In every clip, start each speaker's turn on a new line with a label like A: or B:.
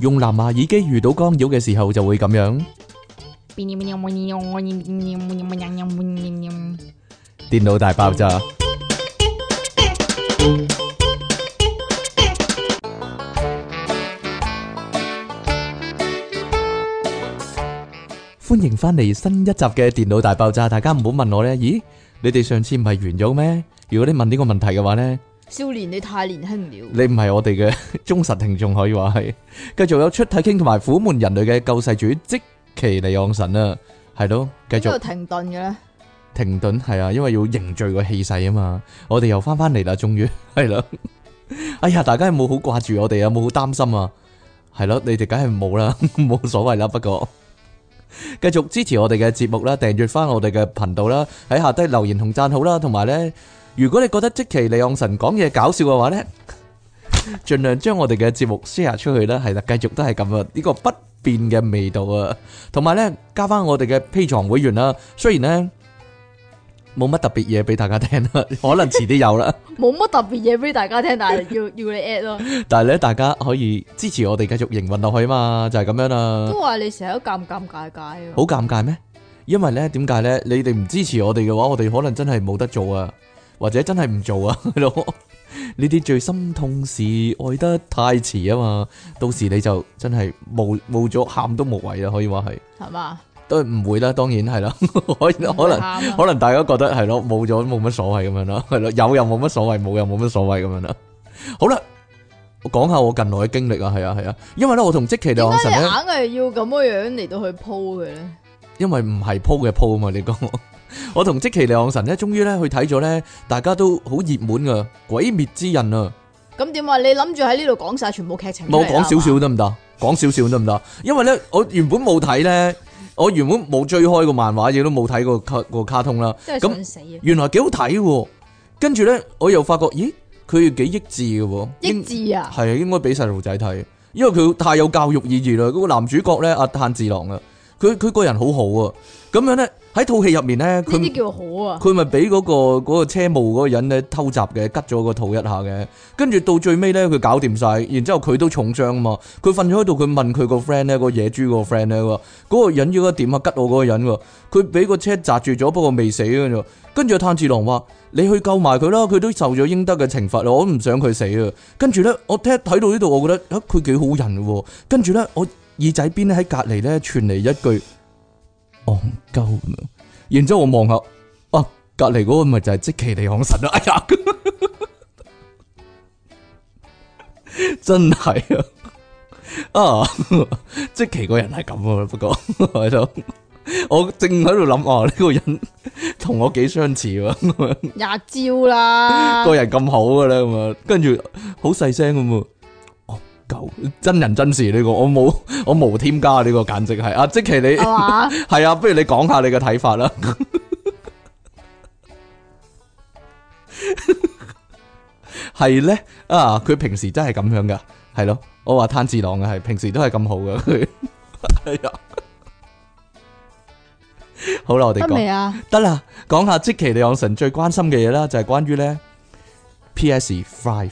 A: 用藍牙耳機遇到干擾嘅時候就會咁樣。 電腦大爆炸。歡迎翻嚟新一集嘅電腦大爆炸，大家唔好問我呢，咦？你哋上次唔係完咗咩？如果你問呢個問題嘅話呢，
B: 少年，你太年輕了。
A: 你唔係我哋 嘅忠實聽眾，可以話係。繼續有出體傾同埋苦悶人類嘅救世主即其尼昂神啊，係咯，繼
B: 邊
A: 續
B: 度。停頓嘅咧？
A: 停頓係啊，因為要凝聚個氣勢啊嘛。我哋又翻翻嚟啦，終於 係啦。哎呀，大家有冇好掛住我哋啊？有冇好擔心啊？係咯，你哋梗係冇啦， 冇所謂啦。不過繼續支持我哋嘅節目啦，訂閱翻我哋嘅頻道啦，喺下低留言同讚好啦，同埋呢，如果你覺得即其利昂神講嘢搞笑嘅話呢， 盡量將我哋嘅節目 share 出去啦。係啦，繼續都係咁啊，呢個不變嘅味道啊，同埋呢，加翻我哋嘅 P 床會員啦。雖然呢。冇乜特別嘢俾大家聽啦， 可能遲啲有啦。
B: 冇乜特別嘢俾大家聽，但 係要要你 at 咯。
A: 但係咧，大家可以支持我哋繼續營運落去嘛，就係、咁樣啦。
B: 都話你成日都尷尷尬尬
A: 好尷尬咩？因為咧，點解咧？你哋唔支持我哋嘅話，我哋可能真係冇得做啊，或者真係唔做啊， 係咯。呢啲最心痛事，愛得太遲啊嘛，到時你就真係冇冇咗喊都無謂啦，可以話係
B: 係嘛？
A: 都唔會啦，當然係啦， 可
B: 啊
A: 以可能。
B: 能
A: 可能大家覺得 係咯，冇咗冇乜所謂咁樣啦，係咯，有又冇乜所謂，冇又冇乜所謂咁樣啦。好啦，我講下我近來嘅經歷啊，係啊係啊，因為咧我同即其
B: 點
A: 兩
B: 解
A: 神
B: 你
A: 咧
B: 硬，係要咁嘅樣嚟到去鋪嘅咧？
A: 因為唔係鋪嘅鋪啊嘛，你講我，我同即其兩神咧，終於咧去睇咗咧，大家都好熱門噶《鬼滅之刃》啊，
B: 咁點啊？你諗住喺呢度講晒全部劇情出嚟
A: 冇
B: 啦？
A: 講少少得唔得？講少少得唔得？因為咧我原本冇睇咧，我原本 冇追開個漫畫，亦都冇睇過卡個卡通啦。
B: 係嘛，真係想死啊！
A: 原來幾好睇喎。跟住咧，我又發覺，咦，佢幾益智嘅喎，
B: 益
A: 應
B: 智啊！
A: 係啊，應該俾細路仔睇，因為佢太有教育意義啦。嗰、個男主角咧，阿炭治郎啊，佢佢個人好好啊。咁樣咧喺套戲入面咧，
B: 呢啲
A: 佢
B: 叫好啊！
A: 佢咪俾嗰個嗰、個車務嗰個人咧偷襲嘅，吉咗個肚一下嘅。跟住到最尾咧，佢搞掂晒，然之後佢都重傷啊嘛。佢瞓咗喺度，佢問佢個 friend 咧，個野豬個 friend 咧，話嗰個人要一點啊，吉我嗰個人喎。佢俾個車砸住咗，不過未死嘅啫。跟住炭治郎話：你去救埋佢啦，佢都受咗應得嘅懲罰啦，我都唔想佢死啊。跟住咧，我聽睇到呢度，我覺得啊，佢幾好人喎。跟住咧，我耳仔邊咧喺隔離咧傳嚟一句戇鳩咁樣，然之後我望下，啊，隔離嗰個咪就係即其利昂神啦！哎呀，真係啊！啊，即其個人係咁啊，不過喺度，我正喺度諗啊，呢、個人 同我幾相似喎。
B: 廿招啦
A: 個，人咁好嘅咧咁啊，跟住好細聲咁喎。哦，狗真人真事呢個，我冇我無添加呢個，簡直係啊！即其你
B: 係嘛？
A: 係啊，不如你講下你嘅睇法啦。係咧啊，佢平時真係咁樣噶，係咯。我話炭治郎啊，係平時都係咁好噶，佢係啊。好啦，我哋
B: 得
A: 講。
B: 未啊？
A: 得啦，講下即其利昂神最關心嘅嘢啦，就係、關於咧 PS Five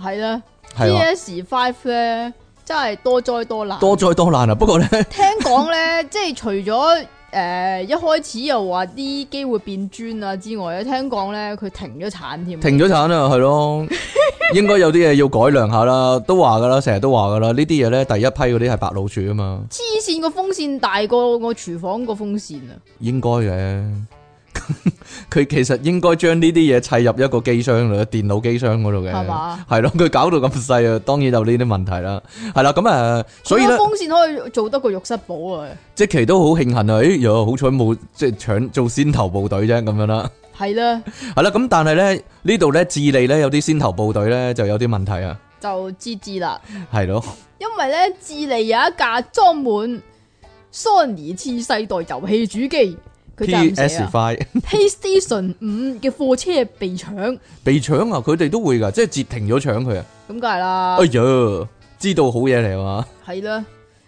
B: 係啦
A: 係啊，
B: ，PS Five 咧真係多災多難。
A: 多災多難啊。不過咧，
B: 聽講咧， 即係除咗誒、呃一開始又話啲機會變磚啊之外咧，聽講咧佢停咗產添。
A: 停咗產啊，係 咯，應該有啲嘢要改良下啦，都話噶啦，成日都話噶啦，呢啲嘢咧第一批嗰啲係白老鼠啊嘛，
B: 黐線個風扇大過我廚房個風扇啊！
A: 應該嘅。 佢其實應該將呢啲嘢砌入一個機箱啦，電腦機箱嗰度嘅，
B: 係嘛
A: 係咯，佢搞到咁細啊，當然有呢啲問題啦，係啦，咁誒，所以
B: 個
A: 咧。
B: 風扇可以做得個浴室寶啊！
A: 即期都好慶幸啊！誒，又好彩冇即係搶做先頭部隊啫，咁樣啦，
B: 係啦，
A: 係啦。咁但係咧呢度咧智利咧有啲先頭部隊咧就有啲問題啊，
B: 就知知啦。
A: 係咯，
B: 因為咧，智利有一架裝滿 Sony 次世代遊戲主機，佢就唔
A: PS
B: 寫啊
A: Five
B: PlayStation 五嘅貨車被搶，咁
A: 被搶啊！佢哋都會噶，即係截停咗搶佢啊！
B: 梗係啦
A: 哎。呀，知道好嘢嚟啊嘛？
B: 系啦，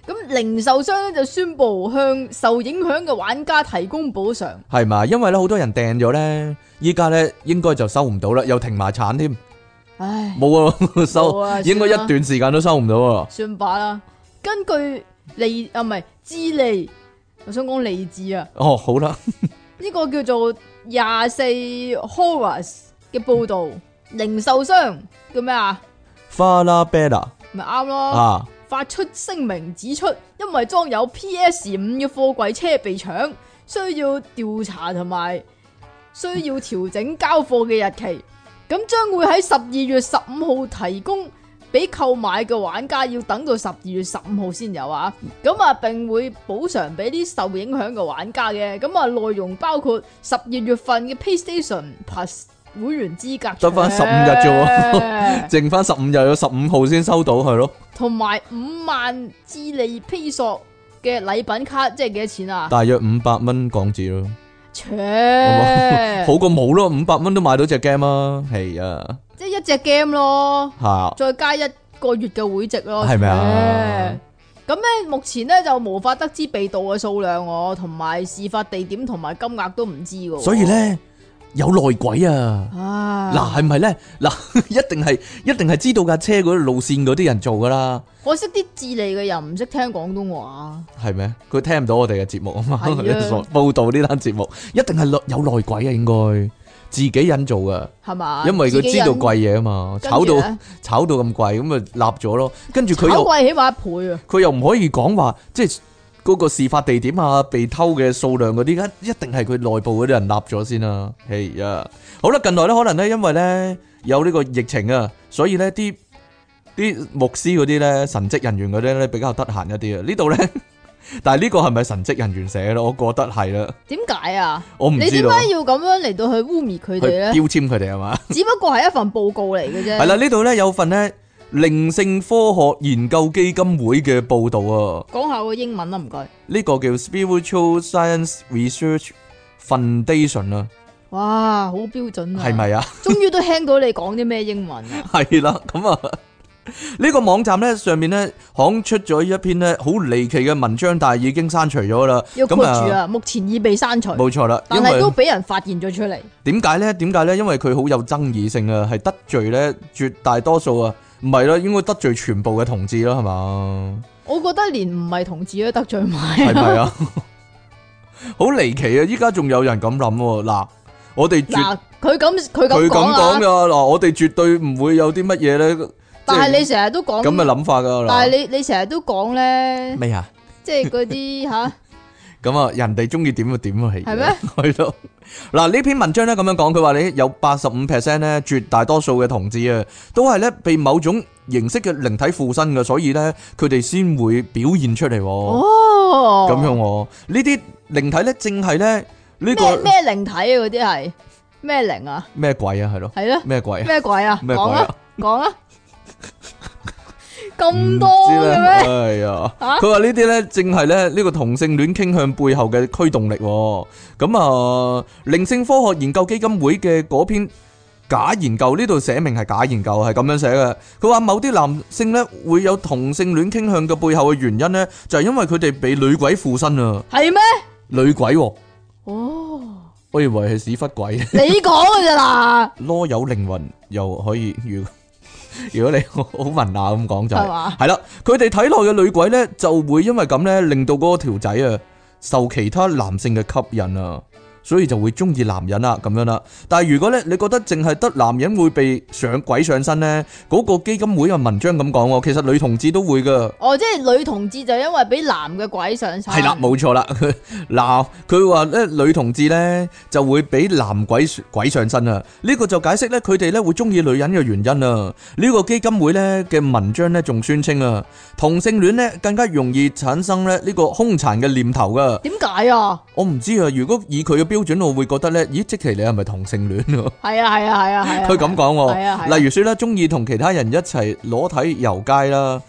B: 咁零售商咧就宣布向受影響嘅玩家提供補償，
A: 係嘛？因為咧好多人訂咗咧，依家咧應該就收唔到啦，又停埋產添，
B: 唉，
A: 冇啊 收
B: 冇啊，
A: 應該一
B: 算啦
A: 段時間都收唔到啊！
B: 算罷啦。根據利啊，唔係智利，我想講利智啊，
A: 哦，好啦，
B: 呢、個叫做廿四 Horas 嘅報導，零售商叫咩啊？
A: 花啦 bella
B: 咪啱咯。
A: 啊，
B: 發出聲明指出，因為裝有 PS 五嘅貨櫃車被搶，需要調查同埋需要調整交貨嘅日期。咁將會喺十二月十五號提供俾購買嘅玩家，要等到十二月十五號先有啊。咁啊，並會補償俾啲受影響嘅玩家嘅。咁啊，內容包括十二月份嘅 PlayStation Plus 會員資格，
A: 得返15日啫
B: 啫。
A: 剩翻十五又有十五號先收到佢咯，
B: 同埋五萬智利披索嘅禮品卡，即係幾多錢啊？
A: 大約五百蚊港紙咯，
B: 切，
A: 好 過冇咯，五百蚊都買到只 game 啊，係啊，
B: 即係一隻 game 咯，
A: 吓，
B: 再加一個月嘅會籍咯，
A: 係咪啊
B: 切？咁咧，目前咧就無法得知被盜嘅數量喎，同埋事發地點同埋金額都唔知嘅。
A: 所以，咧有內鬼啊。
B: 唉，
A: 嗱，係咪咧？嗱， 一定係一定係知道架車嗰啲路線嗰啲人做噶啦，
B: 可惜啲智利嘅人唔識聽廣東話，
A: 係咪？佢聽唔到我哋嘅節目啊嘛，
B: 係啊
A: 所報道呢單節目一定係內有內鬼啊，應該自己人做噶，
B: 係嘛？
A: 因為佢知道貴
B: 貴，
A: 嘢啊嘛，
B: 跟
A: 炒
B: 住
A: 到
B: 呢
A: 炒到咁貴，咁咪立咗咯。跟住佢
B: 炒
A: 又
B: 貴起碼一倍啊！
A: 佢又唔可以講話，即係嗰個事發地點啊、被偷嘅數量嗰啲，一定係佢內部嗰啲人立咗先啦。係啊，好啦，近來咧可能咧因為咧有呢個疫情啊，所以咧啲啲牧師嗰啲咧神職人員嗰啲咧比較得閒一啲啊。呢 度咧，但係呢個係咪神職人員寫咯？我覺得係啦，
B: 點解啊？
A: 我唔
B: 你
A: 知
B: 點
A: 道
B: 解要咁樣嚟到去污蔑佢
A: 去
B: 哋咧？
A: 標籤佢哋係嘛？
B: 只不過係一份報告嚟嘅啫。
A: 系啦，，呢度咧有份咧靈性科學研究基金會嘅報導啊，
B: 講下個英文啦，唔該。
A: 呢、個叫 Spiritual Science Research Foundation 啊，
B: 哇，好標準啊！
A: 係？咪啊？
B: 終於都聽到你講啲咩英文 啊！
A: 係啦，咁啊，呢個網站咧上面咧刊出咗一篇咧好離奇嘅文章，但係已經刪除咗啦。
B: 要括
A: 咁
B: 住
A: 啊，
B: 啊，目前已被刪除，
A: 冇錯啦，
B: 但
A: 因
B: 係
A: 為
B: 都俾人發現咗出嚟。
A: 點解咧？點解咧？因為佢好有爭議性啊，係得罪咧絕大多數啊，唔係啦，應該得罪全部嘅同志啦，係嘛？
B: 我覺得連唔係同志都得罪
A: 系 咪
B: 埋啦。
A: 啊？好離奇啊！依家仲有人咁諗喎，嗱，我哋絕
B: 嗱，佢咁佢
A: 佢咁
B: 咁
A: 講
B: 講啊，
A: 噶，嗱，我哋絕對唔會有啲乜嘢咧，
B: 但係
A: 即係
B: 你成日都
A: 咁嘅
B: 講，
A: 諗法噶
B: 但
A: 嗱。
B: 係你你成日都 講咧，
A: 咩啊？
B: 即係嗰啲吓
A: 咁啊，人哋中意點就點啊，係
B: 係咩？
A: 係咯。嗱，呢篇文章咧咁樣講，佢話你有八十五 percent 咧，絕大多數嘅同志啊，都係咧被某種形式嘅靈體附身嘅，所以咧佢哋先會表現出嚟喎。
B: 哦
A: 咁樣喎，呢啲靈體咧，正係咧呢
B: 咩
A: 個
B: 咩靈體啊？嗰啲係咩靈啊？
A: 咩鬼啊？係咯，
B: 係咯。
A: 咩鬼啊？
B: 咩鬼啊？
A: 咩
B: 講
A: 鬼
B: 啊
A: 啊，
B: 講啊，咁
A: 唔
B: 多
A: 知
B: 嘅
A: 咧
B: 咩？
A: 哎呀，
B: 啊
A: 佢話呢啲咧，正係咧呢個同性戀傾向背後嘅驅動力喎。咁啊，靈性科學研究基金會嘅嗰篇假研究呢度寫明係假研究，係咁樣寫嘅。佢話某啲男性咧會有同性戀傾向嘅背後嘅原因咧，就係因為佢哋被女鬼附身啊，
B: 係咩？
A: 女鬼喎，
B: 哦，
A: 我以為係屎忽 鬼。
B: 你講嘅咋嗱？
A: 啰有靈魂又可以，如 如果你好好文雅咁講就
B: 係嘛
A: 係係啦，佢哋體內嘅女鬼呢，就會因為咁呢，令到嗰條仔啊受其他男性嘅吸引啊，所以就會中意男人啦咁樣啦。但係如果呢，你覺得淨係得男人會被上鬼上身呢，嗰、個基金會嘅文章咁講喎，其實女同志都會噶。
B: 哦，即係女同志就因為俾男嘅鬼上身，
A: 係啦，冇錯啦。 佢嗱，佢話咧女同志咧就會俾男鬼鬼上身啊。呢個就解釋咧佢哋咧會中意女人嘅原因啊。呢個基金會咧嘅文章咧仲宣稱啊，同性戀咧更加容易產生咧呢個兇殘嘅念頭噶。
B: 點解啊？
A: 我唔知啊，如果以佢嘅標準，我會覺得咧，咦，即其你係咪同性戀啊？
B: 係啊，係啊，係啊，係啊。
A: 佢咁講
B: 係啊係
A: 喎，
B: 啊
A: 例如說咧，中意同其他人一齊裸體遊街啦，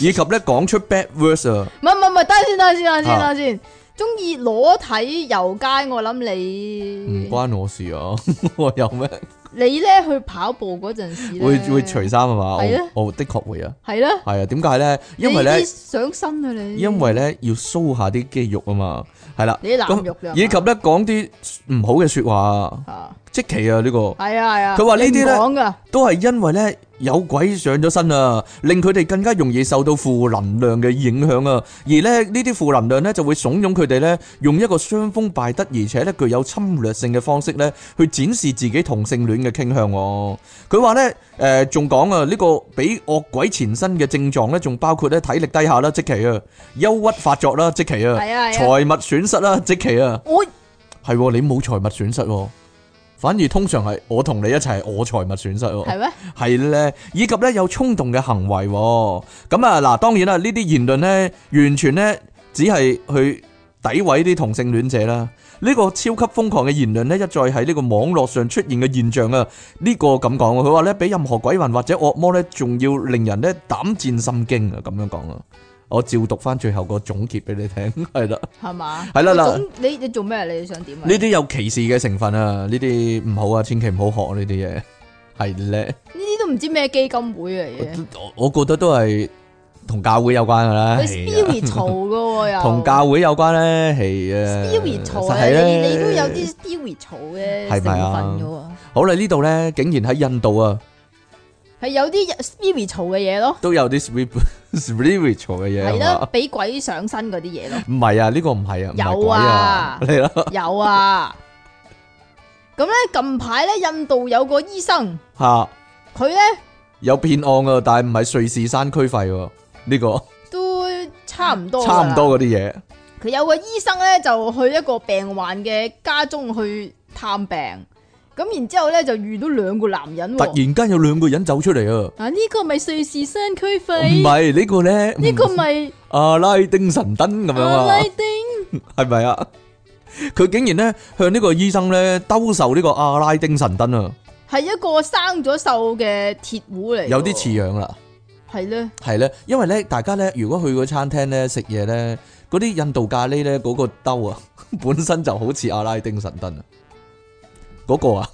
A: 以及咧講出 bad words 啊。
B: 唔係唔係唔係，等下先，等下先，等下先，
A: 啊
B: 等下先。中意裸體遊街，我諗
A: 唔
B: 你
A: 關我事啊！ 我有咩
B: 你咧去跑步嗰陣時咧
A: 會會除衫啊嘛？
B: 係啊
A: 我我的確會啊，
B: 係啦，
A: 係啊，點解咧？因為
B: 你
A: 咧，
B: 啲上身啊你，
A: 因為咧要 show 下啲肌肉啊嘛，係啦，
B: 你啲
A: 咁
B: 腩肉㗎
A: 以及咧講啲唔好嘅説話啊，
B: 啊
A: 即奇啊呢個
B: 係啊係啊，
A: 佢話呢啲
B: 你唔
A: 呢
B: 講㗎。
A: 都係因為咧有鬼上咗身啊，令佢哋更加容易受到負能量嘅影響啊。而咧呢啲負能量咧就會慫恿佢哋咧用一個傷風敗德，而且咧具有侵略性嘅方式咧去展示自己同性戀嘅傾向喎。佢話咧誒仲講啊，呢個俾惡鬼纏身嘅症狀咧，仲包括咧體力低下啦，即期啊，憂鬱發作啦，即期啊，
B: 係啊係啊
A: 財物損失啦，即期啊。
B: 我
A: 係喎，你冇財物損失喎，反而通常係我同你一齊，我財物損失喎，
B: 係咩？
A: 係咧，以及咧有衝動嘅行為喎。咁啊嗱，當然啦，呢啲言論咧，完全咧只係去詆毀啲同性戀者啦。呢個超級瘋狂嘅言論咧，一再喺呢個網絡上出現嘅現象啊！呢個咁講喎，佢話咧比任何鬼魂或者惡魔咧，仲要令人咧膽戰心驚啊！咁樣講啊，我照讀翻最後個總結俾你聽，係啦。
B: 係嘛？
A: 係啦
B: 你
A: 嗱
B: 總你你做咩？你想點啊？
A: 呢啲有歧視嘅成分啊！呢啲唔好啊，千祈唔好學呢啲嘢，係咧。
B: 呢啲都唔知咩基金會
A: 哎
B: 嚟嘅，
A: 我我覺得都係同教會有關噶啦，
B: 你
A: 係 啊
B: spiritual 噶喎又
A: 同教會有關咧，係啊，
B: spiritual
A: 實
B: 啊，
A: 係
B: 你
A: 咧
B: 你都有啲 spiritual 嘅
A: 係
B: 成
A: 咪啊
B: 分噶
A: 好啦，呢度咧竟然喺印度啊，
B: 喎，係有啲 spiritual 嘅嘢咯，
A: 都有啲 spir- spiritual 嘅嘢
B: 係
A: 係啊
B: 啦
A: 嘛，
B: 俾鬼上身嗰啲嘢 咯。
A: 唔係啊，呢個唔係啊，唔係
B: 有
A: 鬼
B: 啊
A: 嚟啦，
B: 有啊。咁咧近排咧，印度有個醫生，
A: 吓
B: 佢咧
A: 有騙案啊，但係唔係瑞士山區費喎，呢個
B: 都差唔多，
A: 差唔。多嗰啲嘢，
B: 佢有個醫生咧，就去一個病患嘅家中去探病，咁然之後咧就遇到兩個男人
A: 突
B: 喎。
A: 然間有兩個人走出嚟啊，
B: 啊，呢個咪瑞士山區
A: 唔
B: 肺，
A: 係呢個咧，嗯
B: 呢個咪
A: 阿拉丁神燈 咁樣
B: 阿
A: 啊
B: 拉，丁。
A: 係咪啊？佢竟然咧向呢個醫生咧兜售呢個阿拉丁神燈啊，
B: 系一個生咗鏽嘅鐵壺嚟喎，
A: 有啲似樣啦，
B: 係咧，
A: 係咧，因為咧大家咧如果去個餐廳咧食嘢咧，嗰啲印度咖喱咧嗰個兜啊， 本身就好似阿拉丁神燈啊，嗰個啊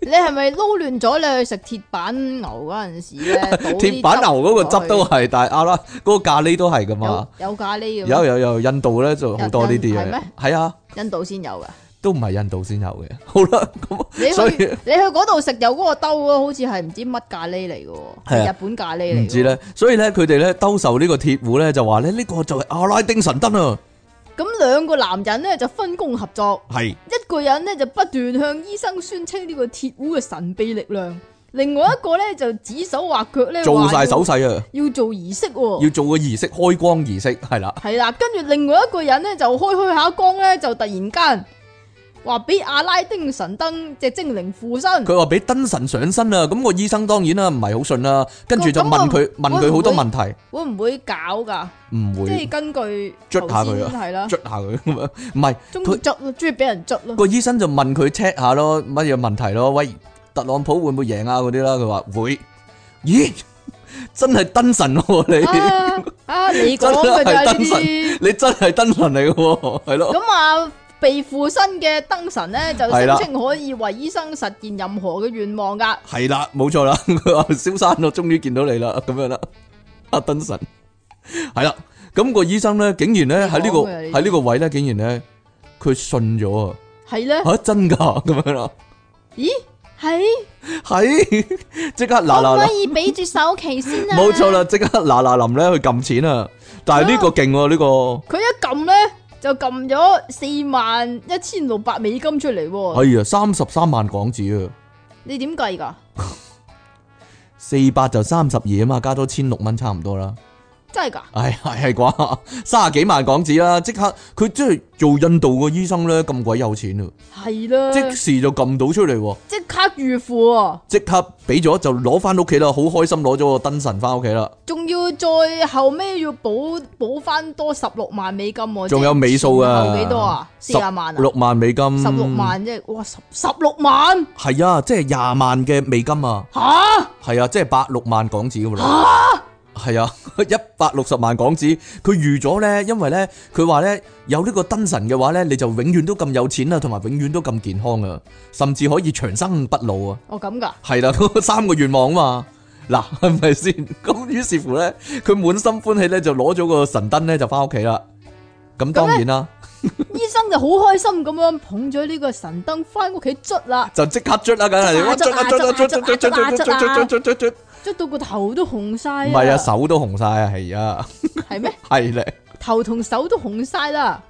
B: 你係咪撈亂咗？你去食鐵板牛嗰阵时咧， 倒啲
A: 鐵板牛嗰個汁都
B: 落去
A: 係，但係阿拉嗰個咖喱都係噶嘛
B: 有，有咖喱嘅咩，
A: 有有有印度咧就好多呢啲
B: 有係
A: 嘢
B: 咩，
A: 係啊，
B: 印度先有噶。
A: 都唔係印度先有嘅，好啦咁。
B: 你
A: 所以
B: 去你去嗰度食有嗰個兜啊，好似係唔知乜咖喱嚟嘅喎，
A: 係啊
B: 係日本咖喱嚟。
A: 唔知。咧，所以咧佢哋咧兜售呢個鐵壺咧就話咧呢個就係阿拉丁神燈啊，
B: 咁兩個男人咧就分工合作，
A: 係
B: 一個人咧就不斷向醫生宣稱呢個鐵壺嘅神秘力量，另外一個咧就指手畫腳咧
A: 做
B: 話要
A: 晒手勢啊，
B: 要做儀式喎。
A: 要做個儀式開光儀式係啦，
B: 系啦，跟住另外一個人咧就開開下光咧，就突然間話俾阿拉丁神燈隻精靈附身。
A: 佢話俾燈神上身啊，咁個醫生當然啦唔係好信啦，跟住就
B: 咁
A: 問
B: 咁
A: 佢問佢好多
B: 會唔
A: 問題，
B: 會唔會搞噶？
A: 唔
B: 即
A: 會
B: 係根據
A: 捽下佢啊
B: 系啦，
A: 捽下佢咁啊，唔係
B: 中意
A: 佢
B: 捽，中意俾人捽咯。
A: 個醫生就問佢 check 下咯，乜嘢問題咯，喂特朗普會唔會贏啊嗰啲啦，佢話會，咦真係燈神喎
B: 啊啊，你講嘅就
A: 真
B: 係呢
A: 係
B: 啲。
A: 你，你真係燈神嚟嘅喎，係咯。
B: 咁啊，被附身嘅燈神咧就
A: 係啦
B: 聲稱可以為醫生實現任何嘅願望噶。
A: 系啦，冇错啦。 佢话萧生，我终于见到你啦，咁样啦，阿登神系啦。咁、個个医生咧，竟然咧喺呢
B: 你講佢啊你
A: 个喺呢个位咧，竟然咧佢信咗 啊！
B: 係咧，
A: 吓真噶咁样啦，
B: 咦？係
A: 系 即刻嗱
B: 可唔
A: 嗱
B: 可
A: 嗱，
B: 以俾住首期先啊？
A: 冇错啦，即刻嗱嗱臨咧去揿钱啊！但系呢个劲喎，呢、個
B: 佢一撳咧就撳咗四萬一千六百美金出嚟喎。
A: 个哎呀，三十三万港纸啊，
B: 你點計㗎？
A: 四百就三十二啊嘛，加多千六蚊差唔多啦。
B: 真係㗎？
A: 唉， 系系啩，三十幾萬港紙啦，即刻佢即係做印度個醫生咧，咁鬼有錢啊！
B: 係啦，
A: 即
B: 即
A: 時就撳到出嚟喎，
B: 即刻預付喎，
A: 即刻俾咗就攞翻屋企啦，好開心攞咗個燈神翻屋企啦，
B: 仲要再後尾要補補翻多十六萬美金喎。
A: 仲有
B: 即係
A: 尾數啊
B: 前後幾多啊？四十萬啊？
A: 六嗯萬美金，
B: 十六萬即係哇十十六萬
A: 係啊，即係廿萬嘅美金啊，
B: 吓？
A: 係啊，即係百六萬港紙咁啦，係啊，一百六十萬港紙，佢預咗咧，因為咧佢話咧有呢個燈神嘅話咧，你就永遠都咁有錢啦，同埋永遠都咁健康啊，甚至可以長生不老啊！
B: 哦咁㗎？
A: 係啦，嗰三個願望啊嘛，嗱係咪先？咁於是乎咧，佢滿心歡喜咧就攞咗個神燈咧就翻屋企啦。咁當然啦，
B: 醫生生就好开心咁样捧咗呢个神灯翻屋企捽啦，
A: 就即刻捽啦，梗係
B: 捽啊
A: 捽啊捽啊捽
B: 捽
A: 啊
B: 啊
A: 捽捽
B: 捽啊
A: 捽捽
B: 捽啊
A: 捽捽捽捽捽，
B: 捽到个头都红晒。
A: 唔係啊，，手都紅晒啊，係啊，
B: 系咩？
A: 係咧，
B: 头同手都红晒啦，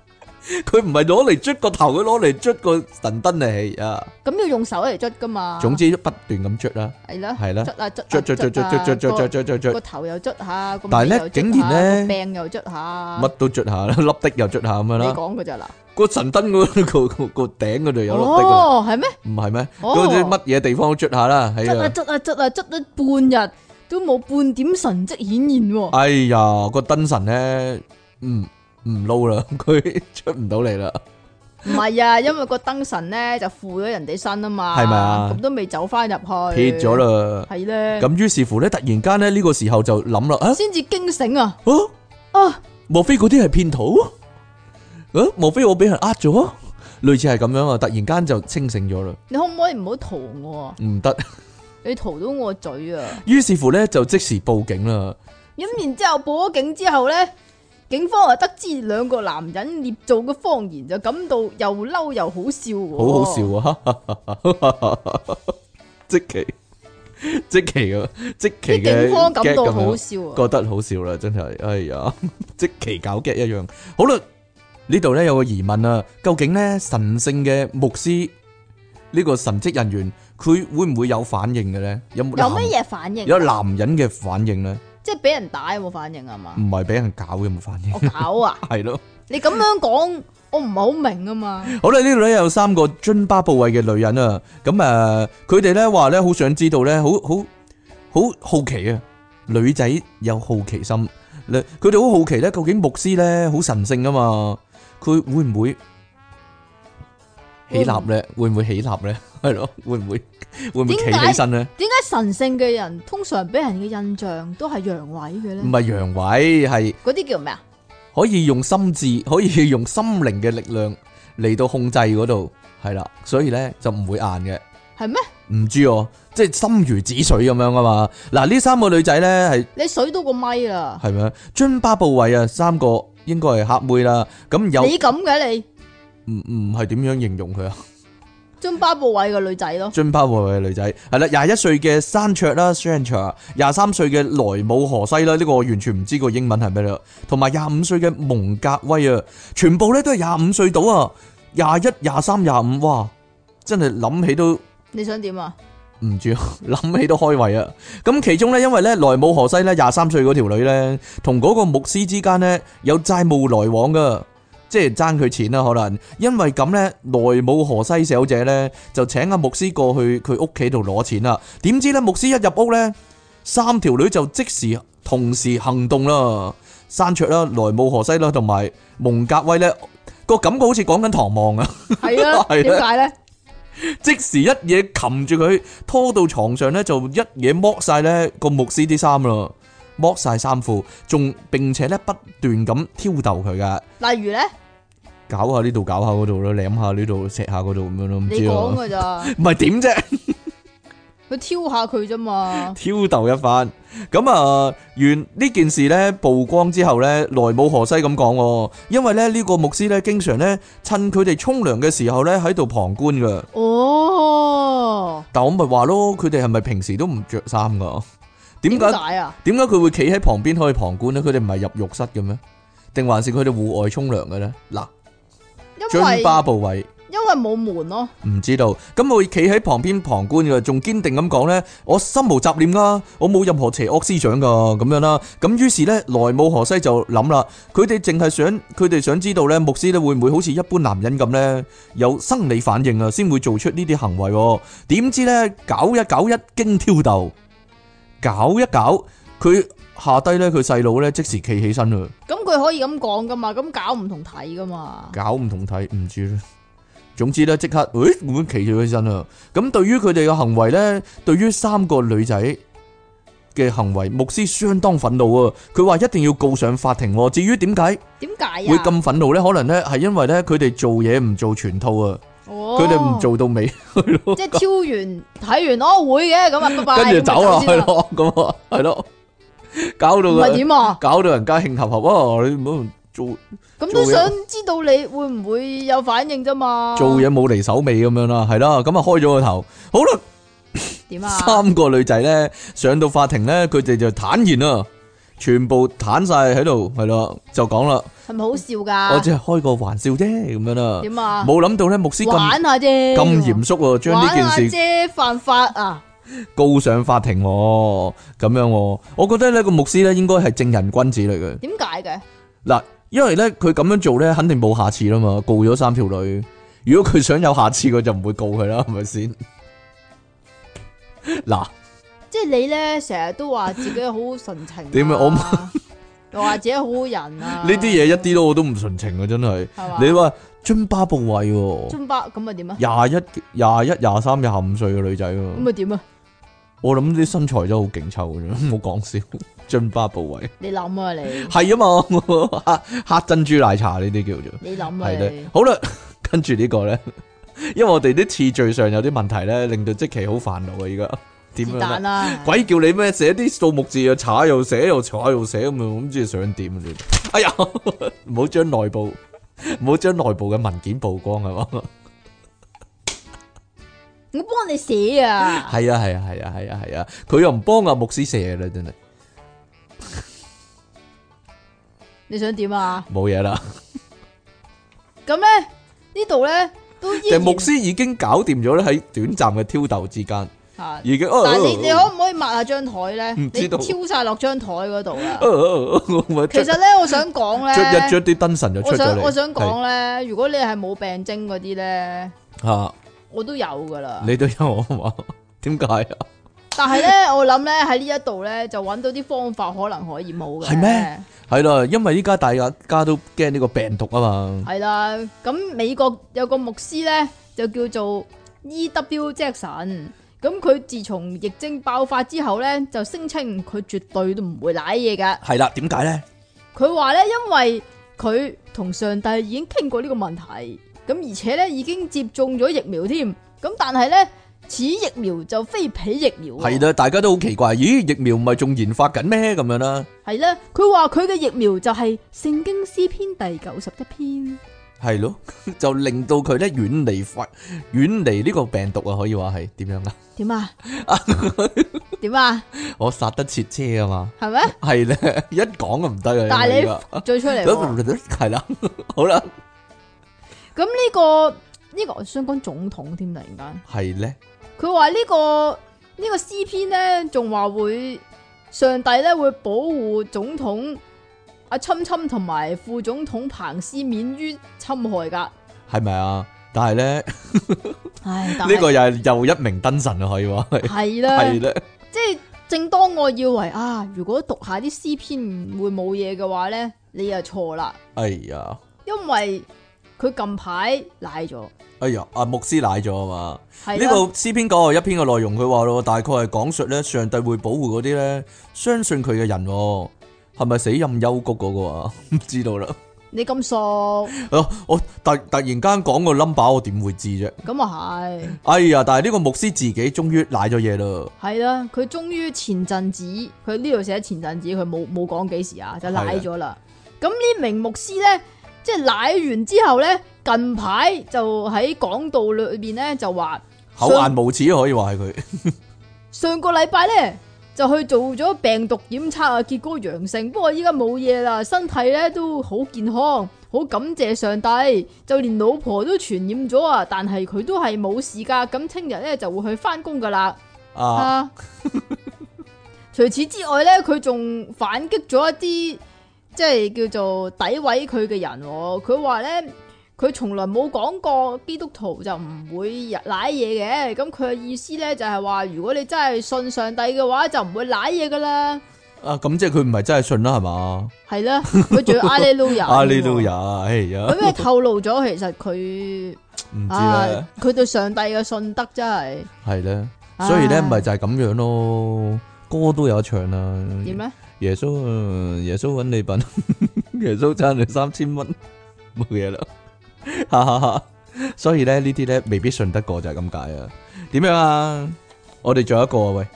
A: 佢唔係攞嚟捽個頭，佢攞嚟捽個神燈嚟係啊，
B: 咁要用手嚟捽噶嘛？
A: 總之不斷咁捽啦，
B: 系啦，
A: 係啦
B: 捽啊捽啊
A: 捽捽捽捽捽捽捽捽捽捽捽
B: 个，头又捽下，個
A: 但係呢
B: 尾又捽
A: 竟然
B: 下
A: 呢
B: 個柄又捽下，
A: 乜都捽下啦， 粒的又捽下咁樣
B: 你
A: 啦，
B: 講噶咋嗱？
A: 個神燈嗰 個個個頂嗰度有粒的㗎啦，
B: 哦，係咩？
A: 唔係咩？
B: 哦
A: 嗰啲乜嘢地方都捽下啦，係
B: 捽啊
A: 啊，
B: 捽啊捽啊捽咗半日都冇半點神跡顯現喎，
A: 哎呀，個燈神咧，唔唔撈啦， 佢出唔到嚟啦。
B: 唔係啊，因為個燈神咧就附咗人哋身啊嘛，
A: 係咪啊
B: 咁都未走翻入去，
A: 撇咗，啦。
B: 係咧，
A: 咁於是乎咧，突然間咧呢個時候就諗啦，啊
B: 先至驚醒啊！
A: 啊，
B: 啊，
A: 莫非嗰啲係騙徒？啊，莫非我俾人呃咗？類似係咁樣啊，突然間就清醒咗啦，
B: 你可唔可以唔好逃我？啊？
A: 唔 得。
B: 你逃到我嘴 啊！
A: 於是乎咧就即時報警啦。
B: 咁然之後報咗警之後咧。警方啊，得知兩個男人捏造嘅謊言，就感到又嬲又好笑喎，
A: 好好笑啊！ 即奇即奇啊，即奇
B: 啲
A: 嘅
B: 警方感
A: gag
B: 到
A: 咁
B: 好
A: 樣
B: 笑啊！
A: 覺得好笑啦，真係，哎呀， 即奇搞 g 一樣。好啦，呢度咧有個疑問啊，究竟咧神聖嘅牧師呢、個神職人員，佢會唔會有反應嘅咧？有冇
B: 有
A: 男
B: 乜嘢反應？啊
A: 有男人嘅反應咧？
B: 即係俾人打有冇反應啊嘛
A: 唔？係俾人搞嘅冇反應
B: 我，搞 啊！
A: 係咯。
B: 你咁樣講，我唔係好明啊嘛。
A: 好啦，呢度咧有三個津巴布韋嘅女人啊，咁誒，呃佢哋咧話咧好想知道咧，好好好好奇啊，女仔有好奇心，咧佢哋好好奇咧，究竟牧師咧好神聖啊嘛，佢會唔會起立咧？會唔會起立咧？ 係咯，會唔會會唔會企
B: 點解
A: 起身咧？
B: 點解神聖嘅人通常俾人嘅印象都係陽痿嘅咧
A: 唔？係陽痿，係
B: 嗰啲叫咩啊？
A: 可以用心智， 可以用心靈嘅力量嚟到控制嗰度，係啦，所以咧就唔會硬嘅。
B: 係咩？
A: 唔知哦，即係心如止水咁樣啊嘛。嗱，呢三個女仔呢，係
B: 你水到個咪啦！
A: 係咪啊？津巴布韋啊，三個應該係黑妹啦。咁有
B: 你咁嘅你，
A: 唔唔係點樣形容佢啊？
B: 津巴布韋個女仔咯，
A: 津巴布韋嘅女仔係啦，廿一歲嘅山卓啦 s h a n c h a 廿三歲嘅萊姆河西啦，呢、個我完全唔知個英文係咩啦。同埋廿五歲嘅蒙格威啊，全部呢都係廿五歲到啊，廿一、廿三、廿五，哇！真係諗起都〜
B: 你想 點啊？
A: 唔住，諗起都開胃啊！咁其中呢，因為呢萊姆河西呢，廿三歲嗰條女呢，同嗰個牧師之間呢，有債務來往噶，即係爭佢錢啦，可能因為咁呢，萊姆河西小姐呢，就請阿牧師過去佢屋企度攞錢啦。點知呢，牧師一入屋呢，三條女就即時同時行動啦，山卓啦、萊姆河西啦，同埋蒙格威呢，個感覺好似講緊唐望啊！？
B: 係啊
A: 係咧
B: 點解咧？
A: 即時一嘢擒住佢，拖到床上咧就一嘢剝晒咧個牧師啲衫啦，剝晒衫褲，仲並且咧不斷咁挑逗佢噶，
B: 例如咧，
A: 搞下呢度，搞下嗰度咯，舐下呢度，錫下嗰度咁樣咯，唔
B: 你
A: 知
B: 講
A: 啊，
B: 噶咋？
A: 唔係點啫？
B: 佢挑下佢啫嘛。
A: 挑逗一番。咁啊，原呢件事呢曝光之後呢，萊姆河西咁講喎，因為咧呢個牧師呢，經常呢趁佢哋沖涼嘅時候呢喺度旁觀噶。
B: 哦，
A: 但我咪話咯，佢哋係咪平時都唔着衫噶？點
B: 點
A: 解？
B: 解啊？
A: 點解佢會企喺旁邊可以旁觀呢？佢哋唔係入浴室嘅咩？定還是佢哋戶外沖涼嘅呢？嗱，
B: 因為
A: 津巴布韋
B: 因為冇門咯。
A: 唔知道，咁我會企喺旁邊旁觀嘅，仲堅定咁講呢：「我心無雜念啦，我冇任何邪惡思想噶，咁樣啦。咁於是呢，萊姆河西就諗啦，佢哋淨係想，佢哋想知道呢，牧師呢會唔會好似一般男人咁呢？有生理反應啊，先會做出呢啲行為喎。點知呢，搞一搞一經挑逗，搞一搞佢下低呢，佢細佬呢即時企起身啦，
B: 咁佢可以咁講噶嘛？咁搞唔同睇噶嘛？
A: 搞唔同睇，唔知啦。總之呢，即刻，誒、會咁企咗起身啦。咁對於佢哋嘅行為呢，對於三個女仔嘅行為，牧師相當憤怒啊！佢話一定要告上法庭喎。至於點解
B: 點解啊？
A: 會咁憤怒呢？可能呢係因為呢，佢哋做嘢唔做全套啊，
B: 哦，
A: 佢哋唔做到尾，係咯。
B: 即系挑完睇完，哦會嘅，咁啊拜拜，
A: 跟住走啊，
B: 咁
A: 系
B: 就先啦，
A: 咯，咁啊，系咯，搞到
B: 唔係
A: 佢，
B: 點啊？
A: 搞到人家慶合合啊！你唔好做
B: 咁
A: 做
B: 都
A: 嘢
B: 想知道你會唔會有反應啫嘛？
A: 做嘢冇嚟手尾咁樣啦，係啦，咁啊開咗個頭，好啦。
B: 點啊？
A: 三個女仔咧上到法庭咧，佢哋就坦言啦，全部坦晒喺度，係啦，就講啦，
B: 係咪好笑㗎？
A: 我只係開個玩笑啫，咁樣啦。
B: 啊點啊？
A: 冇諗到咧，牧師咁
B: 玩下啫，
A: 咁嚴肅喎，將呢件事
B: 玩下啫，犯法啊！
A: 告上法庭喎，咁樣喎。我覺得呢個牧師咧應該係正人君子嚟嘅。
B: 點解嘅？
A: 嗱，因為咧佢咁樣做咧，肯定冇下次啦嘛，告咗三條女。如果佢想有下次，佢就唔會告佢啦，係咪先？嗱，
B: 即係你咧，成日都話自己好純情、啊，
A: 點啊
B: 我 又話自己好人啊，
A: 呢啲嘢一啲都我都唔純情啊，真係。
B: 係嘛？
A: 你話津巴布韋喎，
B: 中巴咁啊點啊？
A: 廿一、廿一、廿三、廿五歲嘅女仔喎，
B: 咁啊點啊？
A: 我諗啲身材真係好勁抽嘅啫， 冇講笑。津巴布韋
B: 你諗啊你，
A: 係啊嘛， 黑黑珍珠奶茶呢啲叫做
B: 你諗啊
A: 係
B: 你
A: 咧。，好啦， 跟住呢個咧，因為我哋啲次序上有啲問題咧，令到即期好煩惱啊！而家點
B: 是
A: 樣
B: 但
A: 咧？
B: 啦，
A: 鬼叫你咩寫啲數目字又查又寫又查又寫咁樣，咁即係想點啊？你哎呀，唔好將內部唔好將內部嘅文件曝光啊係嘛？
B: 我幫你寫啊，
A: 系啊系啊系啊系啊系啊，佢又唔幫阿牧師寫啦，真係
B: 你想點啊？
A: 冇嘢啦。
B: 咁咧呢度咧都依
A: 但
B: 然
A: 係牧師已經搞掂咗咧，喺短暫嘅挑逗之間，
B: 嚇
A: 已經。
B: 啊
A: 哦
B: 但係你你可唔可以抹下張台咧？
A: 唔
B: 你
A: 知道
B: 挑晒落張台嗰度啊！
A: 哦我
B: 其實咧，我想講咧，
A: 着日着啲燈神就出
B: 我
A: 咗嚟。
B: 想我想講咧，如果你係冇病徵嗰啲咧，
A: 吓，啊
B: 我都有噶啦。
A: 你都有啊嘛？ 點解啊？
B: 但係咧， 我諗咧喺呢一度咧，就揾到啲方法可能可以冇嘅。
A: 係咩？係啦，因為依家大家家都驚呢個病毒啊嘛。
B: 係啦，咁美國有個牧師咧，就叫做 E.W. Jackson。咁佢自從疫症爆發之後咧，就聲稱佢絕對都唔會舐嘢噶。
A: 係啦，點解咧？
B: 佢話咧，因為佢同上帝已經傾過呢個問題，咁而且咧已經接種咗疫苗添。咁但係咧，此疫苗就非彼疫苗喎。
A: 係啦，大家都好奇怪，咦？疫苗唔係仲研發緊咩？咁樣啦，
B: 係啦，佢話佢嘅疫苗就係聖經詩篇第九十一篇。
A: 係咯， 就令到佢咧遠離發遠離呢個病毒啊，可以話係點樣啊？
B: 點啊？點啊？
A: 我殺得切車啊嘛，
B: 係咪？
A: 係咧， 一講就唔得啊。
B: 但係你再出嚟喎。
A: 你 係啦，好啦，
B: 咁呢個呢個我想講總統添，突然間
A: 係咧，
B: 佢話呢個呢個詩篇咧，仲話會上帝咧會保護總統阿侵侵同埋副總統彭斯免於侵害㗎。
A: 係咪啊？但係咧，呢
B: 唉，但係
A: 個又係又一名燈神啊，可以話係
B: 係
A: 係
B: 啦，
A: 咧，
B: 即係正當我以為啊，如果讀下啲詩篇唔會冇嘢嘅話咧，你又錯啦，
A: 哎呀，
B: 因為佢近排奶咗，
A: 哎呀，阿牧師奶咗啊嘛。
B: 係
A: 呢
B: 啦
A: 個詩篇九十一篇嘅內容，佢話咯，大概係講述咧上帝會保護嗰啲咧相信佢嘅人喎，係咪死蔭幽谷嗰個啊？ 唔知道啦。
B: 你咁傻，咁
A: 啊我突突然間講個 number，我點會知啫？
B: 啊係。
A: 哎呀！但係呢個牧師自己終於賴咗嘢啦，
B: 系啦，佢終於前陣子，佢呢度寫前陣子，佢冇冇講幾時啊，就奶咗啦。咁呢名牧師呢，即係奶完之後呢，近排就喺講道裏边呢，就話
A: 厚
B: 上
A: 顏無恥啊可以話係佢。
B: 上個禮拜呢，就去做咗病毒檢測啊，結果陽性，不過依家冇嘢啦，身體呢都好健康，好感謝上帝，就連老婆都傳染咗啊，但係佢都係冇事噶，咁聽日呢，就會去翻工噶啦。
A: 啊，
B: 啊！除此之外咧，佢仲反擊咗一啲即係叫做诋毀佢嘅人、喎。佢話咧，佢從來冇講過基督徒就唔會舐嘢嘅。咁佢嘅意思咧就係話，如果你真係信上帝嘅話，就唔會舐嘢噶啦。
A: 啊咁即係佢唔係真係信啦，係嘛？
B: 係啦，佢仲要 阿利路亞，
A: 啊呢度有，哎呀，
B: 佢咩透露咗其實佢
A: 唔知
B: 啊
A: 啦，，
B: 佢對上帝嘅信德真係
A: 係咧，所以咧
B: 唉
A: 咪就係咁樣咯，歌都有得唱啦。
B: 點咧？
A: 耶穌啊，耶穌揾你笨， 耶穌爭你三千蚊，冇嘢啦， 哈哈哈。所以咧呢啲咧未必信得過就係咁解啊。點樣啊？我哋仲有一個啊，喂，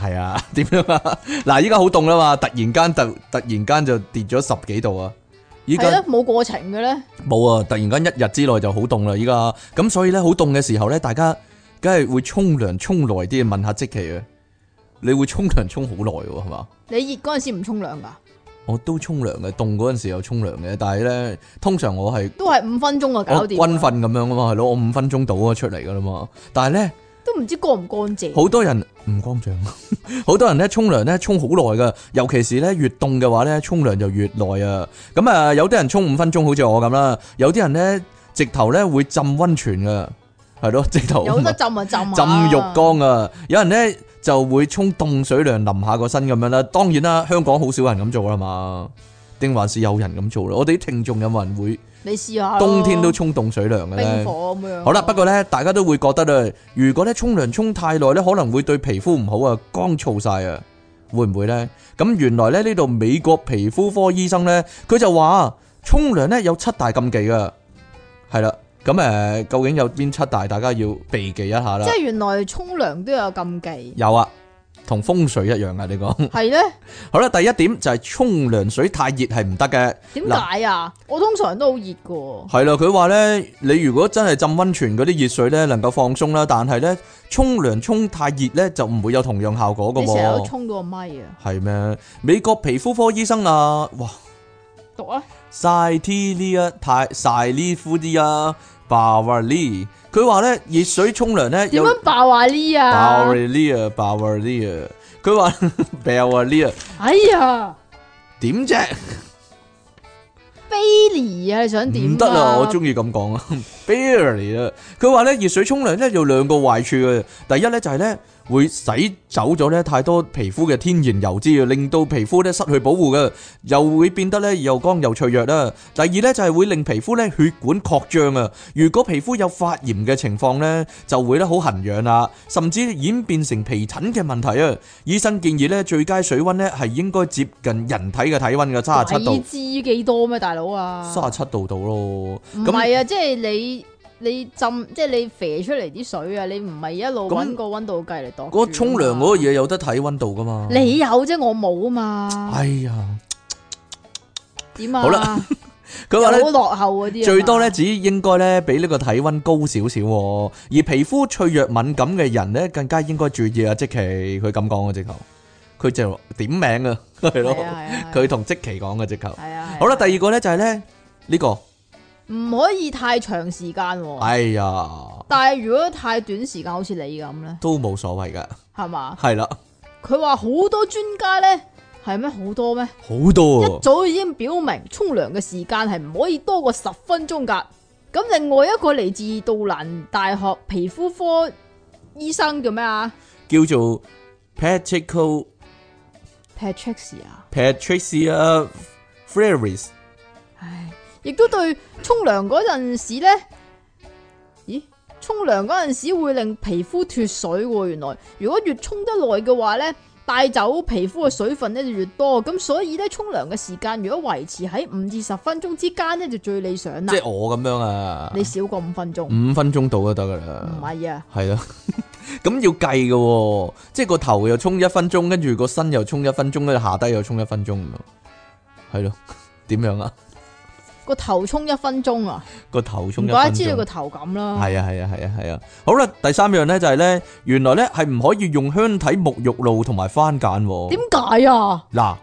A: 係啊， 點樣啊？嗱，依家好凍啦嘛，突然間突突然間就跌咗十幾度啊，依
B: 係
A: 家
B: 咧冇過程嘅咧，
A: 冇啊，突然間一日之內就好凍啦，依家咁所以咧好凍嘅時候咧，大家梗係會沖涼沖耐啲，問下即期啊，你會沖涼沖好耐喎，係嘛？
B: 你熱嗰陣時唔沖涼噶，
A: 我都沖涼嘅，凍嗰陣時有沖涼嘅，但係咧通常我係
B: 都係五分鐘就
A: 我
B: 搞
A: 哦軍
B: 掂，
A: 訓咁樣噶嘛，係咯，我五分鐘到啊出嚟噶啦嘛，但係咧。
B: 都唔知乾唔乾淨。
A: 好多人唔光淨， 好多人咧沖涼咧沖好耐噶，尤其是咧越凍嘅話咧，沖涼就越耐啊。咁啊，有啲人沖五分鐘，好似我咁啦；有啲人咧直頭咧會浸温泉噶，係咯，直頭
B: 有得浸就浸啊，
A: 浸浴缸啊。有人咧就會沖凍水涼淋下個身咁樣啦。當然啦，香港好少人咁做啦嘛，定還是有人咁做啦？我哋啲聽眾有冇人會
B: 你試下咯
A: 冬天都沖凍水涼嘅咧
B: 冰？火咁樣。
A: 好啦，不過咧，大家都會覺得咧，如果咧沖涼沖太耐咧，可能會對皮膚唔好啊，乾燥晒啊，會唔會呢？咁原來咧呢度美國皮膚科醫生呢，佢就話沖涼咧有七大禁忌噶，係啦，咁誒、呃究竟有邊七大，大家要避忌一下啦
B: 即。係原來沖涼都有禁忌，
A: 有啊，同風水一樣啊，你講。
B: 係咧？
A: 好啦，第一點就係沖涼水太熱係唔得嘅。
B: 點解啊？我通常都好熱噶喎，
A: 系啦，佢話呢，你如果真係浸温泉嗰啲熱水呢，能夠放鬆啦，但係呢，沖涼沖太熱呢，就唔會有同樣效果噶
B: 你成日都
A: 喎。
B: 沖到個咪啊，
A: 係咩？美國皮膚科醫生啊，哇
B: 讀啊，
A: 晒 T 呢一太晒呢夫啲啊 b a v a r l y 佢話呢，熱水沖涼呢，
B: 點
A: 有
B: 樣爆啊呢
A: b
B: 啊
A: a？v a r l y 啊 b a v a r l y 啊，佢話 b a v a r l y 啊，
B: 哎呀
A: 點啫？
B: ，Bailey 啊，你想點？
A: 唔得啊！我中意咁講啊 ，barely 啦。佢話咧熱水沖涼咧有兩個壞處嘅，第一咧就係咧會洗走咗咧太多皮膚嘅天然油脂，啊令到皮膚咧失去保護嘅，又會變得咧又乾又脆弱啦。第二咧就係會令皮膚咧血管擴張啊。如果皮膚有發炎嘅情況咧，就會咧好痕癢啦，甚至演變成皮疹嘅問題啊。醫生建議咧最佳水温咧係應該接近人體嘅體温嘅三十七
B: 你
A: 度，
B: 知幾多咩，大佬啊？
A: 三十七度度咯。
B: 唔係啊，即係你你浸，即係你肥出嚟啲水啊，你唔係一路
A: 咁
B: 揾個温度計嚟度。啊
A: 嗰個沖涼嗰個，嘢有得睇温度噶嘛？
B: 你有啫，我冇啊嘛。
A: 哎呀，
B: 點啊？
A: 好啦，佢話咧
B: 好落後嗰啲啊嘛。
A: 最多咧只應該咧比呢個體温高少少喎，而皮膚脆弱敏感嘅人咧更加應該注意啊！即其佢咁講嘅直頭，佢就點名啊， 係咯
B: 係啊，係啊
A: 佢同即其講嘅直頭。
B: 係啊。
A: 好啦，
B: 係啊
A: 第二個咧就係咧呢個，
B: 唔可以太長時間喎。
A: 哎呀
B: 但係如果太短時間，好似你咁咧，
A: 都冇所謂噶，
B: 係嘛？
A: 係啦，
B: 佢話好多專家咧，係咩好多咩？
A: 好多
B: 一
A: 啊
B: 早已經表明沖涼嘅時間係唔可以多過十分鐘㗎。咁另外一個嚟自杜蘭大學皮膚科醫生叫咩啊
A: 叫做 Patrick
B: ？Patricia，
A: Patricia Ferris。
B: 唉，亦都對沖涼嗰陣時咧，咦？沖涼嗰陣時會令皮膚脱水喎，原來如果越沖得耐嘅話咧，帶走皮膚嘅水分咧就越多，咁所以咧沖涼嘅時間如果維持喺五至十分鐘之間咧就最理想啦
A: 即。係我咁樣啊，
B: 你少過五分鐘，唔
A: 五分鐘到就得噶啦，
B: 係啊，
A: 係啦， 咁要計嘅喎，即係個頭又沖一分鐘，跟住個身又沖一分鐘，跟住下低又沖一分鐘咁樣，係咯， 點樣啊？
B: 個頭沖一分鐘啊！
A: 個頭沖
B: 唔
A: 一
B: 怪
A: 分
B: 得知你個
A: 鐘。
B: 頭咁啦，
A: 係啊係啊係啊係啊，好啦，第三樣咧就係咧，原來咧係唔可以用香體沐浴露同埋番梘喎。
B: 點解啊？
A: 嗱，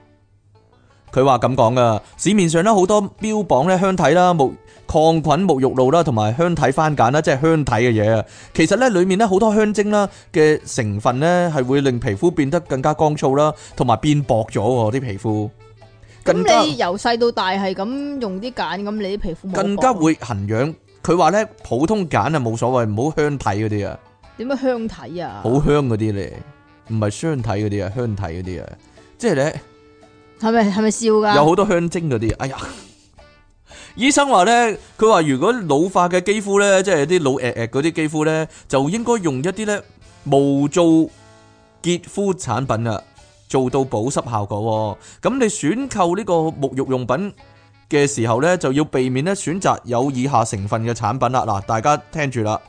A: 佢話咁講噶，市面上咧好多標榜咧香體啦、木抗菌沐浴露啦，同埋香體番梘啦，即係香體嘅嘢啊。其實咧，裡面咧好多香精啦嘅成分咧，係會令皮膚變得更加乾燥啦，同埋變薄咗喎啲皮膚，更加
B: 咁你由細到大係咁用啲鹼，咁你啲皮膚冇
A: 更
B: 薄
A: 加會痕癢。佢話咧，普通梘啊冇所謂，唔好香體嗰啲啊，
B: 點樣香體啊？
A: 好香嗰啲咧，唔係雙體嗰啲啊，香體嗰啲啊，即係咧。
B: 係咪係咪笑 噶？
A: 有好多香精嗰啲，哎呀！醫生話咧，佢話如果老化嘅肌膚咧，即係啲老誒誒嗰啲肌膚咧，就應該用一啲咧無皂潔膚產品啊，做到保濕效果喎。咁你選購呢個沐浴用品嘅時候咧，就要避免咧選擇有以下成分嘅產品啦。嗱，大家聽住啦，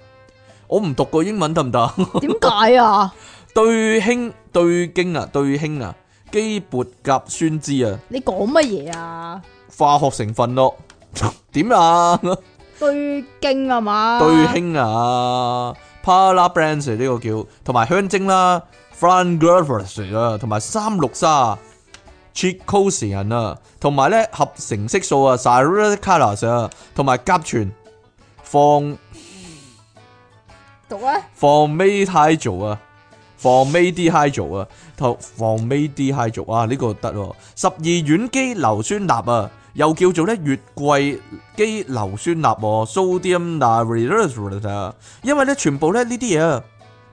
A: 我唔讀過英文得唔得？
B: 點解啊？
A: 對氫對經啊，對氫啊，基勃甲酸酯啊。
B: 你講乜嘢啊？
A: 化學成分咯。 點啊？
B: 對經啊嘛，
A: 對興啊 p a r a b r a n d s 呢個叫，同埋香精啦 f r a n g r v e r s 啊，同埋三氯沙 c h i c o s i a n 啊，同埋咧合成色素啊 s a r a c a l a s 啊，同埋甲醛、放
B: 讀啊，
A: 放 m a d e h y 啊，放 m a d e h y 啊，同放 m a d e h y 啊，呢、個得喎，十二烷基硫酸鈉啊，又叫做咧月桂基硫酸鈉喎，sodium n a r i l a 啊，因為咧全部咧呢啲嘢啊，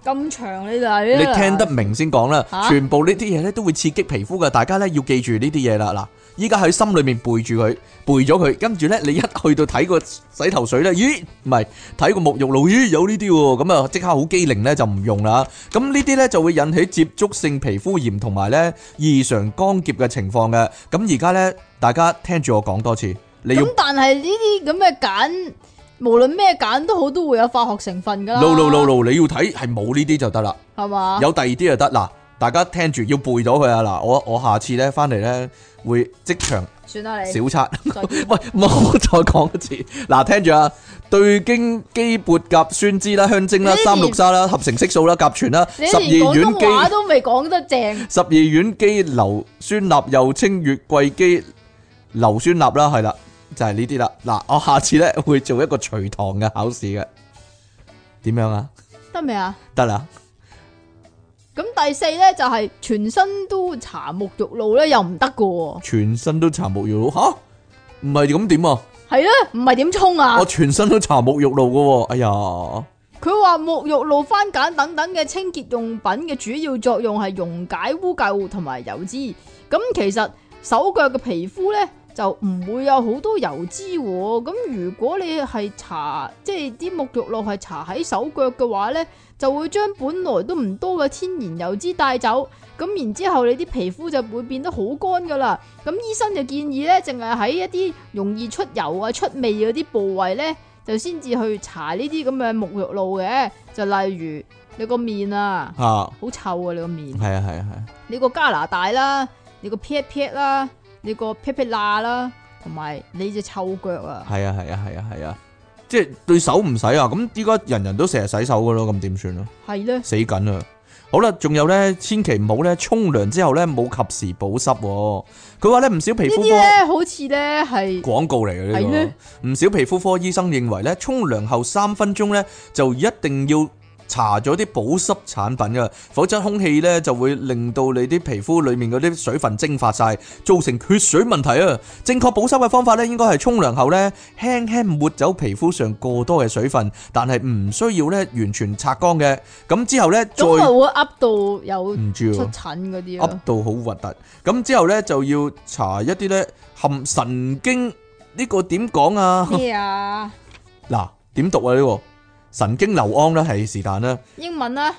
B: 咁長你就係
A: 你
B: 啦
A: 聽得明先講啦，
B: 嚇
A: 全部呢啲嘢咧都會刺激皮膚噶，大家咧要記住呢啲嘢啦，嗱。依家喺心裏面背住佢，背咗佢，跟住咧你一去到睇個洗頭水咧，咦，唔係睇個沐浴露，咦有呢啲喎，咁啊即刻好機靈咧就唔用啦。咁呢啲咧就會引起接觸性皮膚炎同埋咧異常乾澀嘅情況嘅。咁而家咧大家聽住我講多次，你要
B: 咁但係呢啲咁嘅揀，無論咩揀都好，都會有化學成分噶啦。
A: no no no no，你要睇係冇呢啲就得啦。
B: 係嘛？
A: 有第二啲就得嗱，大家聽住要背咗佢啊！嗱，我我下次咧翻嚟咧會即場
B: 算啦你，
A: 小測。
B: 再 見
A: 喂，冇再講一次。嗱，聽住啊，對經基撥甲酸酯啦、香精啦
B: 你、連
A: 三氯沙啦、合成色素啦、甲醛啦、
B: 你
A: 十二
B: 連廣
A: 烷
B: 東話
A: 基
B: 都未講得正，
A: 十二烷基硫酸鈉，又稱月桂基硫酸鈉啦，係啦，就係呢啲啦。嗱，我下次咧會做一個隨堂嘅考試嘅，點樣啊？
B: 得未啊？
A: 得啦，
B: 咁第四咧就係全身都搽沐浴露咧又唔得噶喎，
A: 全身都搽沐浴露吓，唔係咁點啊？
B: 係咧唔係點沖啊
A: 我？全身都搽沐浴露噶喎，哎呀，
B: 佢話沐浴露、番梘等等嘅清潔用品嘅主要作用係溶解污垢同埋油脂。咁其實手腳嘅皮膚呢，就唔會有好多油脂喎。咁如果你係搽即係啲沐浴露係搽喺手腳嘅話呢，就會將本來都唔多嘅天然油脂帶走。咁然之後你啲皮膚就會變得好乾噶啦。咁醫生就建議呢，淨係喺一啲容易出油啊、出味嗰啲部位呢。就先至去搽呢啲咁嘅沐浴露嘅，就例如你個面啊，
A: 吓，係
B: 好臭啊！你個面，
A: 啊係啊係啊，
B: 你個加拿大啦，你個 pat pat 啦，你個 pat pat 罅啦，同埋你隻臭腳啊，
A: 係啊係啊係啊係啊，即係對手唔洗啊，咁依家人人都成日洗手噶咯，咁點算啊？
B: 係咧，
A: 死緊啊！好啦，仲有咧，千祈唔好咧，沖涼之後咧冇及時保濕喎。佢話咧唔少皮
B: 呢啲啊
A: 膚科。
B: 咧好似咧係
A: 廣告嚟嘅
B: 係
A: 呢
B: 咩
A: 個，唔少皮膚科醫生認為咧，沖涼後三分鐘咧就一定要搽咗啲保濕產品嘅，否則空氣咧就會令到你啲皮膚裡面嗰啲水分蒸發晒，造成缺水問題啊！正確保濕嘅方法咧，應該係沖涼後咧輕輕抹走皮膚上過多嘅水分，但係唔需要咧完全擦乾嘅。咁之後咧再嗯
B: 總係
A: 唔
B: 啊會噏到有
A: 知
B: 出
A: 喎。
B: 疹嗰啲
A: 噏
B: 啊，
A: 到好核突。咁之後咧就要查一啲咧含神經呢、個點講啊？
B: 咩啊？
A: 嗱，點讀啊呢、個神經硫胺啦，係是但啦
B: 英文啊，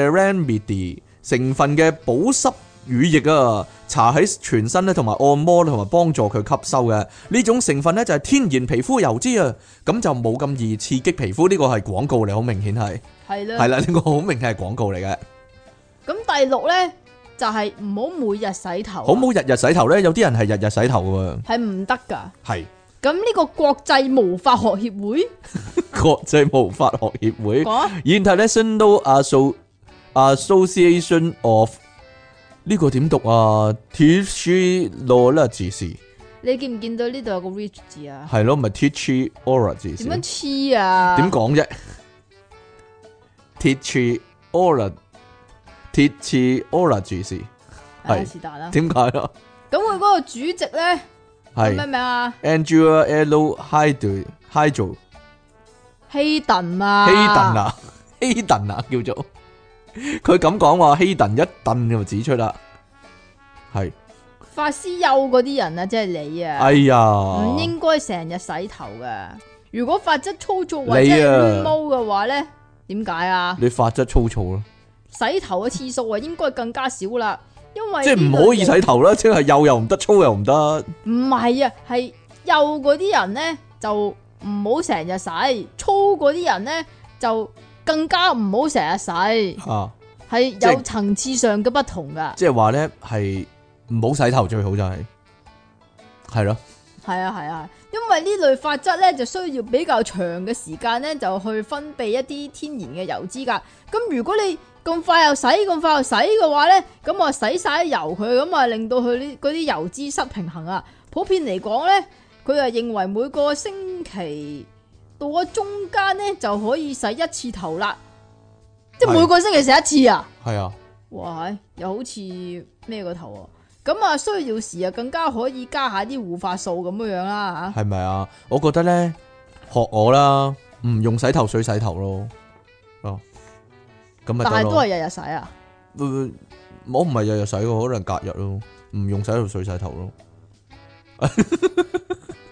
A: ，ceramide 成分嘅保濕乳液啊，搽喺全身咧，同埋按摩啦同埋幫助佢吸收嘅呢種成分咧，就係天然皮膚油脂啊，咁就冇咁易刺激皮膚。呢、個係廣告嚟，好明顯係
B: 係
A: 係
B: 啦。
A: 啦，呢、個好明顯係廣告嚟嘅。
B: 咁第六咧就係唔好每日洗頭啊，
A: 好唔好日日洗頭咧？有啲人係日日洗頭嘅
B: 係唔得㗎。
A: 喎，係。
B: 咁呢個國際毛髮學協會
A: 國際毛髮學協會
B: 講啊。
A: （International Asso- Association of） 呢個點讀啊 t e a c h o l o g i s
B: 你見唔見到呢度有個 reach 字啊？
A: 係咯，咪 t e a c h o l o g i s
B: 點樣黐啊？
A: 點講啫 t e a c h o l o t e a c h o l o g i s
B: 唉
A: 係
B: 是但啦。
A: 點解啊咯？
B: 咁佢嗰個主席咧叫咩
A: 係
B: 名啊？
A: Angela L. Hydro Hydro
B: 希頓啊？
A: 希頓！啊， 希頓啊，叫做佢咁講話，希頓一頓就指出啦，係，
B: 法師幼嗰啲人啊，即係你啊，
A: 哎
B: 唔
A: 呀，
B: 應該成日洗頭噶。如果髮質粗糙或者
A: 你啊
B: 係亂毛嘅話咧，點解啊？
A: 你發質粗糙咯，
B: 洗頭嘅次數啊，應該更加少啦，因為
A: 即係唔
B: 呢類
A: 可以洗頭啦，即係幼又唔得，粗又唔得，
B: 唔係啊，係幼嗰啲人咧就唔好成日洗，粗嗰啲人咧就更加唔好成日洗，
A: 啊，
B: 係
A: 係
B: 有層次上嘅不同噶。
A: 即係話咧係唔好洗頭最好就係，係咯，
B: 系啊系啊，因为呢类法则咧就需要比较长嘅时间咧，就去分泌一啲天然嘅油脂噶。咁如果你咁快又洗，咁快又洗嘅话咧，咁啊洗晒啲油佢，咁啊令到佢呢嗰啲油脂失平衡啊。普遍嚟讲咧，佢啊认為每個星期到咗中間咧就可以洗一次頭啦，即系
A: 係
B: 每個星期洗一次啊！
A: 系啊，
B: 哇，又好似咩個頭啊？咁啊，需要時啊，更加可以加下啲護髮素咁樣样啦
A: 系咪啊？我覺得咧，學我啦，唔用洗頭水洗頭咯，哦，咁
B: 吓，
A: 咪
B: 但
A: 得
B: 係都
A: 咯。
B: 係日日洗啊！
A: 呃我唔係日日洗嘅，可能隔日咯，唔用洗頭水洗頭咯。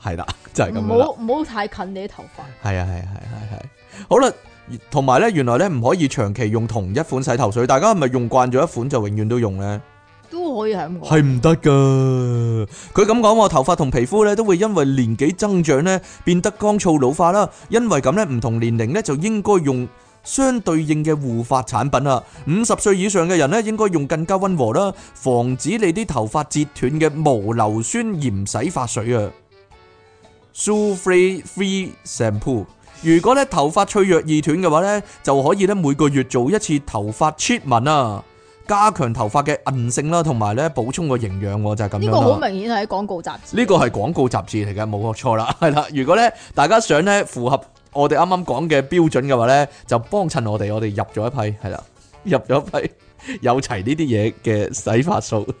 A: 係啦，就係咁
B: 唔
A: 樣啦。
B: 好唔好太近你啲頭髮，
A: 係啊，係啊，係啊係啊係啊。好啦，同埋咧，原來咧唔可以長期用同一款洗頭水，大家係咪用慣咗一款就永遠都用咧？
B: 都可以係咁講。
A: 系唔得噶。佢咁講話，頭髮同皮膚咧都會因為年紀增長咧變得乾燥老化啦。因為咁咧，唔同年齡咧就應該用。相對應嘅護髮產品啊，五十歲以上嘅人咧應該用更加温和啦，防止你啲頭髮折斷嘅無硫酸鹽洗髮水啊 s u f r e Free Shampoo。如果咧頭髮脆弱易斷嘅話咧，就可以咧每個月做一次頭髮 treatment 啊。加強頭髮嘅韌性啦，同埋咧補充個營養喎，就係、咁
B: 呢
A: 樣
B: 個好
A: 啦。
B: 明顯係喺廣告雜誌。
A: 呢個係廣告雜誌嚟嘅，冇錯啦， 係啦。如果咧大家想咧符合我哋啱啱講嘅標準嘅話咧，就幫襯我哋，我哋入咗一批，係啦， 入咗一批有齊呢啲嘢嘅洗髮素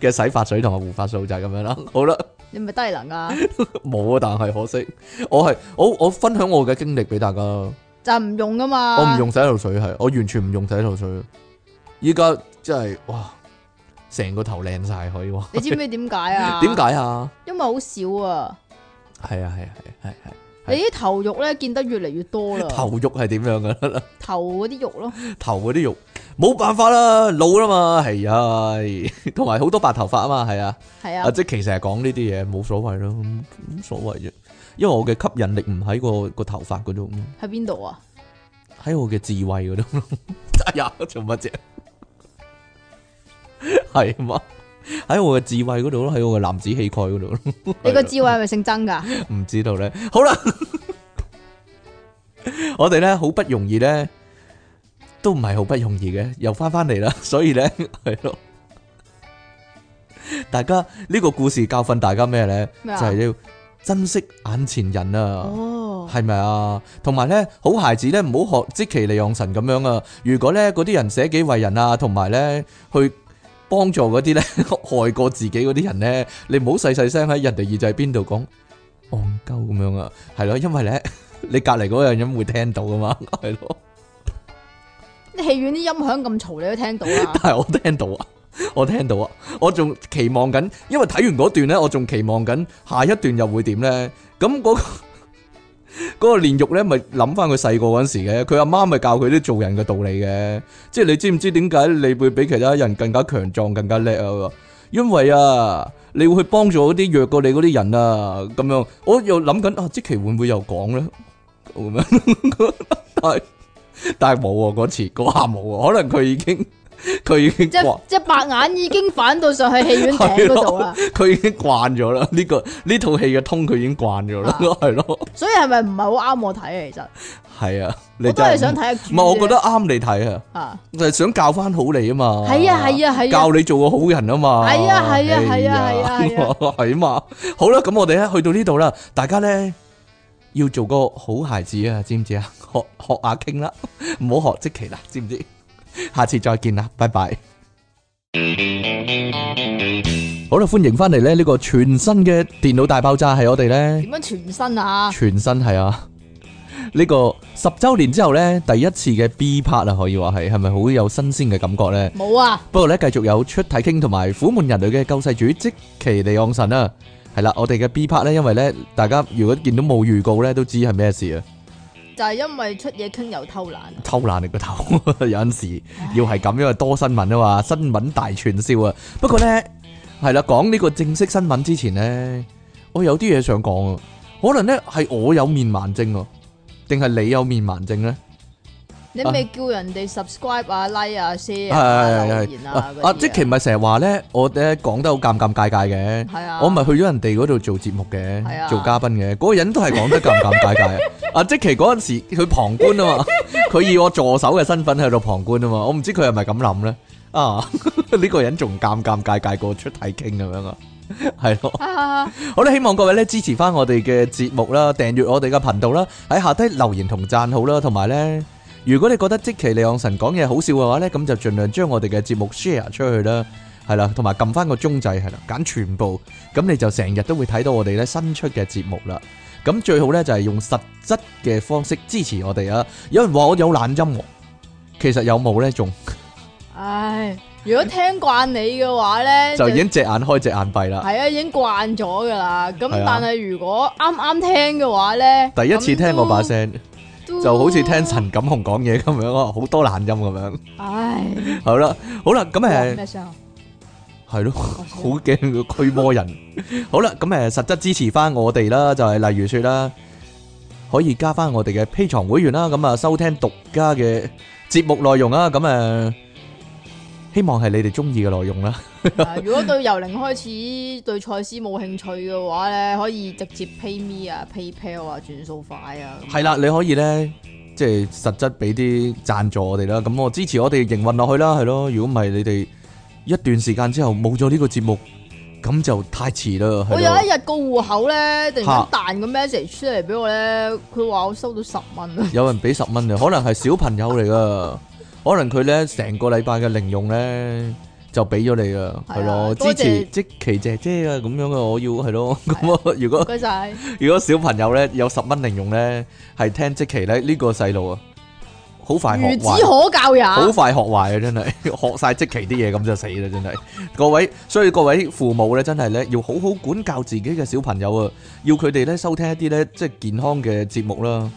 A: 嘅洗髮水同埋護髮素就係咁樣啦。 好啦，
B: 你咪低能啊！
A: 冇啊，但係可惜，我係我我分享我嘅經歷俾大家。
B: 就係唔用噶嘛。
A: 我唔。用洗頭水係，我完全唔用洗頭水。依家真係哇，成個頭靚晒可以話。
B: 你知唔知點解 啊？
A: 點？解啊？
B: 因為好少啊！
A: 係啊係啊係啊係係。
B: 你啲頭肉咧見得越嚟越多啦。
A: 頭肉係點樣噶啦？
B: 頭嗰啲肉咯，
A: 頭嗰啲肉冇辦法啦，老啦嘛，係 啊，同埋好多白頭髮啊嘛，係啊。
B: 係
A: 啊，
B: 啊，
A: 即係其實係講呢啲嘢冇所謂咯，嗯冇所謂啫。因為我嘅吸引力唔喺個個頭髮嗰度嘛，
B: 喺邊 度啊？
A: 喺我嘅智慧嗰度。 哎呀，做乜啫？ 係嘛？喺我嘅智慧嗰度咯，喺我嘅男子氣概嗰度咯。啊
B: 你個智慧係咪姓曾噶？
A: 唔知道咧。好啦， 我哋咧好不容易咧，都唔係好不容易嘅，又翻翻嚟啦。 所以咧，係咯，大家呢、個故事教訓大家咩咧？就
B: 咩啊
A: 係要珍惜眼前人啊！
B: 哦，
A: 系咪啊？同埋咧，好孩子咧，唔好學即其利用神咁樣啊！如果咧嗰啲人捨己為人啊，同埋咧去幫助嗰啲咧 害過自己嗰啲人咧，你唔好細細聲喺人哋耳仔邊度講戇鳩咁樣啊，係咯，因為咧你隔離嗰個人會聽到噶嘛， 係咯。。
B: 啲戲院啲音響咁嘈，你都聽到 啦
A: 但係我聽到啊，我聽到啊，我仲期望緊，因為睇完嗰段咧，我仲期望緊下一段又會點咧。咁嗰、個 嗰個煉獄咧，咪諗翻佢細個嗰陣時嘅，佢阿媽咪教佢啲做人嘅道理嘅。即係你知唔知點解你會比其他人更加強壯、更加叻啊？佢話因為啊，你會去幫助嗰啲弱過你嗰啲人啊，咁樣。我又諗緊啊，即期會唔會又講咧？咁樣， 但係但係冇喎，嗰次嗰下冇喎，可能佢已經佢已經
B: 即
A: 慣
B: 即白眼已經反到上去戲 院頂嗰度啦，啊
A: 佢已經慣咗啦，呢、個呢套戲嘅通佢已經慣咗啦，
B: 啊
A: 係咯，
B: 所以係咪唔係好啱我睇啊？其實
A: 係啊，你
B: 我都
A: 真
B: 係想
A: 唔
B: 睇下
A: 唔係，我覺
B: 覺
A: 得啱你睇啊，
B: 啊，
A: 就係想教翻好你啊嘛，
B: 係啊係啊係啊
A: 教你做個好人啊嘛，哎
B: 係啊係啊係啊係 啊係啊
A: 係啊嘛，好啦，咁我哋咧去到呢度啦，大家咧要做個好孩子啊，知唔知啊？ 學學阿傾啦， 唔好學即奇啦，知唔知？下次再見啦，拜拜。好啦，歡迎翻嚟咧，呢個全新嘅電腦大爆炸係我哋咧。
B: 點樣全身啊？
A: 全身係啊！呢個十週年之後呢，第一次嘅 B part 啊，可以話係係咪好有新鮮嘅感覺呢？
B: 冇啊，
A: 不過呢，繼續有出體傾同埋苦悶人類嘅救世主即其利昂神啊！係啦，我哋嘅 B part 呢，因為呢，大家如果見到冇預告呢，都知係咩事啊！
B: 就係因為出嘢傾又偷懶，啊
A: 偷懶你個頭， 有陣時要係咁，因為多新聞啊嘛，新聞大串燒啊！不過呢，係啦，講呢個正式新聞之前呢，我有啲嘢想講啊，可能呢係我有面盲症啊，定係你有面盲症呢？
B: 你咪叫人哋 subscribe 啊、like 啊、share 啊、留
A: 係係
B: 言
A: 係
B: 啊
A: 啊
B: 嗰！啲
A: 阿即奇咪成日話咧，我咧講得好尷尷尬尬嘅，
B: 係啊
A: 我咪去咗人哋嗰度做節目嘅
B: 係，啊
A: 做嘉賓嘅，嗰個人都係講得尷尷尬 尬。阿即奇嗰陣時，佢旁觀啊嘛，佢以我助手嘅身份喺度旁觀啊嘛，我唔知佢係咪咁諗咧。啊， 呢個人仲尷尷尬尬過出體傾咁樣啊， 係咯。
B: 啊
A: 好啦，希望各位咧支持翻我哋嘅節目啦，訂閱我哋嘅頻道啦，喺下低留言同讚好啦，同埋咧，如果你覺得即其利昂神講嘢好笑嘅話咧，咁就盡量將我哋嘅節目 share 出去啦，係啦，同埋撳翻個鐘掣係啦，揀全部，咁你就成日都會睇到我哋咧新出嘅節目啦。咁最好咧就係用實質嘅方式支持我哋啊！有人話我有懶音喎，其實有冇咧？仲
B: 唉，如果聽慣你嘅話咧，
A: 就已經隻眼開隻眼閉啦。
B: 係啊，已經慣咗噶啦。咁
A: 係啊
B: 但係如果啱啱聽嘅話咧，
A: 第一次聽我把聲，
B: 咁都
A: 就好似聽。陳錦雄講嘢咁樣啊，好多懶音咁樣。
B: 唉，
A: 好啦，好啦，咁
B: 哇
A: 誒
B: 咩聲啊？
A: 哦係嗯咯，好驚個驅魔人。好啦，咁呃誒實質支持翻我哋啦，就係、例如説啦，可以加翻我哋嘅 P 床會員啦，咁啊收聽獨家嘅節目內容啊，咁誒希望係你哋中意嘅內容啦。
B: 啊 如果對由零開始對賽斯冇興趣嘅話咧，可以直接 pay me 啊、PayPal 啊、轉數快啊。咁
A: 係啦，你可以咧，即係實質俾啲贊助我哋啦。咁我支持我哋營運落去啦，係咯。如果唔係你哋一段時間之後冇咗呢個節目，咁就太遲啦。係咯
B: 我有一日個戶口咧，突然間
A: 嚇
B: 彈個 message 出嚟俾我咧，佢話我收到十蚊 啊！
A: 有人俾十蚊啊，可能係小朋友嚟噶，可能佢咧成個禮拜嘅零用咧就俾咗你啦，
B: 係啊
A: 係咯，
B: 多
A: 支
B: 謝
A: 持即琪姐姐啊，咁樣嘅我要係咯， 咁啊，如
B: 唔
A: 果
B: 該晒，
A: 如果小朋友咧有十蚊零用咧，係聽即琪咧呢個細路啊，好快學
B: 孺
A: 壞
B: 子。可教也。
A: 好快學壞啊！真係 學晒即期啲嘢咁就死啦！真係各位，所以各位父母咧，真係咧要好好管教自己嘅小朋友啊，要佢哋咧收聽一啲咧即係健康嘅節目啦，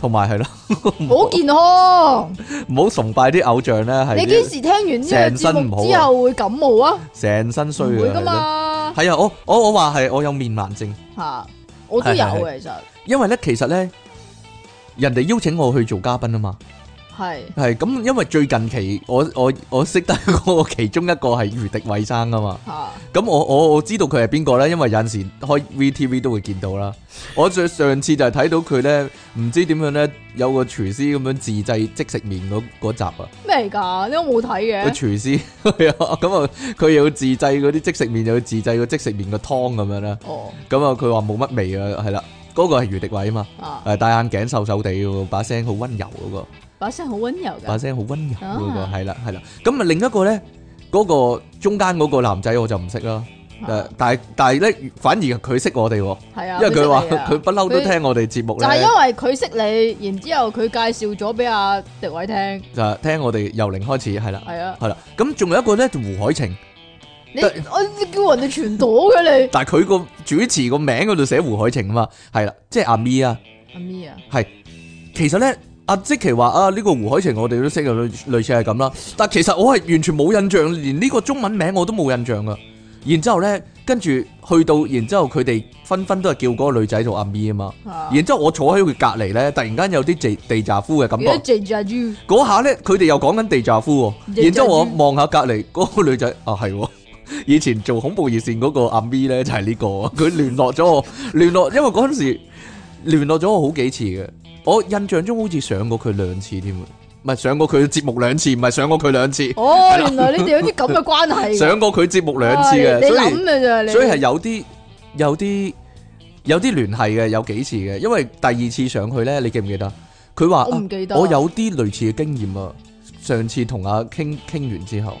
A: 同埋係啦，
B: 好健康。
A: 唔好崇拜啲偶像咧，係
B: 你幾
A: 啲
B: 時聽完呢個節目之後會感冒啊？
A: 成身
B: 唔
A: 衰
B: 會噶
A: 嘅。
B: 嘛
A: 係啊，我我我話係我有面盲症，
B: 嚇，我都有
A: 係
B: 嘅其實
A: 因為咧其實咧人哋邀請我去做嘉賓啊嘛。
B: 係
A: 系咁，因為最近期我我我識得嗰個其中一個係余迪偉生啊嘛，
B: 嚇
A: 咁我我我知道佢係邊個咧，因為有阵时开 VTV 都會見到啦。我最上次就係睇到佢咧，唔知點樣咧，有個廚師咁樣自製即食麵嗰嗰集啊，
B: 咩嚟㗎？你都冇睇
A: 個
B: 嘅，
A: 廚師 係啊，咁啊佢又要自製嗰啲即食麵，又要自製個即食麵個湯咁樣啦，
B: 哦
A: 咁啊佢話冇乜味啊，係啦，嗰、個係余迪偉啊嘛，
B: 啊，
A: 诶戴眼鏡瘦瘦地喎，把聲好温柔嗰、個。
B: 把聲好温柔
A: 把
B: 㗎，
A: 聲好温柔嗰個
B: 啊
A: 係啦係啦。咁啊另一個咧，嗰、個中間嗰個男仔我就唔識啦。誒
B: 嚇，
A: 但係但係咧，反而佢識我哋喎，
B: 係啊，
A: 因為佢話
B: 識你啊
A: 佢不嬲都聽我哋節目
B: 就係因
A: 咧，
B: 為佢識你，然之後佢介紹咗俾阿迪偉聽，
A: 就係聽我哋由零開始係啦
B: 係啊，
A: 係啦。咁仲有一個咧就胡海晴，
B: 你
A: 得
B: 我你叫人哋傳朵嘅你
A: 但係佢個主持個名嗰度寫胡海晴啊嘛，係啦，即係阿咪啊。
B: 阿咪啊，
A: 其實咧，阿即奇話啊，呢、個胡海晴我哋都識啊，類類似係咁啦。但其實我係完全冇印象，連呢個中文名我都冇印象噶。然之後咧，跟住去到，然之後佢哋紛紛都係叫嗰個女仔做阿咪啊嘛。
B: 嚇
A: 然之後我坐喺佢隔離咧，突然間有啲地地炸夫嘅感
B: 而家
A: 覺。
B: 謝謝豬
A: 嗰下咧，佢哋又講緊地炸夫喎。
B: 地
A: 然之後我
B: 炸夫
A: 望下隔離嗰個女仔，啊係喎。 以前做恐怖熱線嗰個阿咪咧就係呢、個，佢聯絡咗我， 聯絡，因為嗰陣時聯絡咗我好幾次嘅，我印象中好似上過佢兩次添，唔係上過佢嘅節目兩次，唔係上過佢兩次，
B: 哦，原來你哋有啲咁嘅關係㗎，
A: 上過佢節目兩次
B: 啊
A: 嘅，
B: 你你
A: 所
B: 諗
A: 以
B: 嘅咋你，
A: 所以係有啲有啲有啲聯繫嘅，有幾次嘅，因為第二次上去咧，你記唔記得？佢話
B: 我
A: 啊
B: 唔記得，
A: 我有啲類似嘅經驗啊！上次同阿傾傾完之後，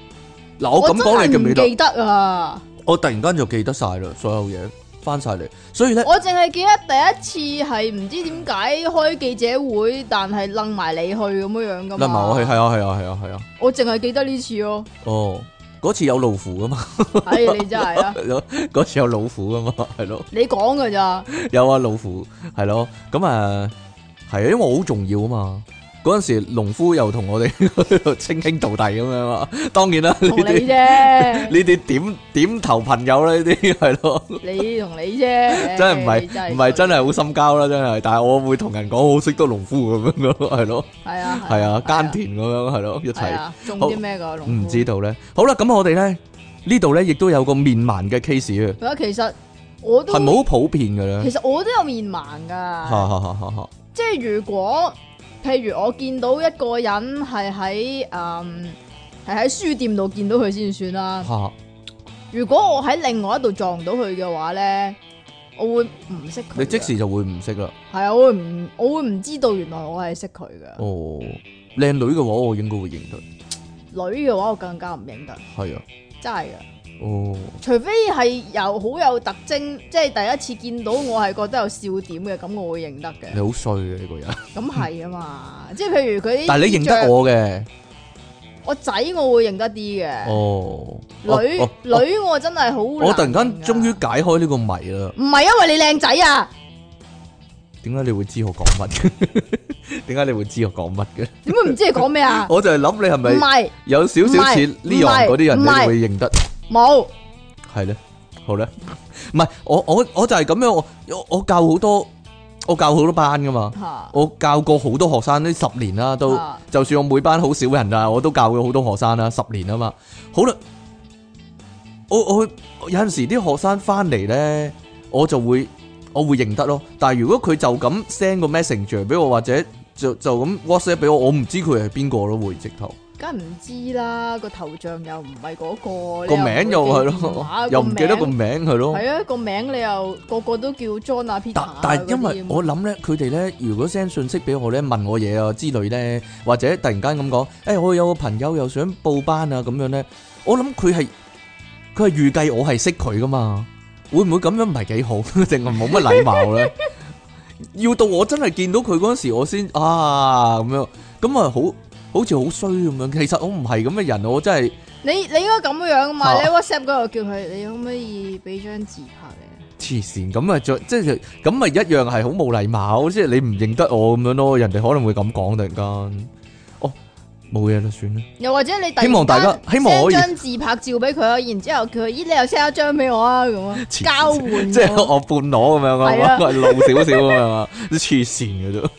A: 嗱我咁講
B: 真
A: 你記
B: 係唔
A: 唔記得？
B: 記得啊！
A: 我突然間就記得晒啦，所有嘢翻晒嚟，所以咧
B: 我淨係記得第一次係唔知點解開記者會，但係楞埋你去咁樣樣噶嘛。
A: 甩埋我去，係啊係啊係啊係啊，
B: 我淨係記得呢次 咯。
A: 哦嗰次有老虎噶嘛，
B: 唉，你真係啊，
A: 嗰次有老虎噶嘛，係咯，
B: 你 講噶咋？
A: 有啊老虎係咯，咁啊係啊，因為我好重要啊嘛，嗰阵时农夫又同我哋 稱兄道弟咁樣啊。當然啦，呢
B: 同你
A: 啲
B: 啫，
A: 呢啲點點頭朋友啦，呢啲係咯，
B: 你同 你
A: 真
B: 啫，
A: 係唔
B: 唉
A: 係唔係真
B: 啊
A: 係好深交啦，真係。但係我會同人講我好識得農夫咁樣咯，係咯，
B: 系啊，
A: 係啊，耕田咁樣係咯，一
B: 係
A: 齊。
B: 啊，種啲咩噶農
A: 唔
B: 夫
A: 知。道咧。好啦，咁我哋咧呢度咧亦都有個面盲嘅 case 啊，
B: 係啊，其實我都
A: 係咪好普遍嘅咧
B: 其？實我都有面盲
A: 嚇
B: 噶，
A: 嚇嚇嚇嚇！
B: 即係如果譬如我見到一個人係喺嗯係喺書店度見到佢先算啦。
A: 嚇
B: 如果我喺另外一度撞到佢嘅話咧，我會唔識佢㗎。
A: 你即時就會唔識啦。
B: 係啊，我會唔我會唔知道原來我係識佢噶。
A: 哦，靚女嘅話，我應該會認得。
B: 女嘅話我更加唔認得，
A: 係啊，
B: 真係噶。
A: 哦，
B: 除非係有好有特徵，即係第一次見到我係覺得有笑點嘅，咁我會認得
A: 你
B: 嘅。
A: 好衰嘅呢個人。
B: 咁係啊嘛，即係譬如佢。
A: 但係你認得，我嘅，
B: 我仔我會認得啲嘅。
A: 哦，
B: 哎女
A: 哦哦
B: 女我真係好難認㗎。
A: 我突然間終於解開呢個謎啦。
B: 唔係因為你靚仔啊？
A: 點解你會知我講乜嘅？ 點解你會知我講乜嘅？？
B: 點會唔知你講咩啊
A: 我就係諗你係
B: 唔
A: 咪
B: 係
A: 有少少似
B: 唔係
A: Leon 嗰啲人，
B: 唔
A: 你
B: 係
A: 會認得。
B: 冇
A: 系咧，好咧，唔系我我我就係咁樣，我我我教好多，我教好多班噶嘛，
B: 吓
A: 我教過好多學生呢十年啦，都
B: 啊
A: 就算我每班好少人啊，我都教過好多學生啦，十年啊嘛，好啦，我我我有阵时啲學生翻嚟咧，我就會我會認得咯，但係如果佢就咁 send 個 message 俾我或者就就咁 WhatsApp 俾我，我唔知佢係邊個咯，會直頭。
B: 梗係唔知啦，個頭像又唔係嗰個，
A: 個名又係咯，
B: 係
A: 又唔記得個名係咯。
B: 係啊，個名你又個個都叫 John 啊 Peter
A: 但
B: 啊
A: 但係因為
B: 嗰啲咁
A: 我諗咧，佢哋咧如果 send 信息俾我咧，問我嘢啊之類咧，或者突然間咁講，誒、我有個朋友又想報班啊咁樣咧，我諗佢係佢係預計我係識佢噶嘛，會唔會咁樣唔係幾好， 定係冇乜禮貌咧？要到我真係見到佢嗰陣時，我先啊咁樣，咁啊好好似好衰咁樣。其實我唔係咁嘅人，我真係
B: 你你應該咁樣嘛？
A: 嚇
B: 你 WhatsApp 嗰度叫佢，你可唔可以俾張自拍你？
A: 黐線，咁啊再即係咁咪一樣係好冇禮貌，即係你唔認得我咁樣咯，人哋可能會咁講突然間，哦冇嘢啦，算啦，
B: 又或者你突然
A: 希望大家
B: 間
A: 希望
B: send
A: 可以
B: 張自拍照俾佢啊，然之後叫佢，咦你又 send 一張俾我啊咁 啊，
A: 黐線
B: 交換
A: 即係
B: 喎
A: 我半裸咁樣
B: 係啊
A: 啊，我係露少少咁樣啊，都黐線嘅都，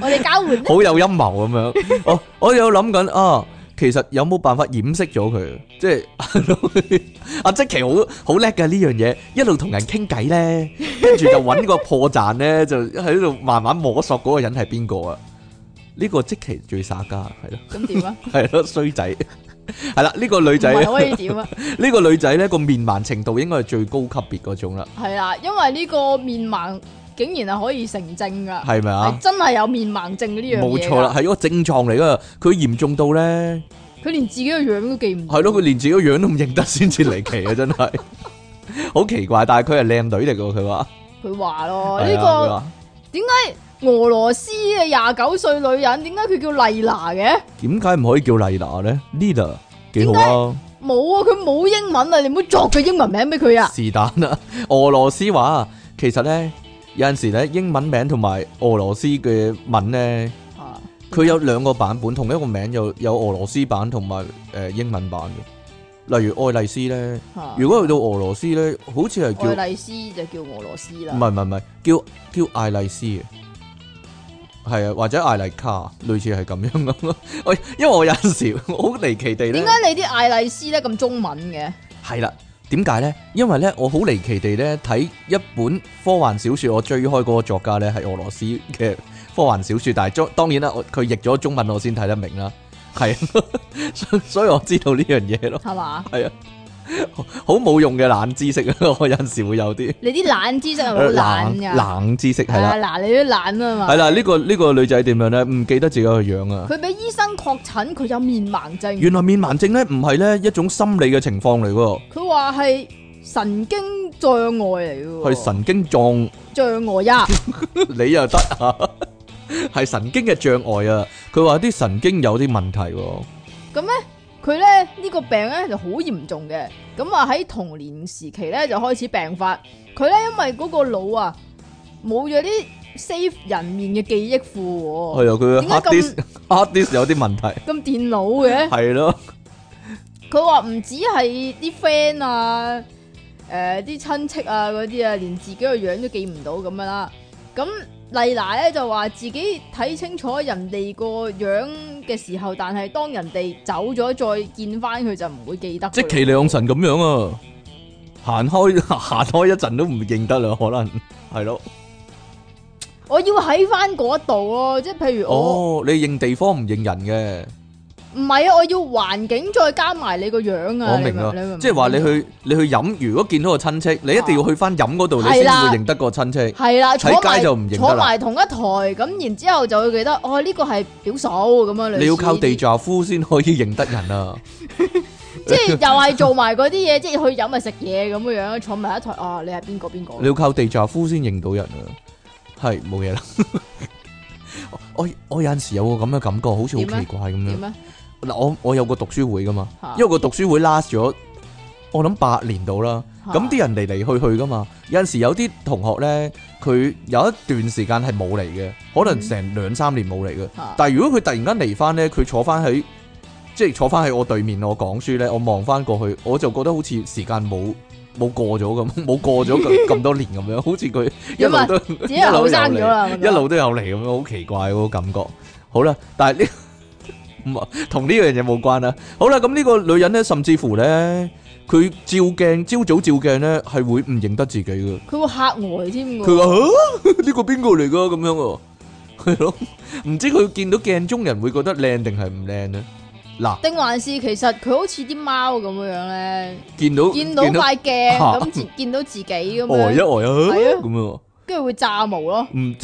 B: 我哋交 換
A: 好有陰謀咁 樣。我我有諗緊啊，其實有冇辦法掩飾咗佢？即係 阿即奇好好叻嘅呢樣嘢，一路同人傾偈咧， 跟住就揾個破綻咧，就喺度慢慢摸索嗰個人係邊個啊？呢個即奇最耍家係咯。
B: 咁點啊？
A: 系咯，衰仔。系啦，呢、個女
B: 唔
A: 仔，
B: 係
A: 呢
B: 可以點啊？
A: 個女仔咧個面盲程度應該係最高級別嗰種啦，
B: 係啦，因為呢個面盲竟然係可以成症噶，
A: 係咪
B: 係
A: 啊？
B: 真係有面盲症呢樣嘢㗎。
A: 冇錯啦，係一個症狀嚟噶。佢嚴重到咧，
B: 佢連自己嘅樣都記唔到
A: 係咯，佢連自己個樣都唔認得先至離奇啊！真 係好奇怪，但係佢係靚女嚟噶，佢話
B: 佢話咯，
A: 係
B: 哦呢個
A: 啊
B: 俄羅斯嘅廿九歲女人，點解佢叫麗娜嘅？
A: 佢話點解唔可以叫麗娜咧？Lina 幾好啊，
B: 冇啊，佢冇英文啊，你唔好作個英文名俾佢啊！
A: 是但啦。俄羅斯話其實咧有陣時咧英文名同埋俄羅斯嘅文咧。
B: 啊
A: 佢有兩個版本，同一個名有有俄羅斯版同埋誒英文版嘅。例如愛麗絲咧，
B: 啊
A: 如果去到俄羅斯咧，好似係叫
B: 愛麗絲就叫俄羅斯啦，
A: 唔係唔係唔係叫叫艾麗絲嘅，係啊，或者艾麗卡，類似係咁樣咁咯。 我因為我有陣時好離奇地咧
B: 點，解你啲艾麗絲咧咁中文嘅？
A: 係啦，點解咧？因為咧，我好離奇地咧睇一本科幻小説，我追開嗰個作家咧係俄羅斯嘅科幻小説，但係中當然啦，我佢譯咗中文我先睇得明啦，係， 所以所以我知道呢樣嘢咯，
B: 係嘛？
A: 好冇用嘅冷知識啊！ 我有陣時會有啲
B: 你啲懶知識係咪好懶
A: 冷
B: 㗎？
A: 冷知識呃係啦，
B: 啊嗱，你都懶啊嘛
A: 係。啦，呢個呢個女仔點樣咧？唔記得自己個樣啊！
B: 佢俾醫生確診，佢有面盲症，
A: 原來面盲症咧唔係咧一種心理嘅情況嚟喎，
B: 佢話係神經障礙嚟嘅喎。
A: 係神經狀。
B: 障礙呀，
A: 你又得啊？ 系神經嘅障礙啊！佢話啲神經有啲問題喎、
B: 佢咧呢個病咧就好嚴重嘅，咁啊喺童年時期咧就開始病發。佢咧因為嗰個腦啊冇咗啲 save 人面嘅記憶庫喎，
A: 係啊，佢
B: 哦點解
A: hard
B: 咁
A: disk hard disk 有啲問 題，
B: 咁電腦嘅。
A: 係咯，
B: 佢話唔止係啲 friend 啊，誒啲親戚啊嗰啲啊，連自己個樣都記唔到咁樣啦。咁麗娜咧就話自己睇清楚人哋個樣嘅時候，但係當人哋走咗再見翻佢就唔會記得㗎
A: 即
B: 啦。
A: 其兩神咁樣啊，行開 行開一陣都唔認得啦，可能係咯。
B: 我要喺翻嗰度咯，即係譬如我
A: 哦，你認地方唔認人
B: 唔係啊，我要環境再加埋你個樣
A: 嘅，
B: 啊。
A: 我
B: 你
A: 明
B: 你
A: 啦，即係話你
B: 嗯
A: 去你去飲，如果見到個親戚，你一定要去翻飲嗰度，你
B: 係
A: 先
B: 啦
A: 會認得個親戚。
B: 係啦，
A: 喺
B: 坐埋
A: 街就唔認得啦
B: 坐埋同一台咁，然之後就會記得哦呢個係表嫂咁樣。類似
A: 你要靠
B: 呢啲
A: 地炸夫先可以認得人啊！
B: 即係又係做埋嗰啲嘢，即係去飲啊食嘢咁樣樣，坐埋一台啊，你係邊個邊個？
A: 你要靠地炸夫先認到人啊！係冇嘢啦。 我我有陣時有個咁嘅感覺，好似好
B: 點啊啊
A: 奇怪咁樣
B: 點。咧？
A: 嗱，我我有個讀書會噶嘛，
B: 嚇
A: 因為個讀書會 last 咗，我諗八年到啦。
B: 嚇
A: 咁啲人嚟嚟去去噶嘛，有陣時有啲同學咧，佢有一段時間係冇嚟嘅，可能
B: 嗯
A: 成兩三年冇嚟嘅。
B: 嚇
A: 但係如果佢突然間嚟翻咧，佢坐翻喺即係坐翻喺我對面，我講書咧，我望翻過去，我就覺得好似時間冇冇過咗咁， 冇過咗 咁咁多年咁樣，好似佢一
B: 點啊
A: 路都
B: 自己
A: 一路
B: 後
A: 有
B: 生咗
A: 嚟。
B: 啦，咁樣
A: 一路都有嚟咁樣，好奇怪嗰個感覺。好啦，但 係呢唔係同呢樣嘢冇關啦。好啦，咁呢個女人咧，甚至乎咧，佢照鏡，朝早照鏡咧，係會唔認得自己嘅。
B: 佢會嚇呆添㗎
A: 佢
B: 喎。
A: 話：啊 呢個邊個嚟噶？咁樣喎， 係咯，唔知佢見到鏡中人會覺得靚定係唔靚咧？嗱，
B: 定還是其實佢好似啲貓咁樣樣咧，
A: 見到
B: 見到塊鏡
A: 嚇
B: 咁自見到自己咁
A: 呆一呆
B: 樣，
A: 啊，
B: 係啊
A: 咁樣喎。
B: 跟住會炸毛咯。
A: 唔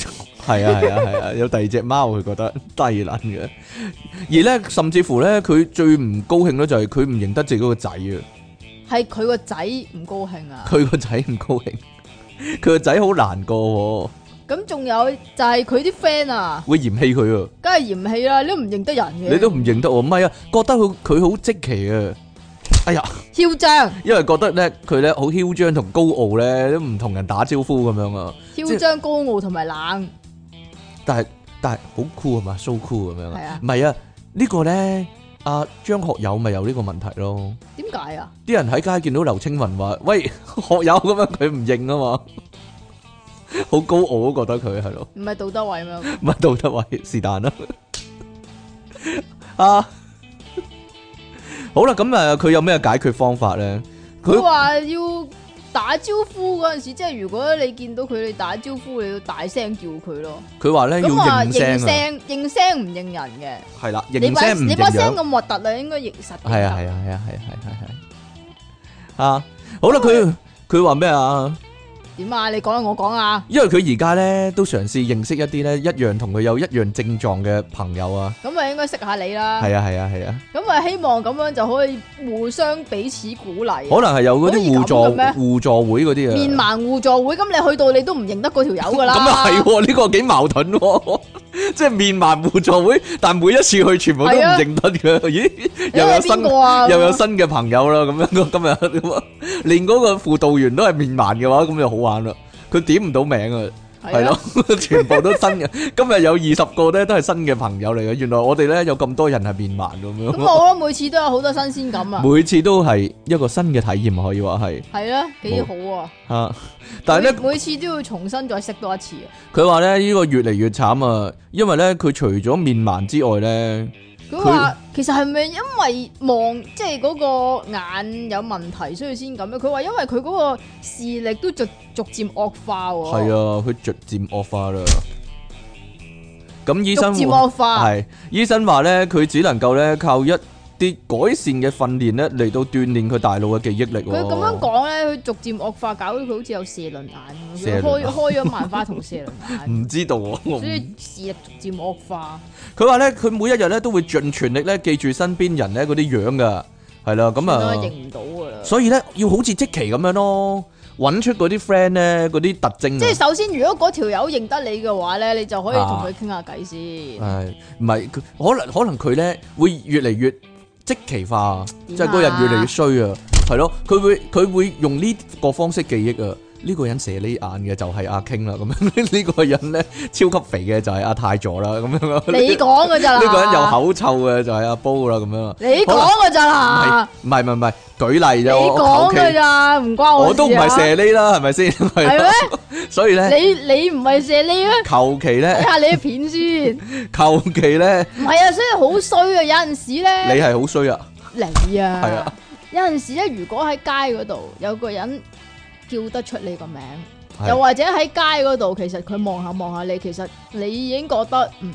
A: 係啊係啊係啊，有第二隻貓佢 覺得低能嘅，而咧甚至乎咧佢最唔高興咧就係佢唔認得自己個仔啊，
B: 係佢個仔唔高興啊！
A: 佢個仔唔高興，佢個仔好難過
B: 咁仲有就係佢啲 friend 啊
A: 喎，，會嫌棄佢啊，
B: 梗係嫌棄啦，你都唔認得人嘅，
A: 你都唔認得我，唔係啊，覺得佢佢好積奇啊，哎呀，
B: 囂張，
A: 因為覺得咧佢咧好囂張同高傲咧，都唔同人打招呼咁樣啊，
B: 囂張、高傲同埋冷，
A: 但係但係好酷啊嘛，so cool 咁樣啊
B: 係啊，
A: 唔係啊，呢個咧阿張學友咪有呢個問題咯。
B: 點解啊？
A: 啲人喺街見到劉青雲話：喂，學友咁樣，佢唔認啊嘛，好高傲啊，覺得佢係咯，
B: 唔係杜德偉咩？
A: 唔係杜德偉是但啦。 啊，好啦，咁啊，佢有咩解決方法咧？
B: 佢
A: 佢
B: 話要打招呼嗰陣時，即係如果你見到佢你打招呼，你要大聲叫佢咯。
A: 佢話咧要
B: 咁啊，
A: 認
B: 認
A: 聲啊，
B: 聲認聲唔認人嘅。
A: 係啦，
B: 你
A: 認
B: 把
A: 聲唔
B: 你
A: 認
B: 把
A: 樣，
B: 聲咁核突啦，應該認實。
A: 係啊係啊係啊係啊係啊係啊啊，好啦，佢佢話咩啊？
B: 點啊？你講啊，我講啊。
A: 因為佢而家咧都嘗試認識一啲咧一樣同佢有一樣症狀嘅朋友啊，
B: 咁咪應該識下你啦。
A: 係啊係啊係啊。
B: 咁咪希望咁樣就可以互相彼此鼓
A: 可
B: 勵。
A: 能係有嗰啲互
B: 可以咁嘅咩
A: 助互助會嗰啲啊。
B: 面盲互助會，咁你去到你都唔認得嗰條友噶啦。
A: 咁啊係喎，呢個幾矛盾 喎，即係面盲互助會，但每一次去全部都唔
B: 係啊
A: 認得嘅。咦，
B: 你
A: 又有
B: 係邊
A: 新
B: 個啊？
A: 又有新嘅朋友啦，咁樣今日咁啊連嗰個輔導員都係面盲嘅話，咁就好玩啦。佢點唔到名啊！
B: 係
A: 係
B: 咯。
A: 咯， 全部都新嘅。今日有二十個咧，都係新嘅朋友嚟嘅。原來我哋咧有咁多人係面盲咁
B: 咁啊
A: 樣，
B: 我諗每次都有好多新鮮感啊。
A: 每次都係一個新嘅體驗，啊可以話係
B: 係啦，幾好啊！
A: 吓。但係咧，
B: 每每次都要重新再識多一次啊！
A: 佢話咧呢個越嚟越慘啊，因為咧佢除咗面盲之外咧，
B: 佢話其實係咪因為望即係嗰個眼有問題，所以先咁樣？佢話因為佢嗰個視力都逐逐漸惡化喎，
A: 係、啊，佢逐漸惡化啦。咁醫
B: 逐
A: 生
B: 漸
A: 話
B: 惡化，
A: 係啊醫生話咧，佢只能夠咧靠一啲改善嘅訓練咧嚟到鍛鍊佢大腦嘅記憶力、喎。
B: 佢咁樣講咧，佢逐漸惡化，搞到佢好似有射輪眼咁
A: 射
B: 樣，佢
A: 輪
B: 開
A: 眼嗯
B: 開咗萬花筒射 輪眼，
A: 唔知道喎，我唔
B: 所以視力逐漸惡化。
A: 佢話咧佢每一日咧都會盡全力咧記住身邊人咧嗰啲樣噶，係啦，咁
B: 算啦
A: 啊。
B: 認唔到噶啦。
A: 所以咧，要好似即期咁樣咯，揾出嗰啲 friend 咧嗰啲特徵啊。
B: 即係首先，如果嗰條友認得你嘅話咧，你就可以同佢傾下偈先。
A: 唉，唔係佢可能可能佢咧會越嚟越積奇化，
B: 點
A: 即
B: 啊
A: 係個人越嚟越衰啊，係咯，佢會佢會用呢個方式記憶啊，呢個人射呢眼嘅就係阿 King 啦，咁樣 呢個人咧超級肥嘅就係阿泰座啦，咁樣啦。
B: 你啊講噶咋 啦？
A: 呢個人有，口臭嘅就係阿煲啦，咁樣啦。
B: 你講噶咋啦？
A: 唔係唔係唔係，舉例
B: 你
A: 啫，我我
B: 講
A: 求
B: 噶
A: 其
B: 咋，唔關我啊
A: 我都唔係哎射呢啦，係咪先？係
B: 係
A: 啦所以咧，
B: 咩？你你唔係射你咩？
A: 求其
B: 睇
A: 咧，
B: 下你啲片先，唔
A: 求其咧，
B: 係啊，所以好衰啊！有陣時
A: 你
B: 咧，
A: 係好衰啊！
B: 你啊，
A: 係啊
B: 有陣時咧，如果喺街嗰度有個人叫得出你個名，
A: 係
B: 又或者喺街嗰度，其實佢望下望下你，其實你已經覺得嗯。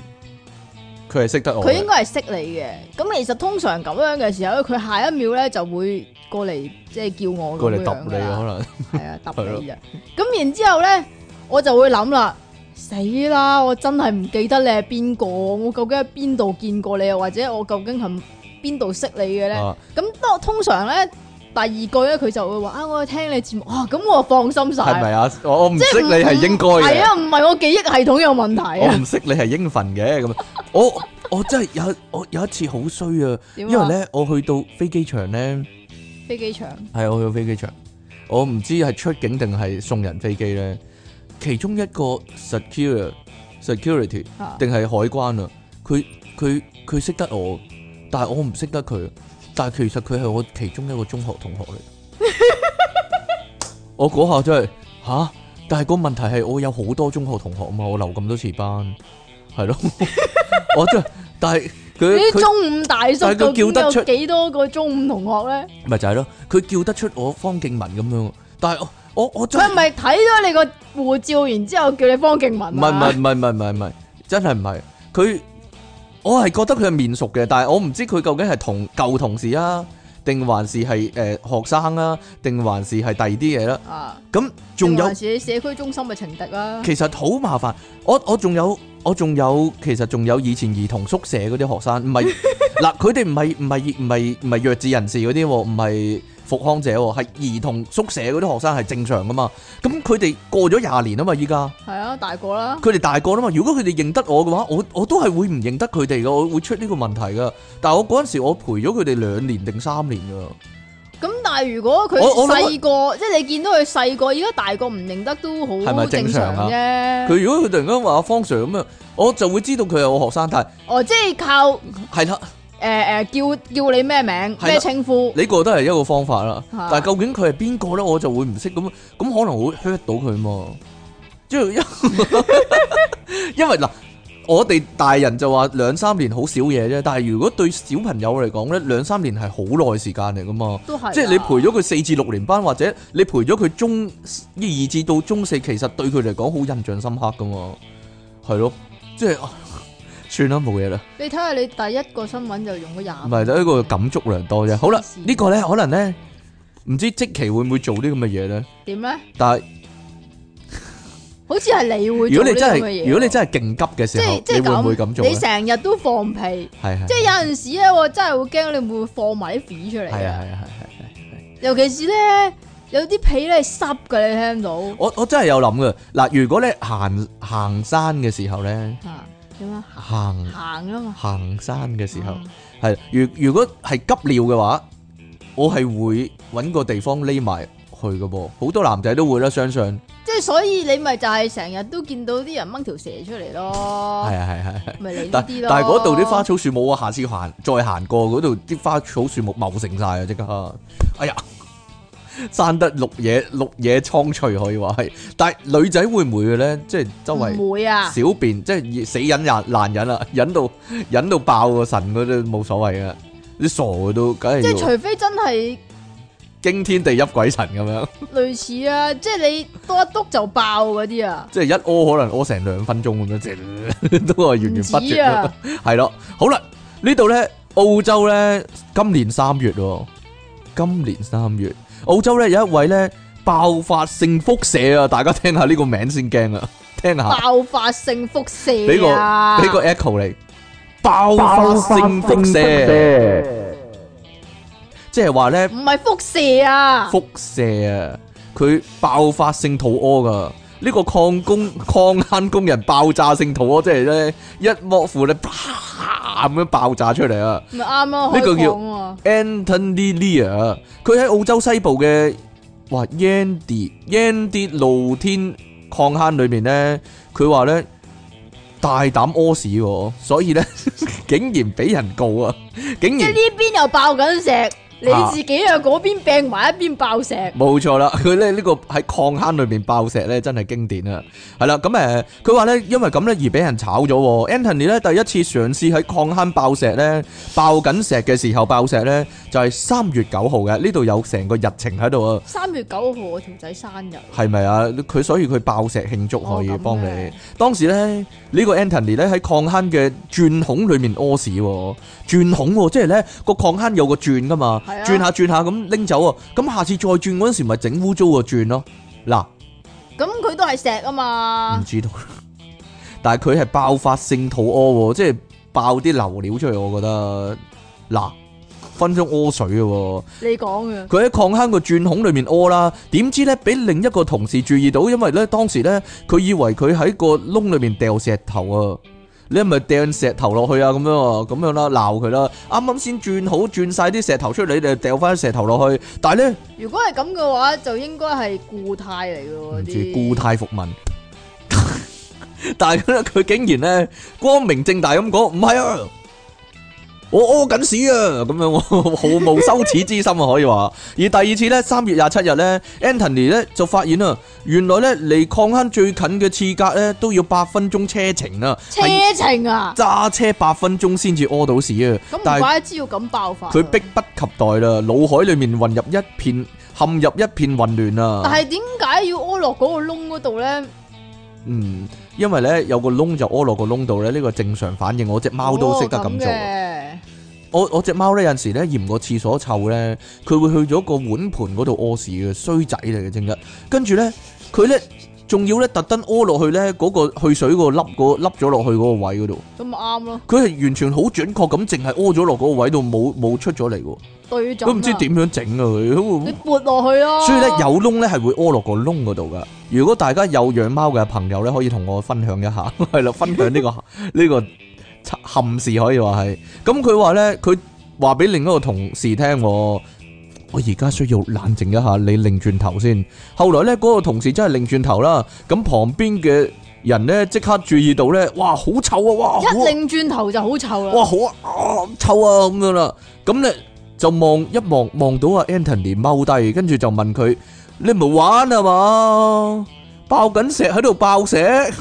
A: 佢係識得我
B: 佢應
A: 嘅，
B: 該係識你嘅，咁其實通常咁樣嘅時候，佢下一秒咧就會過嚟即係叫我
A: 過嚟
B: 咁
A: 揼
B: 樣
A: 你
B: 㗎
A: 可
B: 啦，
A: 能。
B: 係啊揼你啊！咁然之後咧，我就會諗啦，死啦！我真係唔記得你係邊個，我究竟喺邊度見過你啊，或者我究竟係邊度識你嘅咧？
A: 啊
B: 咁當通常咧第二句咧，佢就會話啊，我聽你節目啊，咁我放心晒，
A: 係咪啊？我我唔識你係應該
B: 係
A: 嘅，哦
B: 啊，唔係我記憶系統有問題
A: 我
B: 啊
A: 唔識你係應份嘅咁。我我真係有我有一次好衰啊，
B: 點
A: 因為
B: 啊？
A: 咧我去到飛機場咧，
B: 飛機場
A: 係我去到飛機場，我唔知係出境定係送人飛機咧。其中一個 secure security
B: 嚇
A: 定係海關啊，佢佢佢識得我，但係我唔識得佢，但係其實佢係我其中一個中學同學嚟。我嗰下真係吓，但係個問題係我有好多中學同學啊嘛，我留咁多次班，係咯，我真係，但係
B: 你
A: 佢
B: 啲
A: 佢
B: 中午大叔
A: 但係佢
B: 究竟
A: 叫得出
B: 有幾多個中午同學咧？
A: 咪就係咯，佢叫得出我方敬文咁樣，但係我我我真
B: 佢
A: 係
B: 係咪睇咗你個護照，然之後叫你方敬文啊？
A: 唔係唔係唔係唔係唔係唔係，真係唔係佢，我係覺得佢係面熟嘅，但係我唔知佢究竟係同舊同事啊，定還是係誒、呃、學生啊，定還是係第二啲嘢啦。
B: 啊，
A: 咁仲
B: 仲
A: 有
B: 有是你社區中心嘅情敵啊啦。
A: 其實好麻煩，我我仲有我仲有其實仲有以前兒童宿舍嗰啲學生，唔係嗱佢哋唔係唔係唔係唔係弱智人士嗰啲喎，唔係復康者喎，係兒童宿舍嗰啲學生係正常噶嘛。咁佢哋過咗廿年啊嘛，依家。
B: 係啊，大個啦，
A: 佢哋大個啦嘛，如果佢哋認得我嘅話，我我都係會唔認得佢哋嘅，我會出呢個問題噶。但係我嗰陣時，我陪咗佢哋兩年定三年噶，
B: 咁但係如果佢
A: 我我諗
B: 細個，即係你見到佢細個，而家大個唔認得都
A: 係
B: 好
A: 咪
B: 正
A: 正常啊
B: 啫。
A: 佢如果佢突然間話阿方 Sir 咁啊，我就會知道佢係我學生。但
B: 哦，即係靠
A: 係係啦，
B: 誒誒呃叫叫你咩名
A: 係啦
B: 咩稱呼？
A: 呢個都係一個方法啦。
B: 嚇
A: 但係究竟佢係邊個咧，我就會唔識咁，咁可能會 hurt 到佢嘛。因為 因為嗱，我哋大人就話兩三年好少嘢啫，但係如果對小朋友嚟講咧，兩三年係好耐時間嚟噶嘛。
B: 都係㗎啊
A: 即係你陪咗佢四至六年班，或者你陪咗佢中二至到中四，其實對佢嚟講好印象深刻噶嘛，係咯，即係 算啦，冇嘢啦，
B: 你睇下你第一個新聞就用咗廿
A: 唔係就一個感觸良多啫。好啦
B: 啊黐，線
A: 呢個咧可能咧唔知即期會唔會做啲咁嘅嘢咧，
B: 點咧？
A: 但係
B: 好似係你會
A: 如
B: 做
A: 果
B: 呢
A: 你真
B: 啲咁嘅嘢
A: 係如果你真係勁急嘅時
B: 即
A: 候
B: 係，即係
A: 你會唔會咁做
B: 你
A: 咧？
B: 成日都放屁，
A: 係啊係
B: 即係有陣時咧，我真係會驚你會放埋啲屁出嚟。
A: 係啊係啊係係。
B: 尤其是咧，有啲屁咧係濕嘅，你聽到
A: 我我真係有諗嘅嗱，如果咧行行山嘅時候咧，
B: 嚇點啊？
A: 行
B: 行啊嘛，
A: 行山嘅時候。
B: 啊
A: 係，如如果係急尿嘅話，我係會揾個地方匿埋去嘅噃，好多男仔都會啦，相信
B: 即係所以你咪就係成日都見到啲人掹條蛇出嚟咯
A: 係，啊係係係。
B: 咪你呢
A: 但
B: 啲咯。
A: 但係嗰度啲花草樹木，我下次行再行過嗰度啲花草樹木茂盛晒啊！即刻，哎呀，生得綠野綠野蒼翠可以話係。但係女仔會唔會嘅咧？即係周圍
B: 唔會啊，
A: 小便，即係死忍忍難忍啦，忍到忍到爆個腎嗰啲冇所謂嘅，啊啲傻嘅都梗
B: 即係
A: 係要
B: 除非真係
A: 驚天地泣鬼神咁樣。
B: 類似啊，即係你多一篤就爆嗰啲啊，
A: 即係一屙可能屙成兩分鐘咁樣，即都係 源
B: 唔
A: 源不
B: 止
A: 絕。
B: 啊，
A: 係咯，好啦，呢度咧澳洲咧今年三月喎，今年三月澳洲咧有一位咧爆發性輻射啊！大家聽下呢個名先驚啊，聽下
B: 爆發性輻
A: 俾個
B: 射啊，
A: 俾個 echo 嚟，爆發性輻射，即係話咧
B: 唔係輻射啊，
A: 輻射啊，佢爆發性肚屙噶。呢個礦工礦坑工人爆炸性肚屙，即係咧一剝褲咧，啪咁樣爆炸出嚟啊！
B: 咪啱咯，
A: 呢個
B: 開
A: 叫
B: 放啊
A: 啊 Anthony Lear，佢喺澳洲西部嘅哇 Yan 跌 Yan 跌露天礦坑裏面咧，佢話咧大膽屙屎喎，所以咧 竟然俾人告啊！竟
B: 即系
A: 然
B: 呢邊又爆緊石，你
A: 啊
B: 自己又嗰邊病埋一邊爆石，
A: 冇錯啦， 佢咧呢個喺礦坑裏面爆石咧，真係經典啊！係啦，咁誒，佢話咧因為咁咧而俾人炒咗喎。Anthony 咧第一次嘗試喺礦坑爆石咧，爆緊石嘅時候爆石咧，就係三月九號嘅，呢度有成個日程喺度啊！
B: 三月九號我條仔生日，
A: 係咪啊？佢所以佢爆石慶祝可以
B: 哦咁
A: 幫你。
B: 嘅
A: 當時咧，呢、個 Anthony 咧喺礦坑嘅鑽孔裏面屙屎喎，鑽孔喎，即係咧個礦坑有個鑽噶嘛，
B: 係啊
A: 轉下轉下咁拎走啊，咁下次再轉嗰陣時咪整污糟個鑽咯。嗱，
B: 咁佢都係石啊
A: 唔
B: 嘛，
A: 知道， 但係佢係爆發性肚屙喎，即係爆啲流料出嚟，我覺得嗱分鐘屙水嘅喎。
B: 你講嘅，
A: 佢喺礦坑個鑽孔裏面屙啦，點知咧俾另一個同事注意到，因為咧當時咧佢以為佢喺個窿裏面掉石頭啊，你係咪掟石頭落去啊？咁樣啊，咁樣啦，鬧佢啦。啱啱先轉好轉晒啲石頭出嚟，你就掉翻石頭落去，但係咧
B: 如果係咁嘅話，就應該係固態嚟嘅喎
A: 唔
B: 啲
A: 知固態復萌。 但係咧佢竟然咧光明正大咁講，唔係啊！我屙緊屎啊！咁樣我 毫無羞恥之心啊，可以話。而第二次咧，三月廿七日咧，Anthony 咧就發現啊，原來咧離礦坑最近嘅廁格咧都要八分鐘車程啊，
B: 車
A: 係
B: 程啊，
A: 揸車八分鐘先至屙到屎啊！
B: 咁
A: 但
B: 唔
A: 係
B: 怪得知要咁爆發。
A: 佢迫，不及待啦，腦海裡面混入一片陷入一片混亂啊！
B: 但係點解要屙落嗰個窿嗰度咧？
A: 嗯，因為咧有個窿就屙落個窿度咧，呢個正常反應。我只貓都識得咁做。
B: 嘅，
A: 我我只貓咧有陣時咧嫌個廁所臭咧，佢會去咗個碗盤嗰度屙屎嘅，衰仔嚟嘅正一。跟住咧，佢咧仲要咧特登屙落去咧嗰、個去水個粒嗰凹咗落去嗰個位嗰度，
B: 咁咪啱咯，
A: 佢係完全好準確咁，淨係屙咗落嗰個位度，冇冇出咗嚟喎。
B: 對準啊。
A: 都唔知點樣整啊
B: 你
A: 佢。
B: 撥落去咯。
A: 所以咧有窿咧係會屙落個窿嗰度噶。如果大家有養貓嘅朋友咧，可以同我分享一下， 係啦，分享呢、個 呢個憾事可以話係。咁佢話咧，佢話俾另一個同事聽我。我而家需要冷靜一下，你擰轉頭先。後來呢，嗰、個同事真係擰轉頭啦，咁旁邊嘅人呢，即刻注意到呢，哇，好臭啊，哇，好
B: 一
A: 啊
B: 擰轉頭就好臭
A: 哇
B: 啦。
A: 好啊啊臭啊咁樣啦，咁咧就望一望望到阿 Anthony 踎低，跟住就問佢：你唔係玩啊嘛？爆緊石喺度爆石，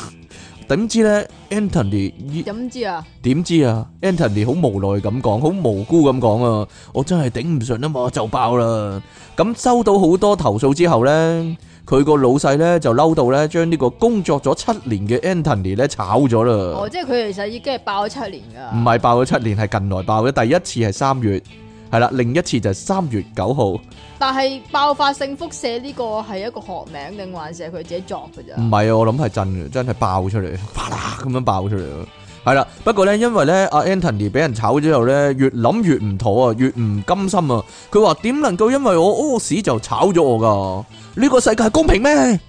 A: 點知咧 Anthony 依
B: 點知啊？
A: 點知啊？Anthony 好無奈咁講，好無辜咁講啊！我真係頂唔順啊嘛，我就爆啦！咁收到好多投訴之後呢，佢個老細呢就嬲到呢，將呢個工作咗七年嘅 Anthony 呢炒咗啦。
B: 哦，即係佢其實已經係爆咗七年
A: 唔
B: 㗎。
A: 係爆咗七年，係近來爆嘅。第一次係三月，係啦，另一次就係三月九號，唔
B: 但係爆發性輻射呢個係一個學名定還是係佢自己作㗎咋？
A: 係啊，我諗係真嘅，真係爆出嚟， 啪啦咁樣爆出嚟咯。係啦，不過呢，因為呢，阿 Anthony 俾人炒咗之後呢，越諗越唔妥啊，越唔甘心啊。佢話點能夠因為我屙屎就炒咗我㗎？呢個世界係公平咩？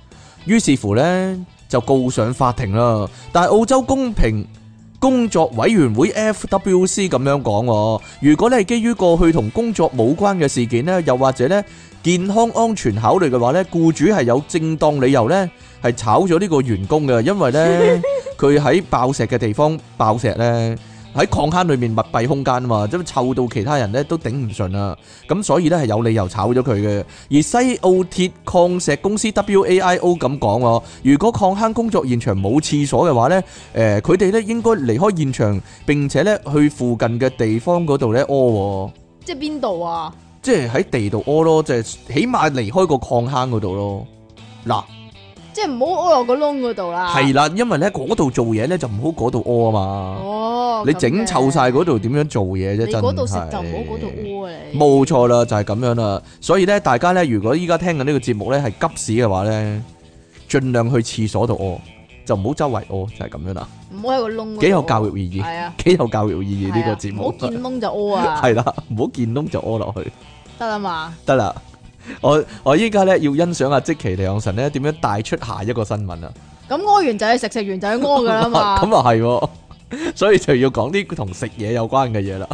A: 於是乎呢，就告上法庭啦。但係澳洲公平工作委員會 FWC 咁樣講喎，如果你係基於過去同工作冇關嘅事件呢，又或者呢健康安全考慮嘅話呢，僱主係有正當理由呢係炒咗呢個員工嘅，因為呢，佢喺爆石嘅地方爆石呢，喺礦坑裏面密閉空間啊嘛，咁臭到其他人呢都頂唔順啊，咁所以呢係有理由炒咗佢嘅。而西澳鐵礦石公司 WAIO 咁講喎，如果礦坑工作現場冇廁所嘅話呢。誒佢哋咧應該離開現場，並且咧去附近嘅地方嗰度咧屙喎，
B: 即係邊度啊？
A: 即係喺地度屙咯，就係起碼離開個礦坑嗰度咯。嗱，
B: 即係唔好屙落個窿嗰度啦。
A: 係啦，因為咧嗰度做嘢咧就唔好嗰度屙啊嘛，
B: 哦，
A: 你
B: 咁
A: 整臭
B: 嘅
A: 晒嗰度點樣做嘢啫？
B: 你
A: 真係
B: 嗰度食就唔好嗰度屙啊你。
A: 冇錯啦，就係咁樣啦。所以咧，大家咧，如果依家聽緊呢個節目咧係急屎嘅話咧，盡量去廁所度屙，就唔好周圍屙，就係咁樣啦。
B: 唔好喺個窿嗰度。
A: 幾有教育意義，
B: 係啊，
A: 幾有教育意義呢
B: 係
A: 個
B: 啊
A: 節
B: 唔
A: 目
B: 好。見窿就屙 啊，
A: 係啦，唔好見窿就屙落去，
B: 得啦嘛。
A: 得啦。我我依家咧要欣賞阿即其李昂神咧點樣帶出下一個新聞啊！
B: 咁屙完就去食，食完就去屙噶啦嘛。
A: 咁啊係 喎，所以就要 講啲同食嘢有關嘅嘢啦。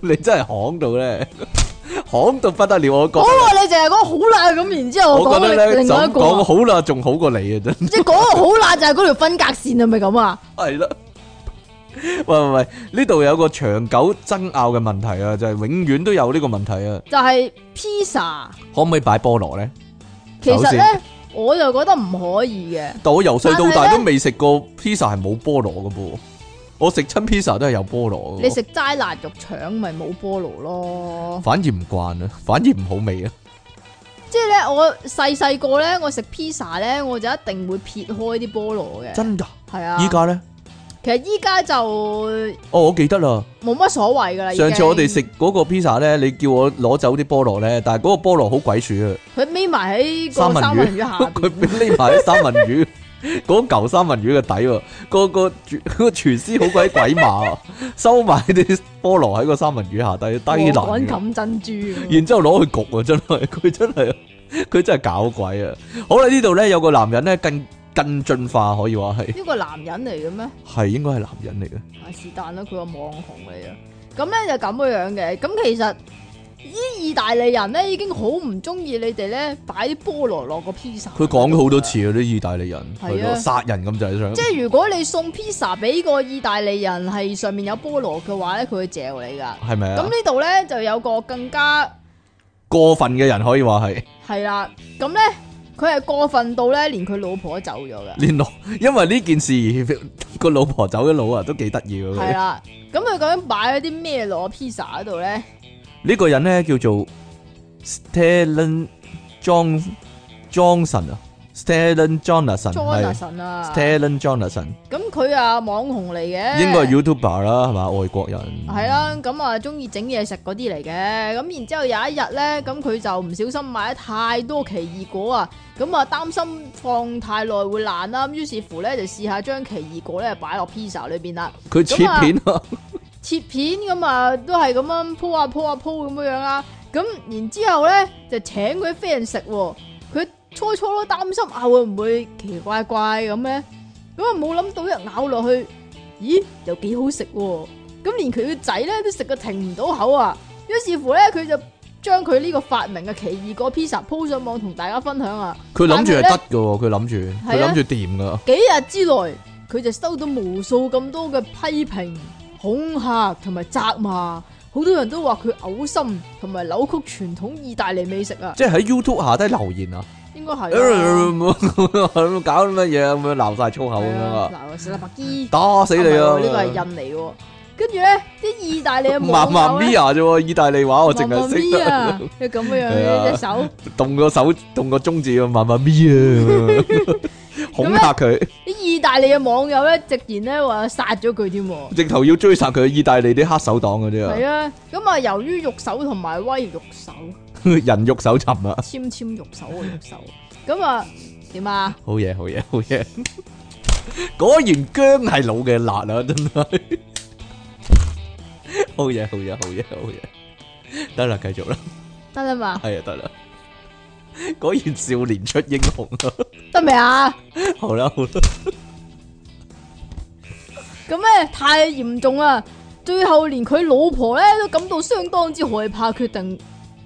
A: 你真係行到咧， 行到不得了，我覺
B: 我
A: 得
B: 話你淨係講好辣咁，然之後我
A: 我覺
B: 哦講
A: 得咧，
B: 另
A: 就
B: 另外一
A: 咁
B: 個
A: 講
B: 啊，
A: 好啦，仲好過你啊，真
B: 即係嗰個好辣就係嗰條分隔線係咪咁啊？
A: 係啦。 喂喂喂，呢度有個長久爭拗嘅問題啊，就係永遠都有呢個問題啊，
B: 就係 pizza，
A: 可唔可以擺菠蘿咧？
B: 其
A: 首
B: 實
A: 先哦
B: 咧我就覺得唔可以嘅。
A: 但我由細到
B: 但
A: 大
B: 係
A: 都未食過 pizza 係冇菠蘿嘅噃，我食親 pizza 都係有菠蘿嘅喎。
B: 你食齋辣肉腸咪冇菠蘿咯，
A: 反而唔慣啊，反而唔好味啊。
B: 即係咧我細細個咧我食 pizza 咧我就一定會撇開啲菠蘿嘅，
A: 真㗎，
B: 係啊。
A: 依家咧，
B: 其實依家就
A: 哦，我記得啦。
B: 冇乜所謂噶啦。已經
A: 上次我哋食嗰個 pizza 咧，你叫我攞走啲菠蘿咧，但係嗰個菠蘿好鬼鼠啊，
B: 佢匿埋喺
A: 三
B: 個
A: 文
B: 三
A: 魚
B: 文魚下邊
A: 佢匿埋喺三文魚 嗰嚿三文魚嘅底喎，個個廚 個廚師好鬼鬼馬 啊，收埋啲菠蘿喺個三文魚下底低能
B: 黃
A: 嘅。
B: 錦珍珠咁
A: 然之後攞去焗啊！真係 佢真係佢真係搞鬼啊！好啦，呢度咧有個男人咧更更進化，可以話係
B: 呢個男人嚟嘅咩？啊
A: 係應該係男人嚟嘅，
B: 是但啦，佢個網紅嚟啊。咁咧就咁嘅樣嘅。咁其實啲意大利人咧已經好唔中意你哋咧擺啲菠蘿落個 pizza。
A: 佢講咗好多。次啊！啲意大利人
B: 係啊
A: 係咯，殺人咁就係想
B: 即係如果你送 pizza 俾個意大利人係上面有菠蘿嘅話咧，佢會嚼你㗎。
A: 係咪
B: 咁
A: 啊？
B: 呢度咧就有個更加
A: 過分嘅人可以話係，
B: 係啦。咁咧佢係過分到咧，連佢老婆都走咗㗎。
A: 連老因為呢件事個老婆走咗佬啊，都幾得意啊！
B: 係
A: 佢
B: 啦，咁佢究竟擺咗啲咩落 pizza 嗰度咧？
A: 呢個人咧叫做 Stellan John Johnson 啊，Stellan Johnson 係
B: Jonathan 啊，
A: Stellan Johnson。
B: 咁佢啊網紅嚟嘅，
A: 應該係 YouTuber 啦，係嘛？外國人
B: 係啦，咁啊中意整嘢食嗰啲嚟嘅，咁然之後有一日咧，咁佢就唔小心買得太多奇異果啊，咁啊擔心放太耐會爛啦，咁於是乎咧就試下將奇異果咧擺落 pizza 裏邊啦，
A: 佢切片啊，
B: 切片咁啊都係咁樣鋪啊鋪啊鋪咁樣樣啦，咁然之後咧就請佢啲 friend 食喎，佢初初都擔心啊會唔會奇怪怪咁咧，咁啊冇諗到一咬落去，咦又幾好食喎，咁連佢嘅仔咧都食到停唔到口啊，於是乎咧佢就將佢呢個發明嘅奇異果 pizza 鋪上網同大家分享啊，
A: 佢諗住係
B: 但係
A: 得㗎喎，佢諗住
B: 啊
A: 佢諗住掂㗎，
B: 幾日之內，佢就收到無數咁多嘅批評、恐嚇同埋責罵，好多人都話佢嘔心同埋扭曲傳統意大利美食啊，
A: 即係喺 YouTube 下低留言啊，
B: 應該係
A: 嗯
B: 啊
A: 咁搞乜嘢咁樣鬧晒粗口咁樣啊，
B: 嗱，食粒白雞，
A: 打死你
B: 啊
A: 啊！
B: 唔係喎呢個係印尼嘅喎，跟住咧啲意大利嘅
A: 麻
B: 網
A: 麻
B: 友啊
A: 咪
B: 咧，
A: 呀啫喎，意大利話我淨係識
B: 咪啊
A: 得，
B: 你咁樣
A: 係啊
B: 嘅隻手。
A: 動個手動個中指啊，麻麻咪呀，恐嚇佢，
B: 啲意大利嘅網友咧，直言咧話殺咗佢添喎，
A: 直頭要追殺佢，意大利啲黑手黨嗰啲
B: 係
A: 啊，
B: 啊，咁啊，由於肉手同埋威肉手，
A: 人肉搜尋啊，
B: 簽簽肉手嘅肉手，咁啊點啊？
A: 好嘢好嘢好 嘢，果然姜係老嘅辣啊，真係。 好嘢好嘢好嘢好嘢，得啦繼續啦，
B: 得啦嘛，
A: 係啊得啦，果然少年出英雄啊！
B: 得未啊？
A: 好啦好啦，
B: 咁咧太嚴重啦，最後連佢老婆咧都感到相當之害怕，決定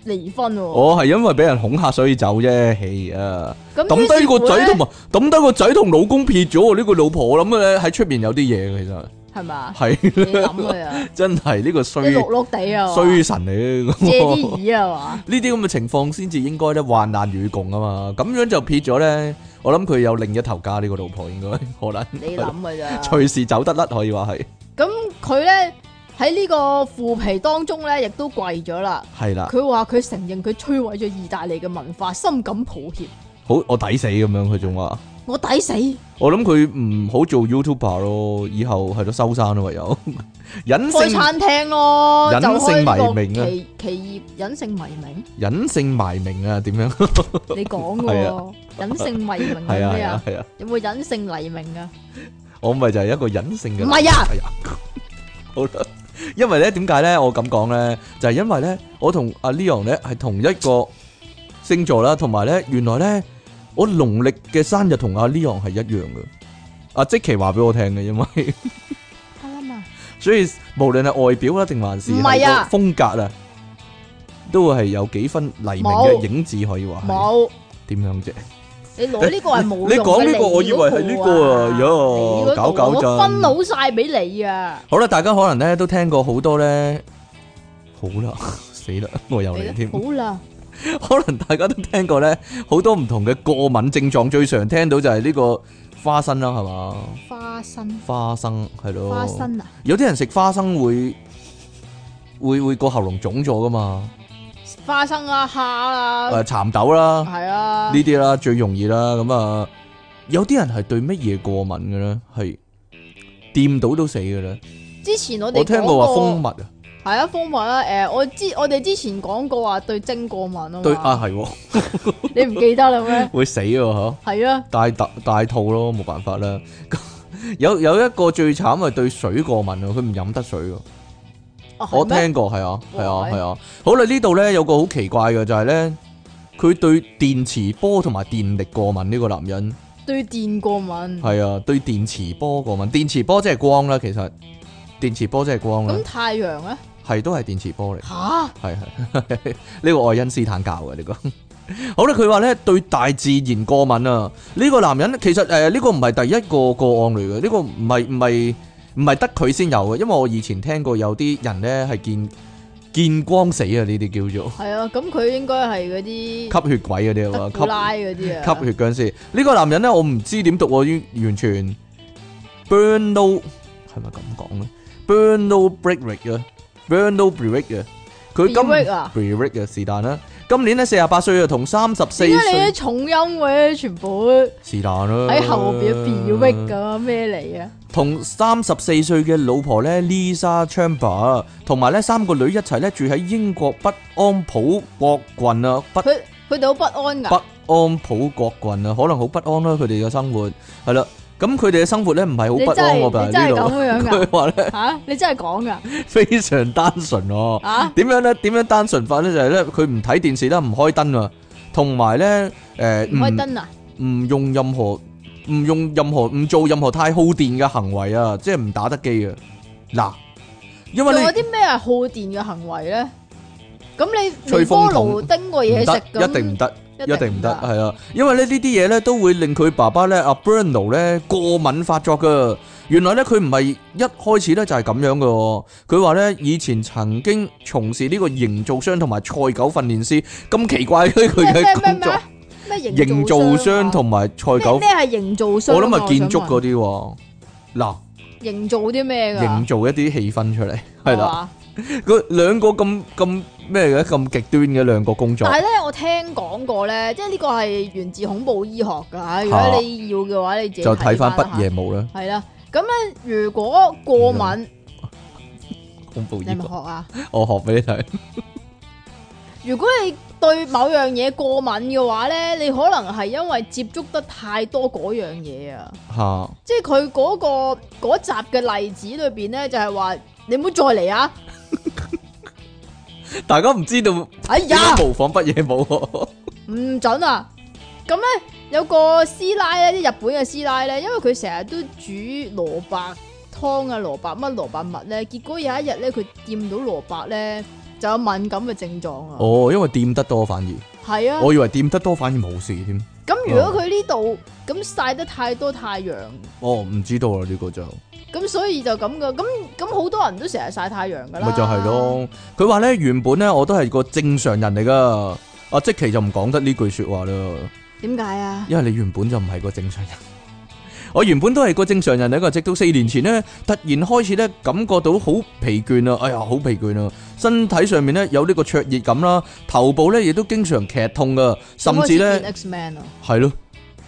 B: 離婚喎。
A: 我係因為俾人恐嚇所以走啫，係啊，
B: 咁
A: 抌
B: 於
A: 低
B: 是乎
A: 個仔同
B: 咧
A: 埋抌低個仔同老公撇咗喎呢個老婆，我諗咧喺出邊有啲嘢嘅其實
B: 係嘛？啊你
A: 係
B: 諗佢啊，
A: 真係呢個
B: 你
A: 衰
B: 碌碌地啊，
A: 衰神嚟嘅。
B: 借啲耳啊 嘛，
A: 呢啲咁嘅情況先至應該咧患難與共啊嘛，咁樣就撇咗咧，我諗佢有另一頭家呢個老婆應該 可能，
B: 你諗啊 嘅咋？
A: 隨時走得甩可以話係，
B: 咁佢咧喺呢個腐皮當中咧，亦都跪咗啦。
A: 係啦，
B: 佢話佢承認佢摧毀咗意大利嘅文化，深感抱歉。
A: 好我抵死咁樣佢仲話，
B: 我抵死，
A: 我諗佢唔好做 YouTuber 咯，以後係咯收山咯唯有， 隱
B: 開
A: 姓
B: 餐廳咯，
A: 隱
B: 就
A: 姓
B: 開
A: 埋
B: 呢
A: 名啊
B: 個奇奇異隱姓迷 名。
A: 隱姓埋名啊，點樣？
B: 你講
A: 係
B: 嘅喎，隱姓黎明
A: 係
B: 係
A: 啊
B: 咩
A: 係
B: 啊
A: 啊？係啊，
B: 有冇隱姓黎明啊？
A: 我咪就係一個隱姓嘅，
B: 唔係啊
A: 哎呀，好啦，因為咧點解咧我咁講咧，就係因為咧我同阿 à, Leon 咧係同一個星座啦，同埋咧原來咧我農曆嘅生日同阿 à, Leon 係一樣嘅，阿即奇話俾我聽嘅， 因為
B: 得啦嘛，
A: 所以無論係外表啦定還是
B: 唔係啊
A: 係個風格啊，都會係有幾分黎明嘅影子可以話係
B: 冇，
A: 點樣啫？
B: 你攞呢個係冇用 嘅
A: 你講呢個我以為係呢個啊
B: 你嗰
A: 喲
B: 個啊
A: 搞搞震
B: 我分好晒俾你啊！
A: 好啦，大家可能咧都聽過好多咧，好 啦，死啦，我又嚟添。
B: 好啦，
A: 可能大家都聽過咧，好多唔同嘅過敏症狀，最常聽到就係呢個花生啦，係嘛？
B: 花生
A: 花生係咯，
B: 花生啊，
A: 有啲人食花生會會會個喉嚨腫咗噶嘛？
B: 花生啊，蝦
A: 誒、
B: 啊，
A: 蠶豆啦，
B: 係啊，
A: 呢啲啦最容易啦。咁啊，有啲人係對乜嘢過敏嘅咧？係掂到都死嘅咧。
B: 之前我哋
A: 我聽
B: 講
A: 過話蜂蜜啊，
B: 係啊，蜂蜜啦，誒，我之我哋之前講過話對精過敏啊嘛，
A: 對啊係喎，
B: 你唔記得啦咩？
A: 會死喎嗬。
B: 係啊，
A: 大大大肚咯，冇辦法啦。 有有一個最慘係對水過敏啊，佢唔飲得水㗎。
B: 啊係
A: 我
B: 咩
A: 聽過係啊，係啊，
B: 哇
A: 係啊。好啦，呢度咧有個好奇怪嘅就係咧，佢對電磁波同埋電力過敏呢個男人
B: 對電過敏，
A: 係啊，對電磁波過敏。電磁波即係光啦，其實電磁波即係光啦
B: 咁，太陽咧
A: 係都係電磁波嚟。
B: 吓，
A: 係 係呢個愛因斯坦教嘅呢個。 好啦，佢話咧對大自然過敏啊，呢、個男人其實誒呢、個唔係第一個個案嚟嘅，呢、個唔係唔係唔係得佢先有嘅，因為我以前聽過有啲人咧係見見光死啊，呢啲叫
B: 係啊，咁佢應該係嗰啲
A: 做吸血鬼嗰啲
B: 德
A: 啊
B: 古
A: 嘛，吸
B: 拉嗰啲啊，
A: 吸血僵尸。呢個男人咧，我唔知點讀喎，完完全 Bruno 係咪咁講咧？Bruno Break 啊，Bruno Break 啊，佢今
B: Break 啊
A: Break 嘅是但啦。今年咧四十八歲啊，同三十四
B: 點解你啲
A: 歲
B: 重音嘅全部
A: 是但啦。
B: 喺後邊 break 咁咩嚟啊？
A: 同三十四歲嘅老婆咧 Lisa Chamber，同埋咧三個女一齊咧住喺英國北安普國郡啊，北
B: 佢佢哋好不安㗎，
A: 北安普國郡啊，可能好不安啦，佢哋嘅生活係啦。咁佢哋嘅生活咧唔係
B: 你
A: 好不
B: 真
A: 安
B: 係
A: 喎，但
B: 你真係
A: 係呢
B: 咁樣
A: 度
B: 㗎
A: 佢話咧
B: 吓？你真係講㗎
A: 非常單純喎、
B: 啊？
A: 點樣咧？點樣單純法咧？就係咧，佢唔睇電視啦，唔開燈啊，同埋咧誒
B: 唔開燈啊？
A: 唔用任何唔用任何唔做任何太耗電嘅行為啊，即係唔打得機啊。嗱，因
B: 仲
A: 為
B: 有
A: 你
B: 啲咩係耗電嘅行為咧？咁你
A: 吹
B: 微
A: 風
B: 波
A: 筒
B: 爐叮個嘢
A: 唔得
B: 食，咁
A: 一定唔得。一定唔得，
B: 啊
A: 係啊，因為咧呢啲嘢咧都會令佢爸爸咧阿 Bruno 咧過敏發作噶。原來咧佢唔係一開始咧就係咁樣噶，佢話咧以前曾經從事呢個營造商同埋賽狗訓練師，咁奇怪嘅佢
B: 咩
A: 嘅
B: 咩咩
A: 工作
B: 咩，咩
A: 營
B: 造
A: 造商同埋賽
B: 咩
A: 狗，
B: 咩係營造商啊？
A: 我諗係建築
B: 我想問
A: 嗰啲喎。嗱，
B: 營造啲咩㗎？啊
A: 營造一啲氣氛出嚟，
B: 哦
A: 係啦，
B: 嘛。
A: 佢兩個咁咁咩嘅咁極端嘅兩個工作
B: 但，係咧，我聽講過咧，即係呢個係源自恐怖醫學㗎。如
A: 嚇
B: 果你要嘅話，你自己
A: 就睇翻
B: 翻
A: 畢夜舞啦，
B: 係啦。咁咧，如果過敏，
A: 恐怖嗯
B: 你
A: 呢
B: 係
A: 個，
B: 咪學啊？
A: 我學俾你 睇。
B: 如果你對某樣嘢過敏嘅話咧，你可能係因為接觸得太多嗰樣嘢啊。
A: 吓，
B: 即係佢嗰個嗰集嘅例子裏邊咧，就係話你唔好再嚟啊！
A: 大家唔知道
B: 哎
A: 點
B: 呀
A: 樣，模仿乜嘢 冇？
B: 唔准啊！咁咧有個師奶咧，啲日本嘅師奶咧，因為佢成日都煮蘿蔔湯啊、蘿蔔乜、蘿蔔蜜咧，結果有一日咧，佢掂到蘿蔔咧就有敏感嘅症狀啊！
A: 哦，因為掂得多反而，
B: 係啊，
A: 我以為掂得多反而冇事添。
B: 咁如果佢呢度咁曬得太多太陽，
A: 哦，唔知道啦呢個就，咪
B: 咁所以就咁噶，咁咁好多人都成日曬太陽噶啦，
A: 就係，咯。佢話咧原本咧我都係個正常人嚟噶，阿即奇就唔講得呢句說話啦，
B: 點解啊？
A: 因為你原本就唔係個正常人。 我原本都係個正常人嚟噶，直到四年前呢，突然開始咧感覺到好疲倦啊！哎呀，好疲倦啊！身體上面咧有呢個灼熱感啦，頭部咧亦都經常劇痛噶，甚至咧。
B: X Man 啊，
A: 系咯，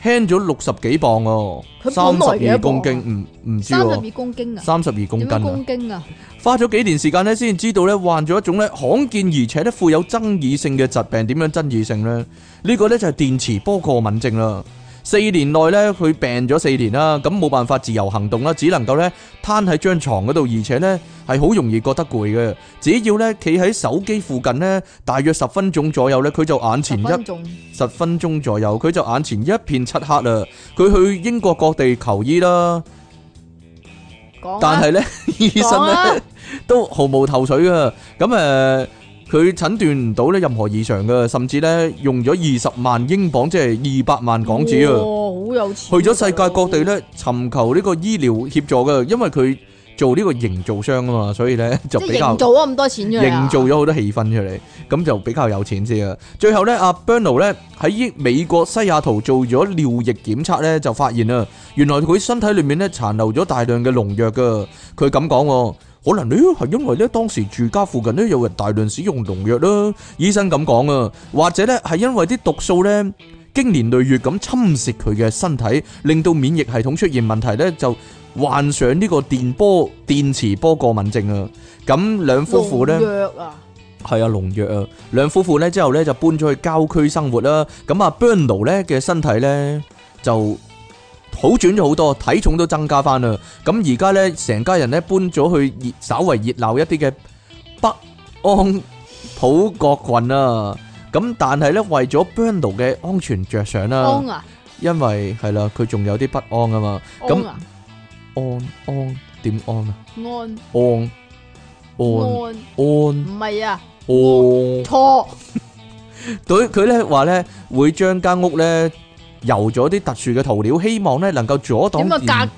A: 輕咗六十幾磅哦，
B: 佢
A: 三
B: 本來
A: 十
B: 幾
A: 二
B: 多
A: 公
B: 磅啊
A: 斤，唔唔知
B: 三十
A: 喎，
B: 二公斤啊，
A: 三十二公斤
B: 點樣
A: 啊！
B: 公斤啊？
A: 花咗幾年時間咧，先知道咧患咗一種咧罕見而且咧富有爭議性嘅疾病。點樣爭議性呢？呢個咧就係電磁波過敏症啦。四年內咧，佢病咗四年啦，咁冇辦法自由行動啦，只能夠咧攤喺張床嗰度，而且咧係好容易覺得攰嘅。只要咧企喺手機附近呢，大約十分鐘左右咧，佢就眼
B: 十
A: 前一
B: 分鐘
A: 十分鐘左右，佢就眼前一片漆黑啦。佢去英國各地求醫啦，
B: 講啊
A: 但係呢，醫生
B: 講啊
A: 呢都毫無頭緒噶。咁誒，佢、呃佢診斷唔到咧任何異常嘅，甚至咧用咗二十萬英鎊，即係二百萬港紙啊！
B: 哇，好有錢。
A: 去咗世界各地，咧尋求呢個醫療協助嘅，因為佢做呢個營造商啊嘛，所以咧就
B: 即係
A: 比較
B: 營造咗咁多錢出嚟啊。
A: 營造咗好多氣氛出嚟，咁就比較有錢啲啊。最後咧，阿 Berno 咧喺美國西雅圖做咗尿液檢測咧，就發現啊，原來佢身體裏面咧殘留咗大量嘅農藥噶。佢咁講喎。可能呢係因為咧當時住家附近咧有人大量使用農藥啦，醫生咁講啊，或者咧係因為啲毒素咧經年累月咁侵蝕佢嘅身體，令到免疫系統出現問題咧，就患上呢個電波電磁波過敏症啊。咁兩夫婦咧。
B: 農藥啊，
A: 係啊，農藥啊，兩夫婦咧之後咧就搬咗去郊區生活啦。咁啊，Bruno 咧嘅身體咧就好轉咗好多，體重都增加翻啦。咁而家咧成家人咧搬咗去熱稍為熱鬧一啲嘅北安普國郡啊。咁但係咧為咗 Bruno 嘅安全着想啦
B: 安，啊，
A: 因為係啦，佢仲有啲不安啊嘛。
B: 安啊，
A: 安安點安啊？
B: 安
A: 安安
B: 安，
A: 安
B: 唔係啊，
A: 安。
B: 錯，
A: 佢佢咧話咧會將間屋咧油咗啲特殊嘅塗料，希望咧能夠阻擋
B: 點啊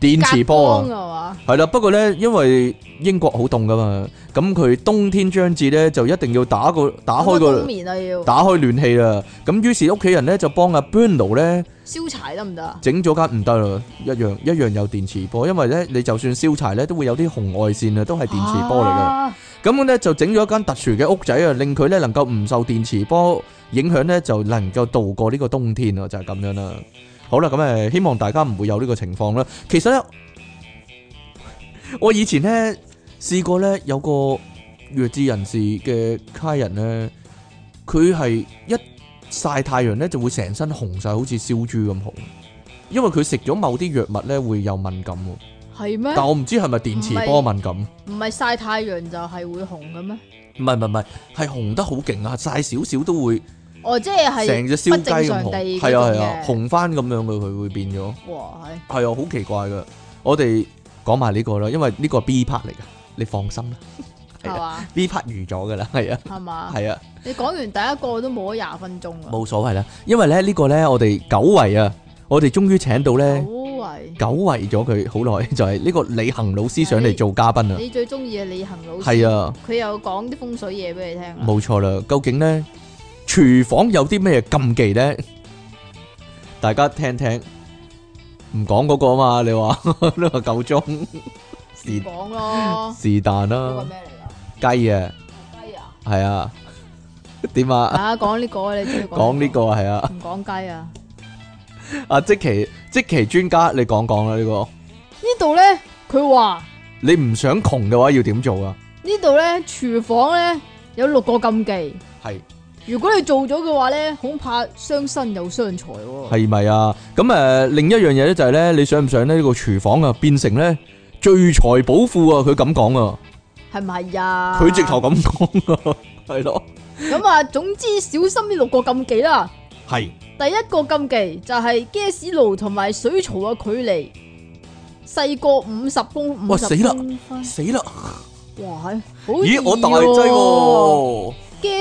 A: 電電
B: 隔
A: 磁波啊
B: 隔。光啊嘛，
A: 係啦，不過咧因為英國好凍噶嘛，咁佢冬天將至咧就一定要打個打開
B: 咁啊冬
A: 個
B: 眠啊要，
A: 打開暖氣啦。咁於是屋企人咧就幫阿 Bruno 咧
B: 燒柴得唔得啊？
A: 整咗間唔得啦，一樣一樣有電磁波，因為咧你就算燒柴咧都會有啲紅外線啊，都係電磁波嚟嘅。
B: 啊
A: 咁咧就整咗一間特殊嘅屋仔啊，令佢咧能夠唔受電磁波影響咧，就能夠度過呢個冬天啊，就係、咁樣啦。好啦，咁誒，希望大家唔會有呢個情況啦。其實咧，我以前咧試過咧有個弱智人士嘅卡人咧，佢係一曬太陽咧就會成身紅晒，好似燒豬咁紅，因為佢食咗某啲藥物咧會有敏感喎。
B: 係咩？
A: 但我唔知係咪電磁波敏感。
B: 唔係曬太陽就係會紅嘅咩？
A: 唔係唔係唔係，係紅得好勁啊！晒少少都會
B: 哦，即係
A: 成隻燒
B: 不
A: 雞
B: 正
A: 咁
B: 常
A: 紅，
B: 地
A: 係啊係啊，
B: 嗰種嘅
A: 紅翻咁樣嘅佢會變咗，
B: 哇係
A: 係啊好奇怪噶。我哋講埋呢個啦，因為呢個係 B part 嚟噶，你放心啦係啊
B: 係嘛
A: ，B part 預咗噶啦，係啊
B: 係嘛？
A: 係啊，
B: 你講完第一個都冇咗廿分鐘啊！
A: 冇所謂啦。因為咧呢個咧我哋久違啊，我哋終於請到咧
B: 久違，
A: 久違咗佢好耐，就係呢個李恒老師上嚟做嘉賓啊，
B: 你最中意嘅李恒老師
A: 係，啊。
B: 佢又講啲風水嘢俾你聽啊！
A: 冇錯啦，究竟呢廚房有啲咩禁忌呢？大家聽聽，唔講嗰個啊嘛，你話 呢個夠鐘是
B: 講咯，
A: 是但
B: 呢個
A: 啦，
B: 咩嚟
A: 雞啊，
B: 㗎？雞啊！
A: 係啊，點 啊？
B: 啊，講呢個啊你中意
A: 講呢個啊係啊，
B: 唔講雞啊？
A: 阿即奇即奇專家，你講講啦呢個，
B: 呢度咧，佢話
A: 你唔想窮嘅話要點做啊？
B: 呢度咧，廚房咧有六個禁忌，
A: 係
B: 如果你做咗嘅話咧，恐怕傷身又傷財喎。
A: 係咪啊？咁誒、呃另一樣嘢咧就係咧，你想唔想呢個廚房啊變成咧聚財寶庫啊？佢咁講啊。
B: 係咪呀？
A: 佢直頭咁講 啊，係咯，
B: 咁啊，總之小心呢六個禁忌啦。
A: 係
B: 第一個禁忌就係 gas 爐同埋水槽嘅距離細過五十公
A: 哇
B: 五
A: 死
B: 十
A: 啦
B: 公分。
A: 死啦！
B: 哇，係好
A: 咦，我大劑
B: 劑
A: 喎，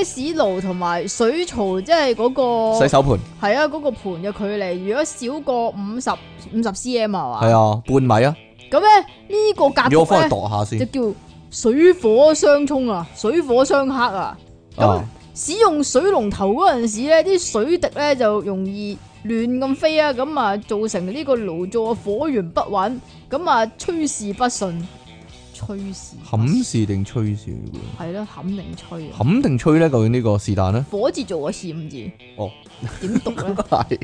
B: gas 爐同埋水槽即係嗰個
A: 洗手盆
B: 係啊嗰個盤嘅距離，如果少過五十五十 cm 係嘛？
A: 係啊，半米啊，
B: 咁咧呢個格
A: 要我
B: 局
A: 翻去
B: 咧
A: 度下
B: 就
A: 先
B: 叫水火相沖啊，水火相克啊。
A: 啊，
B: 使用水龍頭嗰陣時咧，啲水滴咧就容易亂咁飛啊，咁啊造成呢個爐灶嘅火源不穩，咁啊趨勢不順，趨勢
A: 冚事定吹事？
B: 係咯，肯定吹啊！
A: 冚定吹咧？究竟呢個是 但咧？
B: 火字做個跣字，
A: 哦，
B: 點讀咧？
A: 係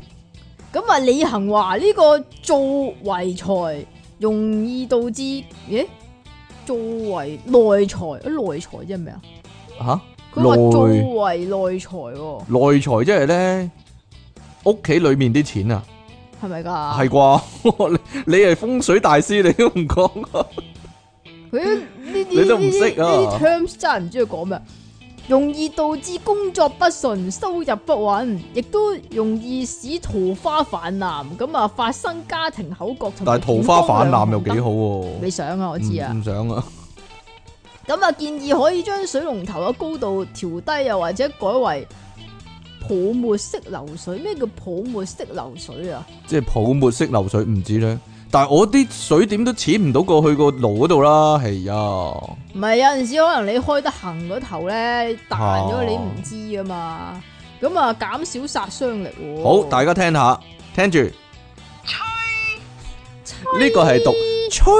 B: 咁啊，李恒華呢個造為財，容易導致咦？造為內財，啊內財即係咩啊？
A: 吓
B: 佢話造
A: 內
B: 為內財喎，
A: 內財即係咧屋企裏面啲錢啊，
B: 係咪㗎？
A: 係啩？ 你你係風水大師，你都唔講 啊？
B: 佢呢啲
A: 你都唔識啊
B: 呢啲 terms 真係唔知佢講咩，容易導致工作不順、收入不穩，亦都容易使桃花泛濫，咁啊發生家庭口角同
A: 但係
B: 埋
A: 桃花泛濫又
B: 健
A: 幾
B: 康
A: 好
B: 兩難得你
A: 喎，嗯
B: 想啊，我
A: 我
B: 知啊，
A: 唔想啊，
B: 咁啊，建議可以將水龍頭嘅高度調低，又或者改為泡沫式流水。咩叫泡沫式流水啊？
A: 即係泡沫式流水唔止咧。但係我啲水點都濺唔到過去個爐嗰度啦，係啊，
B: 唔係有陣時可能你開得行嗰頭咧彈咗，你唔
A: 哦
B: 知噶嘛。咁啊，減少殺傷力喎。
A: 好，大家聽下，聽住呢個係讀吹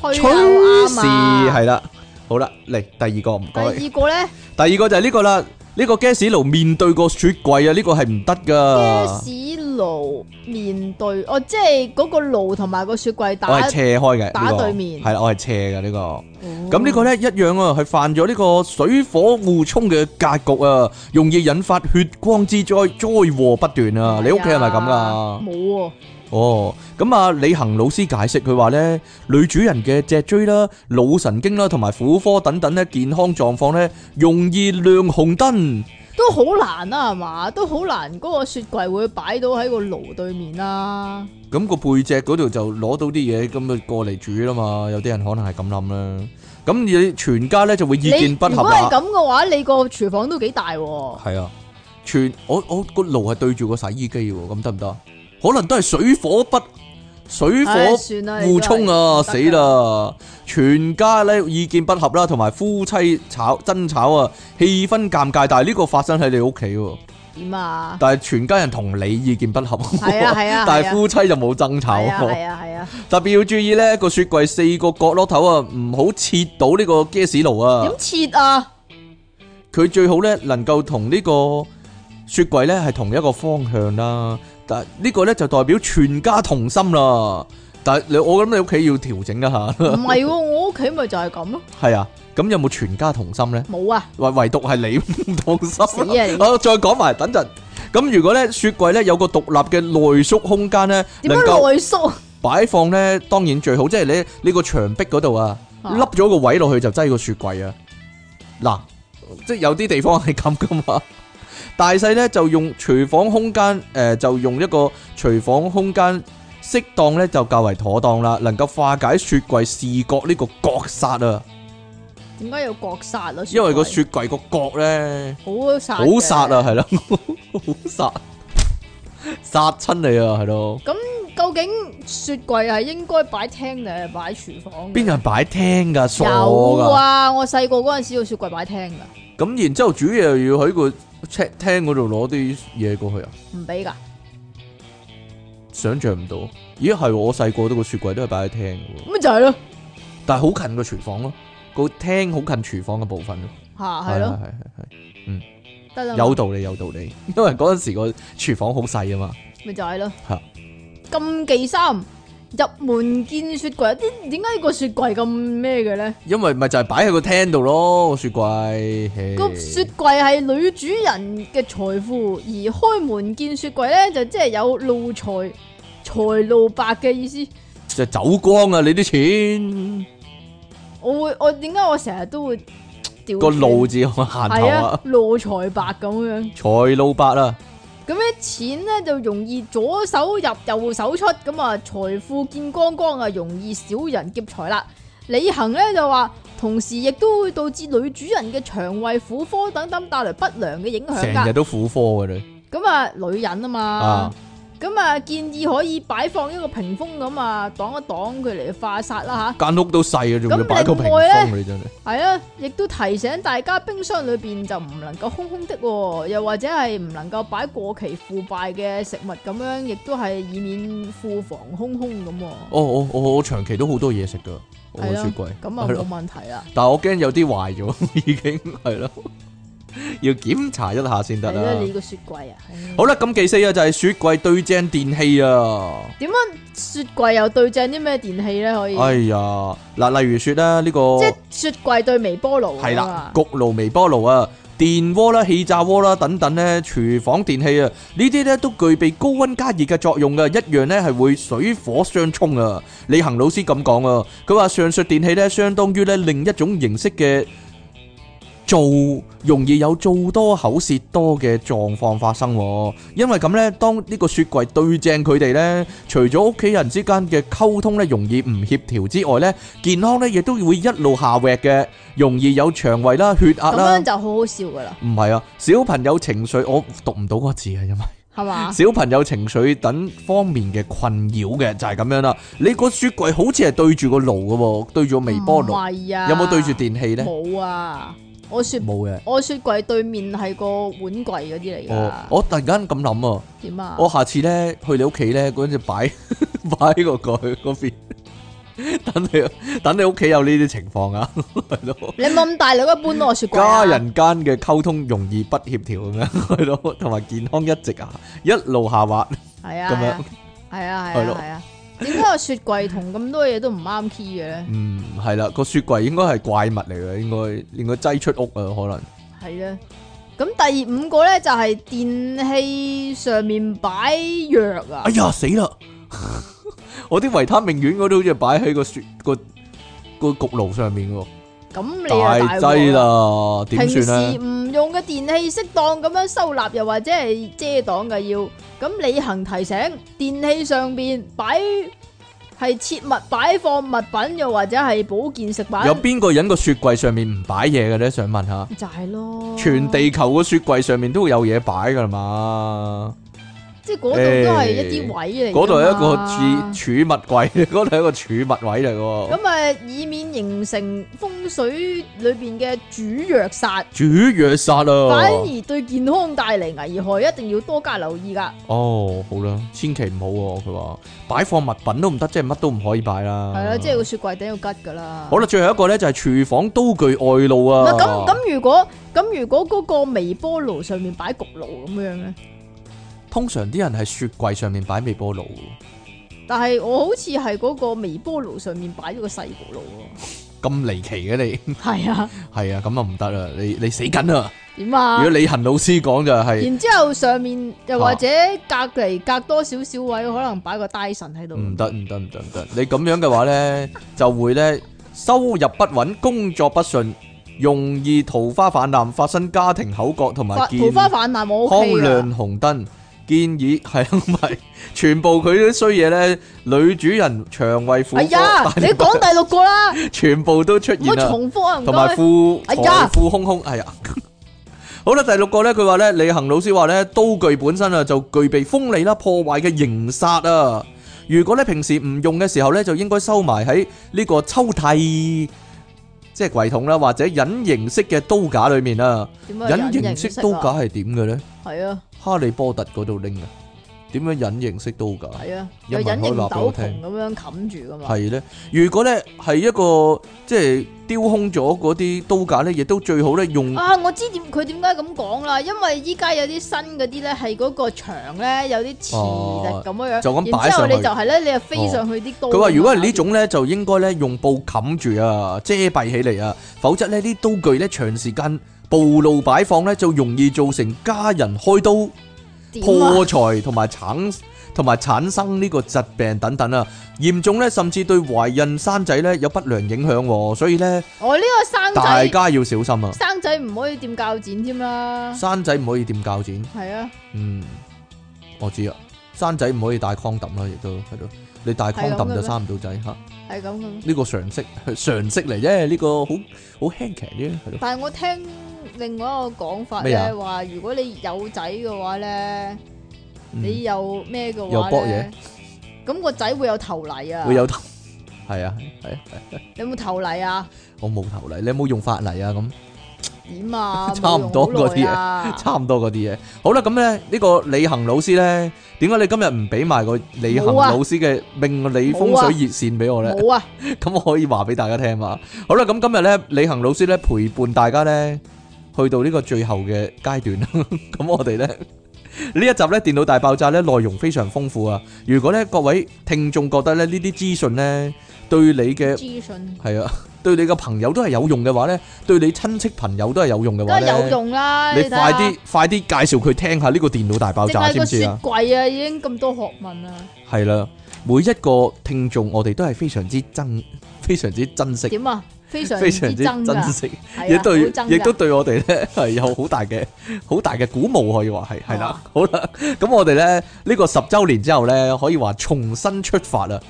B: 吹
A: 吹
B: 又哎啱
A: 事
B: 啊。
A: 係啦，好啦，嚟第二個唔該，
B: 第二個咧，
A: 第二個就係呢個啦，呢個 gas 爐面對個雪櫃啊，呢個係唔得
B: 嘅
A: 噶，
B: 士爐面對，哦，即係嗰個爐同埋個雪櫃打。哦
A: 我係斜開嘅，
B: 打
A: 呢個
B: 對面
A: 係啦，我係斜嘅呢個。咁
B: 咁
A: 呢個呢，一樣啊，係犯咗呢個水火互衝嘅格局啊，容易引發血光之災，災禍不斷啊！你屋企係咪咁噶？
B: 啊冇喎，
A: 哦，咁啊，李恒老師解釋佢話呢，女主人嘅脊椎啦、腦神經啦同埋婦科等等呢，健康狀況呢，容易亮紅燈。
B: 都好難啊，係嘛？都好難，嗰個雪櫃會擺到喺個爐對面啊啦。
A: 咁個背脊嗰度就攞到啲嘢，咁就過嚟煮啦嘛。有啲人可能係咁諗啦。咁你全家呢，就會意
B: 你
A: 見不
B: 如
A: 合啊
B: 果係
A: 啦。
B: 咁嘅話，你個廚房都幾大喎。
A: 系啊，全我我個爐係對住個洗衣機喎，咁得唔得？啊可能都係水火不水
B: 唉
A: 火
B: 算啦，
A: 互衝啊，死
B: 你都係唔得㗎！
A: 啦！全家咧意見不合啦，同埋夫妻吵爭吵啊，氣氛尷尬。但係呢個發生喺你屋企喎，
B: 點啊？
A: 但係全家人同你意見不合，
B: 係啊係啊，
A: 但係
B: 係啊
A: 夫妻就冇爭吵
B: 係啊
A: 喎。
B: 係啊係啊，
A: 特別要注意呢個雪櫃四個角落頭啊，唔好切到呢個 gas 爐啊。
B: 點切啊？
A: 佢最好咧能夠同呢個雪櫃咧係同一個方向啦。但呢個咧就代表全家同心啦。但係你我諗你屋企要調整一下，
B: 唔係喎，我屋企咪就係咁咯，
A: 係啊。咁有冇全家同心咧？
B: 冇啊，
A: 唯唯獨係你唔同心
B: 死啊你
A: 我再講埋，等陣。咁如果咧雪櫃咧有個獨立嘅內縮空間咧，
B: 點
A: 能
B: 樣
A: 夠
B: 內縮？
A: 擺放咧，當然最好。即係你呢個牆壁嗰度啊，
B: 啊
A: 凹咗個位落去就擠個雪櫃啊。嗱，即係有啲地方係咁噶嘛。 大細咧就用廚房空間，誒、呃就用一個廚房空間呃適當咧就較為妥當啦，能夠化解雪櫃視覺呢個角殺啊。
B: 點解要角殺啊？
A: 因為個雪櫃個角咧
B: 好殺，
A: 好殺啊，！係咯，好殺，殺親你啊，係咯。
B: 究竟雪櫃係應該擺廳定係擺廚房嘅？
A: 邊有人擺廳㗎？傻㗎。
B: 有啊！我細個嗰陣時個雪櫃擺廳㗎，
A: 咁然之後煮嘢又要喺個廳廳嗰度攞啲嘢過去啊？
B: 唔俾㗎。
A: 想象唔到。咦，係喎我細個都個雪櫃都係擺喺廳嘅喎，
B: 咁咪就係咯，
A: 但係好近個廚房咯，個廳好近廚房嘅部分咯。
B: 嚇係咯，
A: 係係係
B: 得啦
A: 係
B: 嘛，
A: 有道理有道理， 因為嗰陣時個廚房好細啊嘛。
B: 咪就係咯
A: 嚇。
B: 禁忌三入門見雪櫃，啲點解個雪櫃咁咩嘅咧？
A: 因為咪就係擺喺個廳度咯，個雪櫃。嘿
B: 個雪櫃係女主人嘅財富，而開門見雪櫃咧就即係有露財財露白嘅意思。
A: 就走光啊！你啲錢
B: 我會我點解我成日都會掉
A: 個路字我行頭
B: 係
A: 啊
B: 啊，露財白咁樣。
A: 財路八啊，
B: 咁咧錢咧就容易左手入右手出，咁啊財富見光光啊，容易小人劫財啦。李恒咧就話，同時亦都會導致女主人嘅腸胃、婦科等等帶來不良嘅影響
A: 成日
B: 㗎。
A: 都婦科嘅你
B: 咁啊，女人啊嘛
A: 啊，
B: 咁啊建議可以擺放一個屏風咁啊，擋一擋佢嚟化煞啦
A: 間屋都細啊，仲要擺個屏
B: 咁另外
A: 風你真係。
B: 吓，係啊，亦都提醒大家冰箱裏邊就唔能夠空空的、喎，又或者係唔能夠擺過期腐敗嘅食物咁樣，亦都係以免庫房空空咁、喎。
A: 哦，我我我長期都好多嘢食噶，我個
B: 係咯
A: 雪櫃，
B: 咁啊
A: 係咯
B: 冇問題啦，
A: 但係我驚有啲壞咗， 已經係咯， 要檢查一下先得
B: 係啦，你
A: 啦。
B: 個雪櫃啊，唉
A: 好啦，咁記四啊，就係雪櫃對正電器啊。
B: 點樣雪櫃又對正啲咩電器咧？可以，
A: 哎呀，嗱，例如說啦，呢個
B: 即係雪櫃對微波爐
A: 係
B: 啊
A: 啦
B: 嘛，
A: 焗爐、微波爐啊。電鍋啦、氣炸鍋啦等等咧，廚房電器啊，呢啲咧都具備高溫加熱嘅作用嘅，一樣咧係會水火相沖啊。李恒老師咁講啊，佢話上述電器咧相當於咧另一種形式嘅做容易有做多口舌多嘅狀況發生喎，因為咁呢，當呢個雪櫃對正佢哋呢，除咗屋企人之間嘅溝通呢容易唔協調之外呢，健康呢亦都會一路下滑嘅，容易有腸胃啦、血壓
B: 咁
A: 啦
B: 樣，就好好笑噶啦，
A: 唔係啊，小朋友情緒我讀唔到嗰個字啊，因為。
B: 係嘛？
A: 小朋友情緒等方面嘅困擾嘅就係咁樣啦。你個雪櫃好似係對住個爐嘅喎，對住個微波
B: 唔
A: 爐，
B: 係啊，
A: 有冇對住電器呢？
B: 冇啊！我雪
A: 冇嘅。
B: 我雪櫃對面係個碗櫃嗰啲嚟
A: 哦，
B: 噶，
A: 我突然間咁諗啊，
B: 點啊？
A: 我下次呢去你屋企呢，嗰陣就擺 擺個過去嗰邊， 等你等你屋企有呢啲情況啊， 係咯。
B: 你冇咁大力一搬到我雪櫃啊
A: 家人間嘅溝通容易不協調咁樣， 係咯，同埋健康一直下一路下滑，
B: 係啊，
A: 咁
B: 係
A: 樣
B: 啊，係啊，
A: 係
B: 係
A: 咯
B: 啊，係啊。點解個雪櫃同咁多嘢都唔啱 key 嘅咧？
A: 嗯，係啦，個雪櫃應該係怪物嚟嘅，應該應該擠出屋啊，可能。
B: 係啦。咁第五個咧就係電器上面擺藥啊
A: 哎，呀，死啦！ 我啲維他命丸嗰啲好似擺喺個雪個個焗爐上面喎，
B: 咁你
A: 大
B: 啊大
A: 劑
B: 鑊啦！
A: 啦，點
B: 平時
A: 算咧？
B: 唔用嘅電器適當咁樣收納，又或者係遮擋嘅要。咁履行提醒，電器上邊擺係切勿擺放物品，又或者係保健食品。
A: 有邊個人個雪櫃上面唔擺嘢嘅咧？想問下，
B: 就係咯，
A: 全地球個雪櫃上面都會有嘢擺噶啦嘛？
B: 即係嗰度都係一啲位嚟㗎嘛。
A: 嗰度係一個儲儲物櫃， 嗰度係一個儲物位嚟嘅喎。
B: 咁啊，以免形成風水裏邊嘅主藥殺，
A: 煮藥殺
B: 反
A: 啊！
B: 而對健康帶嚟危害，一定要多加留意噶。
A: 哦，好啦，千祈唔好喎。佢話擺放物品都唔得，即係乜都唔可以擺啦。
B: 係啦，即係個雪櫃頂要吉噶啦。
A: 好啦，最後一個咧就係廚房刀具外露
B: 唔
A: 啊。
B: 係咁咁，如果咁如果嗰個微波爐上面擺焗爐咁樣咧，
A: 通常啲人係雪櫃上面擺微波爐，
B: 但係我好似係嗰個微波爐上面擺咗個細焗 爐
A: 咁離奇嘅你，
B: 喎。係啊，
A: 係啊，咁啊唔得啦，你你死緊啊！
B: 點
A: 如
B: 啊
A: 果？李恒老師講就係啊
B: 然之後上面又或者隔離隔多少少位，可能擺個 Dyson 喺度。
A: 唔得唔得唔得唔得，你咁樣嘅話咧就會咧收入不穩，工作不順，容易桃花泛濫，發生家庭口角同埋
B: 發
A: 健
B: 桃花泛濫我 OK à?
A: 康
B: 㗎
A: 亮紅燈建議係啊咪全部佢啲衰嘢咧，女主人腸胃苦
B: 哎呀，
A: 火
B: 你講第六個 啦，
A: 全部都出
B: 唔
A: 現
B: 好
A: 啦。
B: 重複啊，唔
A: 同埋
B: 該。
A: 富
B: 哎呀
A: 富空空，係啊。好啦，第六個咧，佢話咧，李恒老師話咧，刀具本身啊就具備鋒利啦、破壞嘅刑殺啊。如果咧平時唔用嘅時候咧，就應該收埋喺呢個抽屉，即係櫃桶啦，或者隱形式嘅刀架裏面啊。
B: 點啊
A: 隱形式刀
B: 啊
A: 架係點嘅咧？
B: 係啊
A: 哈利波特嗰度拎啊，點樣隱形式刀架？
B: 係啊，
A: 有
B: 有
A: 冇人
B: 隱
A: 可以
B: 形
A: 話
B: 斗
A: 俾我
B: 篷咁樣冚住噶嘛。
A: 係咧，如果咧係一個即係雕空咗嗰啲刀架咧，亦都最好咧用。
B: 啊！我知點佢點解咁講啦，因為依家有啲新嗰啲咧係嗰個牆咧有啲磁力咁樣樣，
A: 哦就咁擺
B: 然之
A: 上
B: 後
A: 去哦
B: 你就係咧你就飛上去啲啊刀。
A: 佢話：如果係呢，種呢，就應該咧用布冚住啊，遮蔽起嚟啊，否則呢啲刀具呢，長時間暴露擺放呢，就容易造成家人開刀、
B: 點啊
A: 破財同埋產同埋產生呢個疾病等等啊，嚴重呢，甚至對懷孕生仔呢有不良影響喎，所以呢，
B: 我哦呢個生
A: 大
B: 仔
A: 家要小心啊！
B: 生仔唔可以掂鉸剪添啦，
A: 生仔唔可以掂鉸剪，
B: 係啊，
A: 嗯，我知啊，生仔唔可以戴 condom 啦，亦都係咯，你戴
B: 係咁嘅
A: condom 就
B: 咩
A: 生唔到仔嚇。
B: 係咁嘅。
A: 呢個常識 常識嚟啫，呢、個好好輕騎啫，係咯。
B: 但係我聽另外一個講法
A: 咩啊
B: 咧，話如果你有仔嘅話咧，
A: 嗯
B: 你又咩嘅
A: 又
B: 話
A: 搏
B: 咧，咁個仔會有頭泥啊？
A: 會有頭，係啊係啊，
B: 你有冇頭泥啊？
A: 我冇頭嚟，你有冇用法嚟啊？咁
B: 點啊？
A: 差唔多嗰啲嘢
B: 冇用好耐 啊
A: 差唔多嗰啲嘢。好啦，咁咧呢個李恒老師咧，點解你今日唔俾埋個李恒
B: 冇啊
A: 老師嘅命理風水熱線俾我咧？
B: 冇啊，
A: 咁我可以話俾大家聽嘛。好啦，咁今日咧李恒老師咧陪伴大家咧，去到呢個最後嘅階段啦。 咁我哋咧。呢一集咧電腦大爆炸咧內容非常豐富啊！如果咧各位聽眾覺得咧呢啲資訊咧對你嘅
B: 資訊。
A: 係啊，對你嘅朋友都係有用嘅話咧，對你親戚朋友都係有用嘅
B: 梗
A: 話
B: 係
A: 咧，
B: 有用啦！
A: 你
B: 睇
A: 快
B: 下
A: 啲快啲介紹佢聽下呢個電腦大爆炸，
B: 淨係
A: 知唔
B: 個
A: 知
B: 雪
A: 啊？
B: 櫃啊，已經咁多學問啦。
A: 係啦，每一個聽眾我哋都係非常之珍，非常之珍惜。
B: 點啊？非常
A: 非常之
B: 憎噶
A: 珍，惜，
B: 係
A: 亦
B: 啊，
A: 都
B: 好憎
A: 亦
B: 㗎
A: 都對我哋咧係有好大嘅好大嘅鼓舞，可以話係係啦
B: 哇，
A: 好啦，咁我哋咧呢個十週年之後咧，可以話重新出發啦。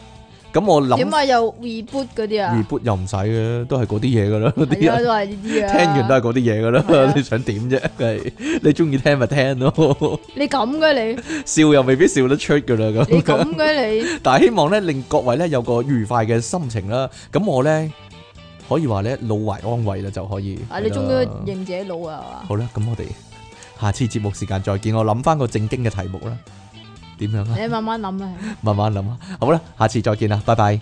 A: 咁我諗
B: 點啊？又 reboot 嗰啲啊，
A: reboot 又唔使嘅，都係嗰啲嘢噶啦，嗰啲
B: 係啊，
A: 人
B: 都係呢啲啊。
A: 聽完都係嗰啲嘢噶
B: 係
A: 啦
B: 啊，
A: 你想點啫？係你中意聽咪聽咯，
B: 你咁嘅你，
A: 笑又未必笑得出噶啦
B: 你
A: 咁。
B: 咁嘅你，
A: 但係希望咧令各位咧有個愉快嘅心情啦。咁我咧可以話咧老懷安慰啦就可以。
B: 啊你
A: 係啦
B: 終於認自己老啊，
A: 好啦，咁我哋下次節目時間再見。我諗翻個正經嘅題目啦，點樣
B: 係嘛？
A: 啊？
B: 你慢慢諗啊。
A: 慢慢諗啊。好啦，下次再見啦，拜拜。